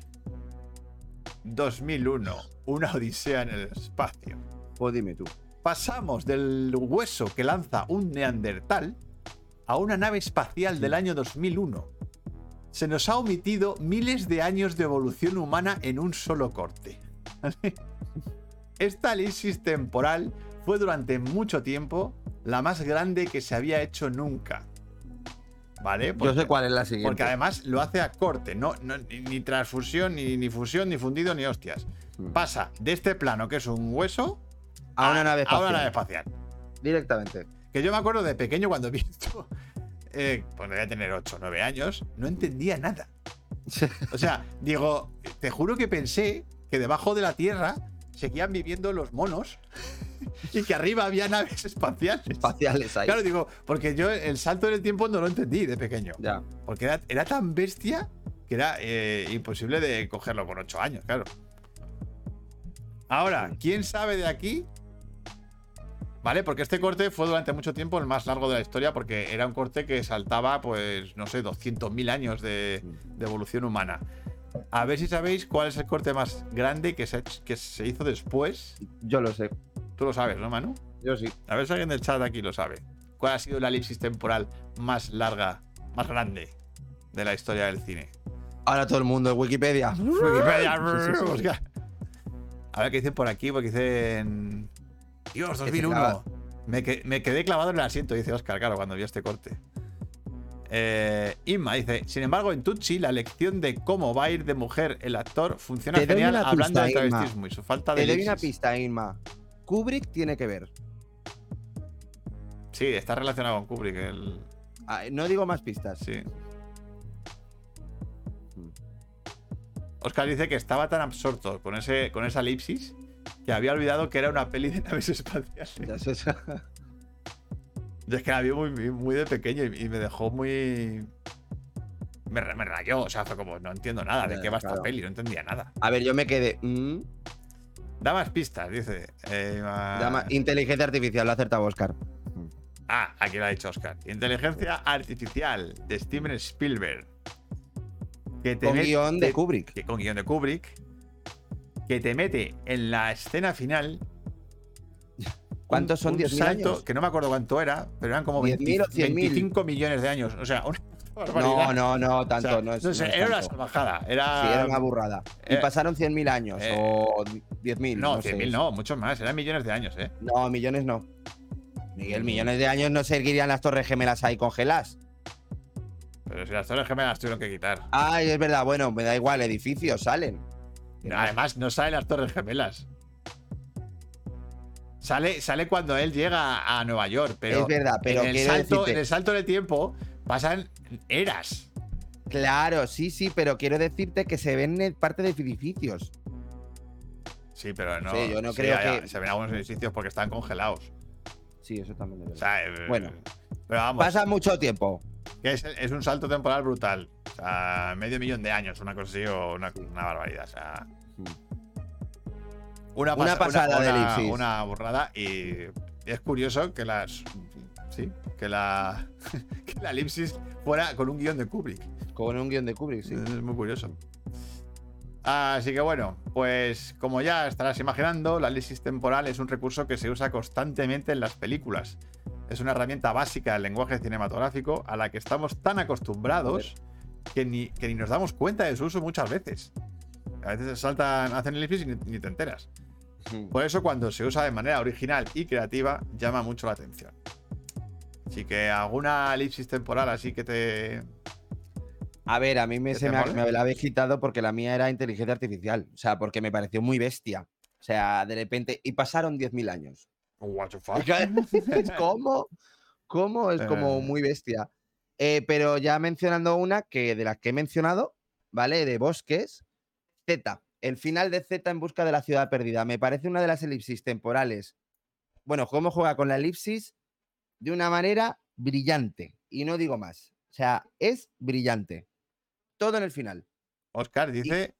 B: 2001. Una odisea en el espacio.
D: Pues dime tú.
B: Pasamos del hueso que lanza un neandertal a una nave espacial del año 2001. Se nos ha omitido miles de años de evolución humana en un solo corte. (laughs) Esta elipsis temporal fue durante mucho tiempo la más grande que se había hecho nunca. ¿Vale?
D: Yo sé
B: Porque-
D: cuál es la siguiente.
B: porque además lo hace a corte, no, no- ni, ni transfusión, ni, ni fusión, ni fundido, ni hostias.
D: Mm.
B: Pasa de este plano, que es un hueso,
D: a Ah, una
B: Ah, a
D: nave espacial.
B: una nave espacial.
D: Directamente.
B: Que yo me acuerdo de pequeño cuando vi esto, eh, pues debía tener 8 o 9 años, no entendía nada. O sea, digo, te juro que pensé que debajo de la Tierra seguían viviendo los monos (laughs) y que arriba había naves espaciales.
D: Espaciales ahí.
B: Claro, digo, porque yo el salto en el tiempo no lo entendí de pequeño.
D: Ya.
B: Porque era, era tan bestia que era eh, imposible de cogerlo con 8 años, claro. Ahora, ¿quién sabe de aquí? ¿Vale? Porque este corte fue durante mucho tiempo el más largo de la historia porque era un corte que saltaba, pues, no sé, 200.000 años de, de evolución humana. A ver si sabéis cuál es el corte más grande que se, ha hecho- que se hizo después.
D: Yo lo sé.
B: Tú lo sabes, ¿no, Manu?
D: Yo sí.
B: A ver si alguien del chat aquí lo sabe. ¿Cuál ha sido la elipsis temporal más larga, más grande de la historia del cine?
D: Ahora todo el mundo en Wikipedia.
B: Wikipedia,
D: Sí, sí, sí.
B: busca. A ver qué dicen por aquí, porque dicen. Dios,
D: Que te clavas.
B: 2001. Me, que- me quedé clavado en el asiento, dice Oscar, claro, cuando vio este corte. Eh, Inma dice: Sin embargo, en Tucci, la lección de cómo va a ir de mujer el actor funciona
D: Te doy
B: genial
D: una
B: hablando
D: pista,
B: de
D: Inma.
B: travestismo y su falta de.
D: Te doy una
B: elipsis.
D: pista, Inma. Kubrick tiene que ver.
B: Sí, está relacionado con Kubrick. el-
D: Ah, No digo más pistas.
B: Sí. Oscar dice que estaba tan absorto con, ese, con esa elipsis que había olvidado que era una peli de naves
D: (laughs)
B: espaciales.
D: Ya sé eso.
B: Yo es que la vi muy, muy- muy de pequeño y, y me dejó muy. Me, ra- me rayó, o sea, fue como, no entiendo nada, ¿de
D: Ya,
B: qué va esta
D: claro.
B: peli? No entendía nada.
D: A ver, yo me quedé. mm,
B: Da más pistas, dice. Eh, va-
D: dama- Inteligencia artificial, lo ha acertado Oscar.
B: Ah, aquí lo ha dicho Oscar. Inteligencia artificial de Steven Spielberg. Que te
D: Con
B: met-
D: guión de
B: te-
D: Kubrick.
B: que con guión de Kubrick, que te mete en la escena final.
D: ¿Cuántos son 10.000
B: salto
D: años?
B: Que no me acuerdo cuánto era, pero eran como
D: 10.000 o
B: 20
D: 100.000.
B: 25 millones de años. O sea, una
D: (laughs) No,
B: barbaridad.
D: no, no,
B: O sea,
D: tanto. no, es,
B: sé,
D: no es
B: era una
D: tanto.
B: salvajada. Era,
D: Sí, era una burrada.
B: eh,
D: y pasaron 100.000 años
B: eh,
D: o 10.000.
B: No,
D: No, sé.
B: 100.000 no, muchos más. Eran millones de años, ¿eh?
D: No, millones no. Miguel, millones de años no seguirían las torres gemelas ahí congeladas.
B: Pero si las torres gemelas las tuvieron que quitar.
D: Ay, es verdad, bueno, me da igual, edificios salen.
B: Además, no sale las torres gemelas. Sale, sale cuando él llega a Nueva York, pero.
D: es verdad, pero
B: en el,
D: quiero
B: salto,
D: decirte-
B: en el salto de tiempo pasan eras.
D: Claro, sí, sí, pero quiero decirte que se ven en parte de edificios.
B: Sí, pero no.
D: Sí, yo no
B: sí,
D: creo
B: ya, ya,
D: que-
B: Se ven algunos edificios porque están congelados.
D: Sí, eso también es
B: O
D: verdad.
B: sea, eh,
D: Bueno.
B: Pero vamos,
D: Pasa mucho tiempo.
B: que es, es un salto temporal brutal. O sea, medio millón de años, una cosa así o una, una barbaridad. O sea, una,
D: Una
B: pasa-
D: pasada de
B: una-
D: elipsis.
B: una burrada. Y es curioso que las. Sí, que la, (laughs) que la elipsis fuera con un guión de Kubrick.
D: Con un guión de Kubrick, sí.
B: Es muy curioso. Así que bueno, pues como ya estarás imaginando, la elipsis temporal es un recurso que se usa constantemente en las películas. Es una herramienta básica del lenguaje cinematográfico a la que estamos tan acostumbrados que ni, que ni nos damos cuenta de su uso muchas veces. A veces saltan, hacen elipsis y ni, ni te enteras. Por eso cuando se usa de manera original y creativa llama mucho la atención. Así que alguna elipsis temporal así que te...
D: A ver, a mí me,
B: ¿Que
D: se
B: te
D: me, ha-
B: mole?
D: me la habéis quitado porque la mía era inteligencia artificial. O sea, porque me pareció muy bestia. O sea, de repente. Y pasaron 10.000 años.
B: What the fuck?
D: (laughs) ¿Cómo? ¿Cómo? Es como
B: Eh.
D: muy bestia. Eh, pero ya mencionando una que de las que he mencionado, ¿vale? De bosques, Z. El final de Z en busca de la ciudad perdida. Me parece una de las elipsis temporales. Bueno, cómo juega con la elipsis de una manera brillante. Y no digo más. O sea, es brillante. Todo en el final.
B: Oscar dice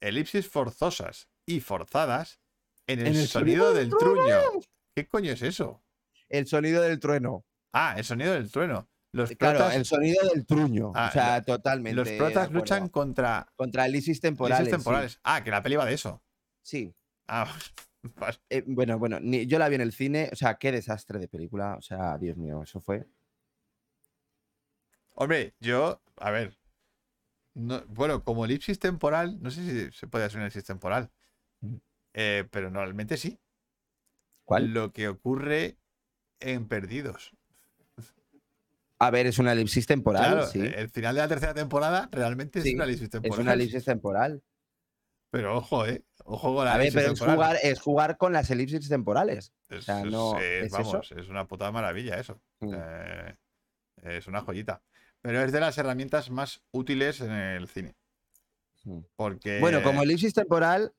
B: elipsis forzosas y forzadas en el,
D: En el
B: sonido
D: sonido del
B: del truño. ¿Qué coño es eso?
D: El sonido del trueno.
B: Ah, el sonido del trueno. Los
D: Claro,
B: protas,
D: el sonido del truño.
B: Ah,
D: o sea,
B: lo-
D: totalmente.
B: los
D: de
B: protas
D: acuerdo.
B: luchan contra
D: contra elipsis temporales.
B: elipsis
D: sí,
B: temporales. Ah, que la peli va de eso.
D: sí.
B: Ah, (laughs) vale.
D: Eh, bueno, bueno, ni- yo la vi en el cine, o sea, qué desastre de película, o sea, Dios mío, eso fue.
B: Hombre, yo, a ver. no- bueno, como elipsis temporal, no sé si se puede hacer una elipsis temporal. Eh, pero normalmente sí.
D: ¿Cuál?
B: Lo que ocurre en Perdidos.
D: A ver, es una elipsis temporal,
B: Claro, eh,
D: sí.
B: el final de la tercera temporada realmente es
D: Sí,
B: una elipsis temporal.
D: es una elipsis temporal.
B: Pero ojo, eh. Ojo con la
D: A ver,
B: elipsis
D: pero es
B: temporal.
D: jugar, es jugar con las elipsis temporales.
B: Es-
D: sea,
B: es-
D: no-
B: es-
D: ¿es
B: vamos, es una putada maravilla eso.
D: Mm.
B: Eh, es una joyita. Pero es de las herramientas más útiles en el cine.
D: Mm.
B: Porque.
D: Bueno, como elipsis temporal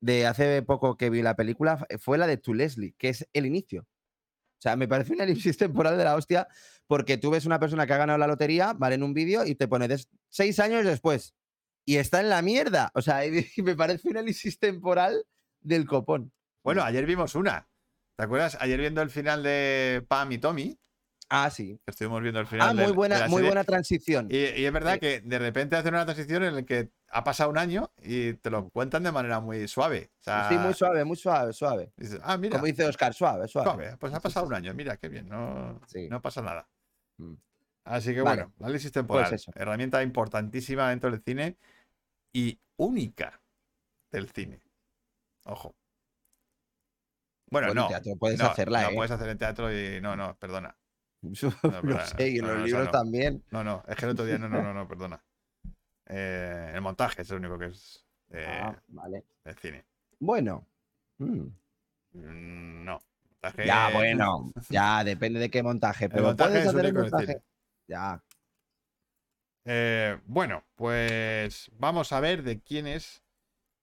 D: de hace poco que vi la película f- fue la de To Leslie, que es el inicio. O sea, me parece una elipsis temporal de la hostia, porque tú ves una persona que ha ganado la lotería, vale, en un vídeo y te pone des- seis años después y está en la mierda. O sea, (laughs) y me parece una elipsis temporal del copón.
B: Bueno, ayer vimos una. ¿Te acuerdas? Ayer viendo el final de Pam y Tommy,
D: Ah, sí.
B: que estuvimos viendo el final
D: Ah,
B: del-
D: muy
B: de la
D: buena, muy
B: serie,
D: buena transición.
B: Y, y es verdad
D: Eh.
B: que de repente hacen una transición en la que ha pasado un año y te lo cuentan de manera muy suave. O sea,
D: Mm. Sí, muy suave, muy suave, suave.
B: dices, ah, mira.
D: Como dice Oscar, suave, suave.
B: Suave, pues ha pasado un año, mira, qué bien, no,
D: Sí.
B: no pasa nada.
D: Mm.
B: Así que
D: Vale.
B: bueno, análisis temporal,
D: Pues eso.
B: herramienta importantísima dentro del cine y única del cine. Ojo. Bueno,
D: Bueno, en
B: no.
D: teatro puedes
B: no,
D: hacerla,
B: no
D: ¿eh? (laughs)
B: puedes hacer en teatro y no, no, perdona.
D: Lo
B: perdona,
D: sé, y en
B: no,
D: los
B: no, eso
D: libros
B: no.
D: también.
B: No, no, es que el otro día no, no, no, no, perdona. Eh, el montaje es lo único que es eh,
D: Ah, vale.
B: del cine.
D: Bueno. Mm.
B: Mm, No. Montaje-
D: Ya, bueno. Ya, depende de qué montaje.
B: El
D: Pero
B: montaje
D: puedes
B: es
D: hacer el
B: único del cine.
D: montaje. Ya.
B: Eh, bueno, pues vamos a ver de quién es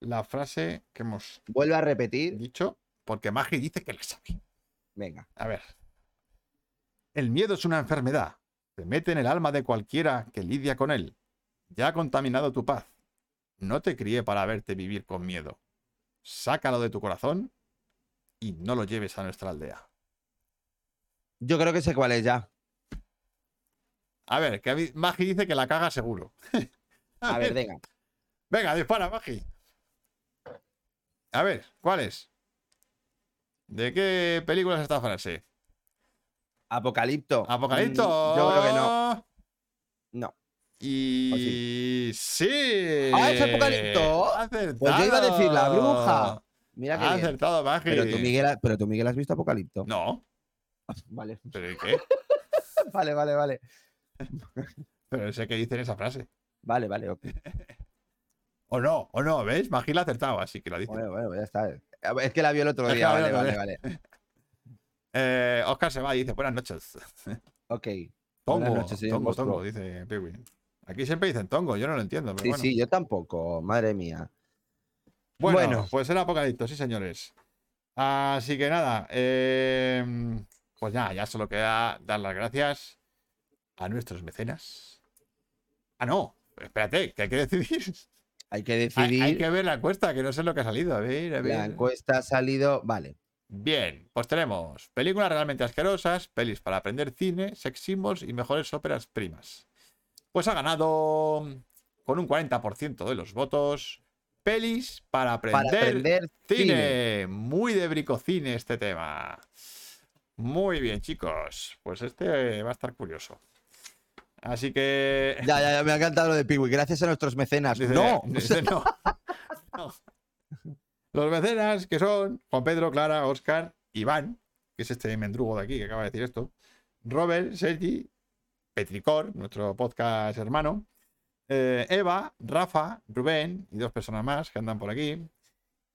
B: la frase que hemos
D: Vuelve a repetir.
B: dicho, porque Magi dice que la sabe.
D: Venga.
B: A ver. El miedo es una enfermedad. Se mete en el alma de cualquiera que lidia con él. Ya ha contaminado tu paz. No te crié para verte vivir con miedo. Sácalo de tu corazón y no lo lleves a nuestra aldea.
D: Yo creo que sé cuál es ya.
B: A ver, que a mí- Magi dice que la caga seguro. (laughs) Ah,
D: A ver, venga.
B: Venga, dispara, Magi. A ver, ¿cuál es? ¿De qué película es esta frase?
D: Apocalipto. Mm,
B: ¿Apocalipto?
D: Yo creo que no. No.
B: Y.
D: ¿O
B: sí.
D: Ah, es Apocalipto.
B: Acertado.
D: Pues yo iba a decir La Bruja. Mira que.
B: Ha
D: bien.
B: acertado, Magi.
D: Pero tú, Miguel, ha- pero tú, Miguel, has visto Apocalipto.
B: No,
D: Vale. (laughs)
B: pero ¿y qué?
D: Vale, vale, vale.
B: Pero sé que dicen esa frase.
D: Vale, vale. ok.
B: O no, o no, ¿ves? Magi la ha acertado, así que la dice.
D: Bueno, bueno, ya está. A ver, Es que la vio el otro
B: Es que
D: día.
B: (laughs) la vi
D: Vale,
B: el otro
D: vale, vale.
B: Eh, Oscar se va y dice: Buenas noches.
D: Ok. Buenas
B: Tongo,
D: noches, señor
B: tongo,
D: Bosco.
B: tongo, dice Piwin. Aquí siempre dicen tongo, yo no lo entiendo, pero
D: Sí,
B: bueno.
D: sí, yo tampoco. Madre mía.
B: Bueno,
D: Bueno.
B: pues era Apocalipto, sí, señores. Así que nada, eh, Pues ya, ya solo queda dar las gracias a nuestros mecenas. Ah, no, espérate, que hay que
D: (laughs)
B: decidir.
D: Hay que
B: Hay,
D: decidir.
B: hay que ver la encuesta, que no sé lo que ha salido. A ver, a ver.
D: La encuesta ha salido. Vale.
B: Bien, pues tenemos películas realmente asquerosas, pelis para aprender cine, sex symbols y mejores óperas primas. Pues ha ganado mm, con un 40% de los votos pelis para aprender,
D: Para aprender
B: cine.
D: cine.
B: Muy de bricocine este tema. Muy bien, chicos. Pues este va a estar curioso. Así que...
D: Ya, ya, ya, me ha encantado lo de Piwi. Gracias a nuestros mecenas.
B: Dice-
D: no.
B: (laughs) dice no. No. Los mecenas, que son Juan Pedro, Clara, Oscar, Iván, que es este mendrugo de aquí que acaba de decir esto, Robert, Sergi, Petricor, nuestro podcast hermano, eh, Eva, Rafa, Rubén y dos personas más que andan por aquí.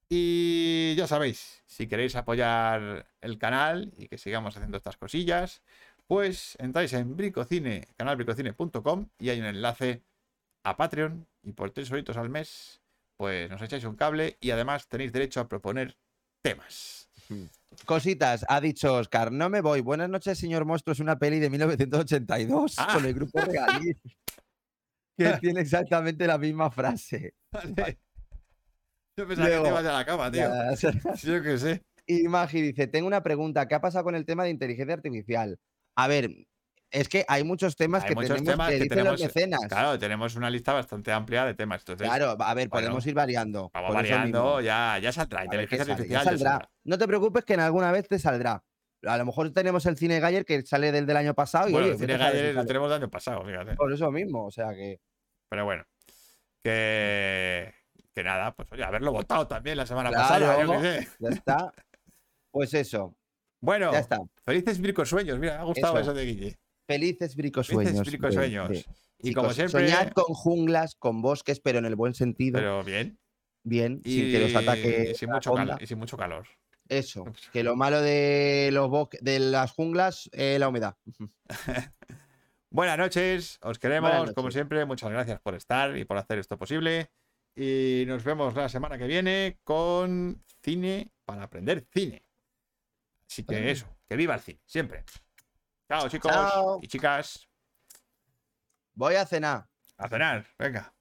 B: Y ya sabéis, si queréis apoyar el canal y que sigamos haciendo estas cosillas, pues entráis en bricocine, canalbricocine.com y hay un enlace a Patreon y por tres horitos al mes, pues nos echáis un cable y además tenéis derecho a proponer
D: (laughs)
B: temas.
D: Cositas, ha dicho Oscar. No me voy. Buenas noches, señor monstruo. Es una peli de 1982
B: Ah.
D: con el grupo Regaliz.
B: (laughs)
D: que tiene exactamente la misma frase.
B: Yo pensaba
D: Luego,
B: que te ibas a la cama, tío.
D: Ya, o sea,
B: (laughs) Yo qué sé.
D: Y Magi dice, tengo una pregunta, ¿qué ha pasado con el tema de inteligencia artificial? A ver, es que hay muchos temas
B: Hay
D: que
B: muchos
D: tenemos
B: temas
D: que,
B: que
D: dicen los
B: tenemos-
D: mecenas. Claro,
B: Claro, tenemos una lista bastante amplia de temas. Entonces,
D: a ver,
B: bueno,
D: podemos ir variando.
B: vamos
D: por eso mismo.
B: variando, ya, ya saldrá.
D: A ver qué
B: Inteligencia
D: sale,
B: artificial.
D: ya
B: ya
D: saldrá.
B: saldrá.
D: No te preocupes que en alguna vez te saldrá. A lo mejor tenemos el cine Gayer que sale del, del año pasado y
B: Bueno,
D: oye, pues
B: el
D: vete
B: cine
D: a saber si
B: Galler lo
D: sale.
B: tenemos el año pasado, fíjate.
D: por eso mismo, o sea que
B: Pero bueno, que, que nada, pues oye, haberlo votado también la semana
D: Claro.
B: pasada, yo qué sé. (laughs)
D: ya está. Pues eso,
B: Bueno,
D: ya está.
B: felices bricosueños. Mira, me ha gustado eso,
D: Eso.
B: de Guille.
D: Felices bricosueños.
B: Felices
D: de-
B: bricosueños.
D: de-
B: Y como
D: chicos,
B: siempre,
D: soñad con junglas, con bosques, pero en el buen sentido.
B: pero bien.
D: bien,
B: y
D: sin que los ataque.
B: sin
D: la
B: mucho, cal-
D: onda.
B: y sin mucho calor.
D: Eso,
B: No, pues-
D: que lo malo de los bosques, de las junglas, eh, la humedad.
B: Buenas noches, os queremos,
D: Buenas noches.
B: como siempre, muchas gracias por estar y por hacer esto posible. Y nos vemos la semana que viene con cine para aprender cine. Así que eso, que viva el cine, siempre. Chao chicos
D: Chao.
B: y chicas,
D: Voy a cenar.
B: a cenar, venga.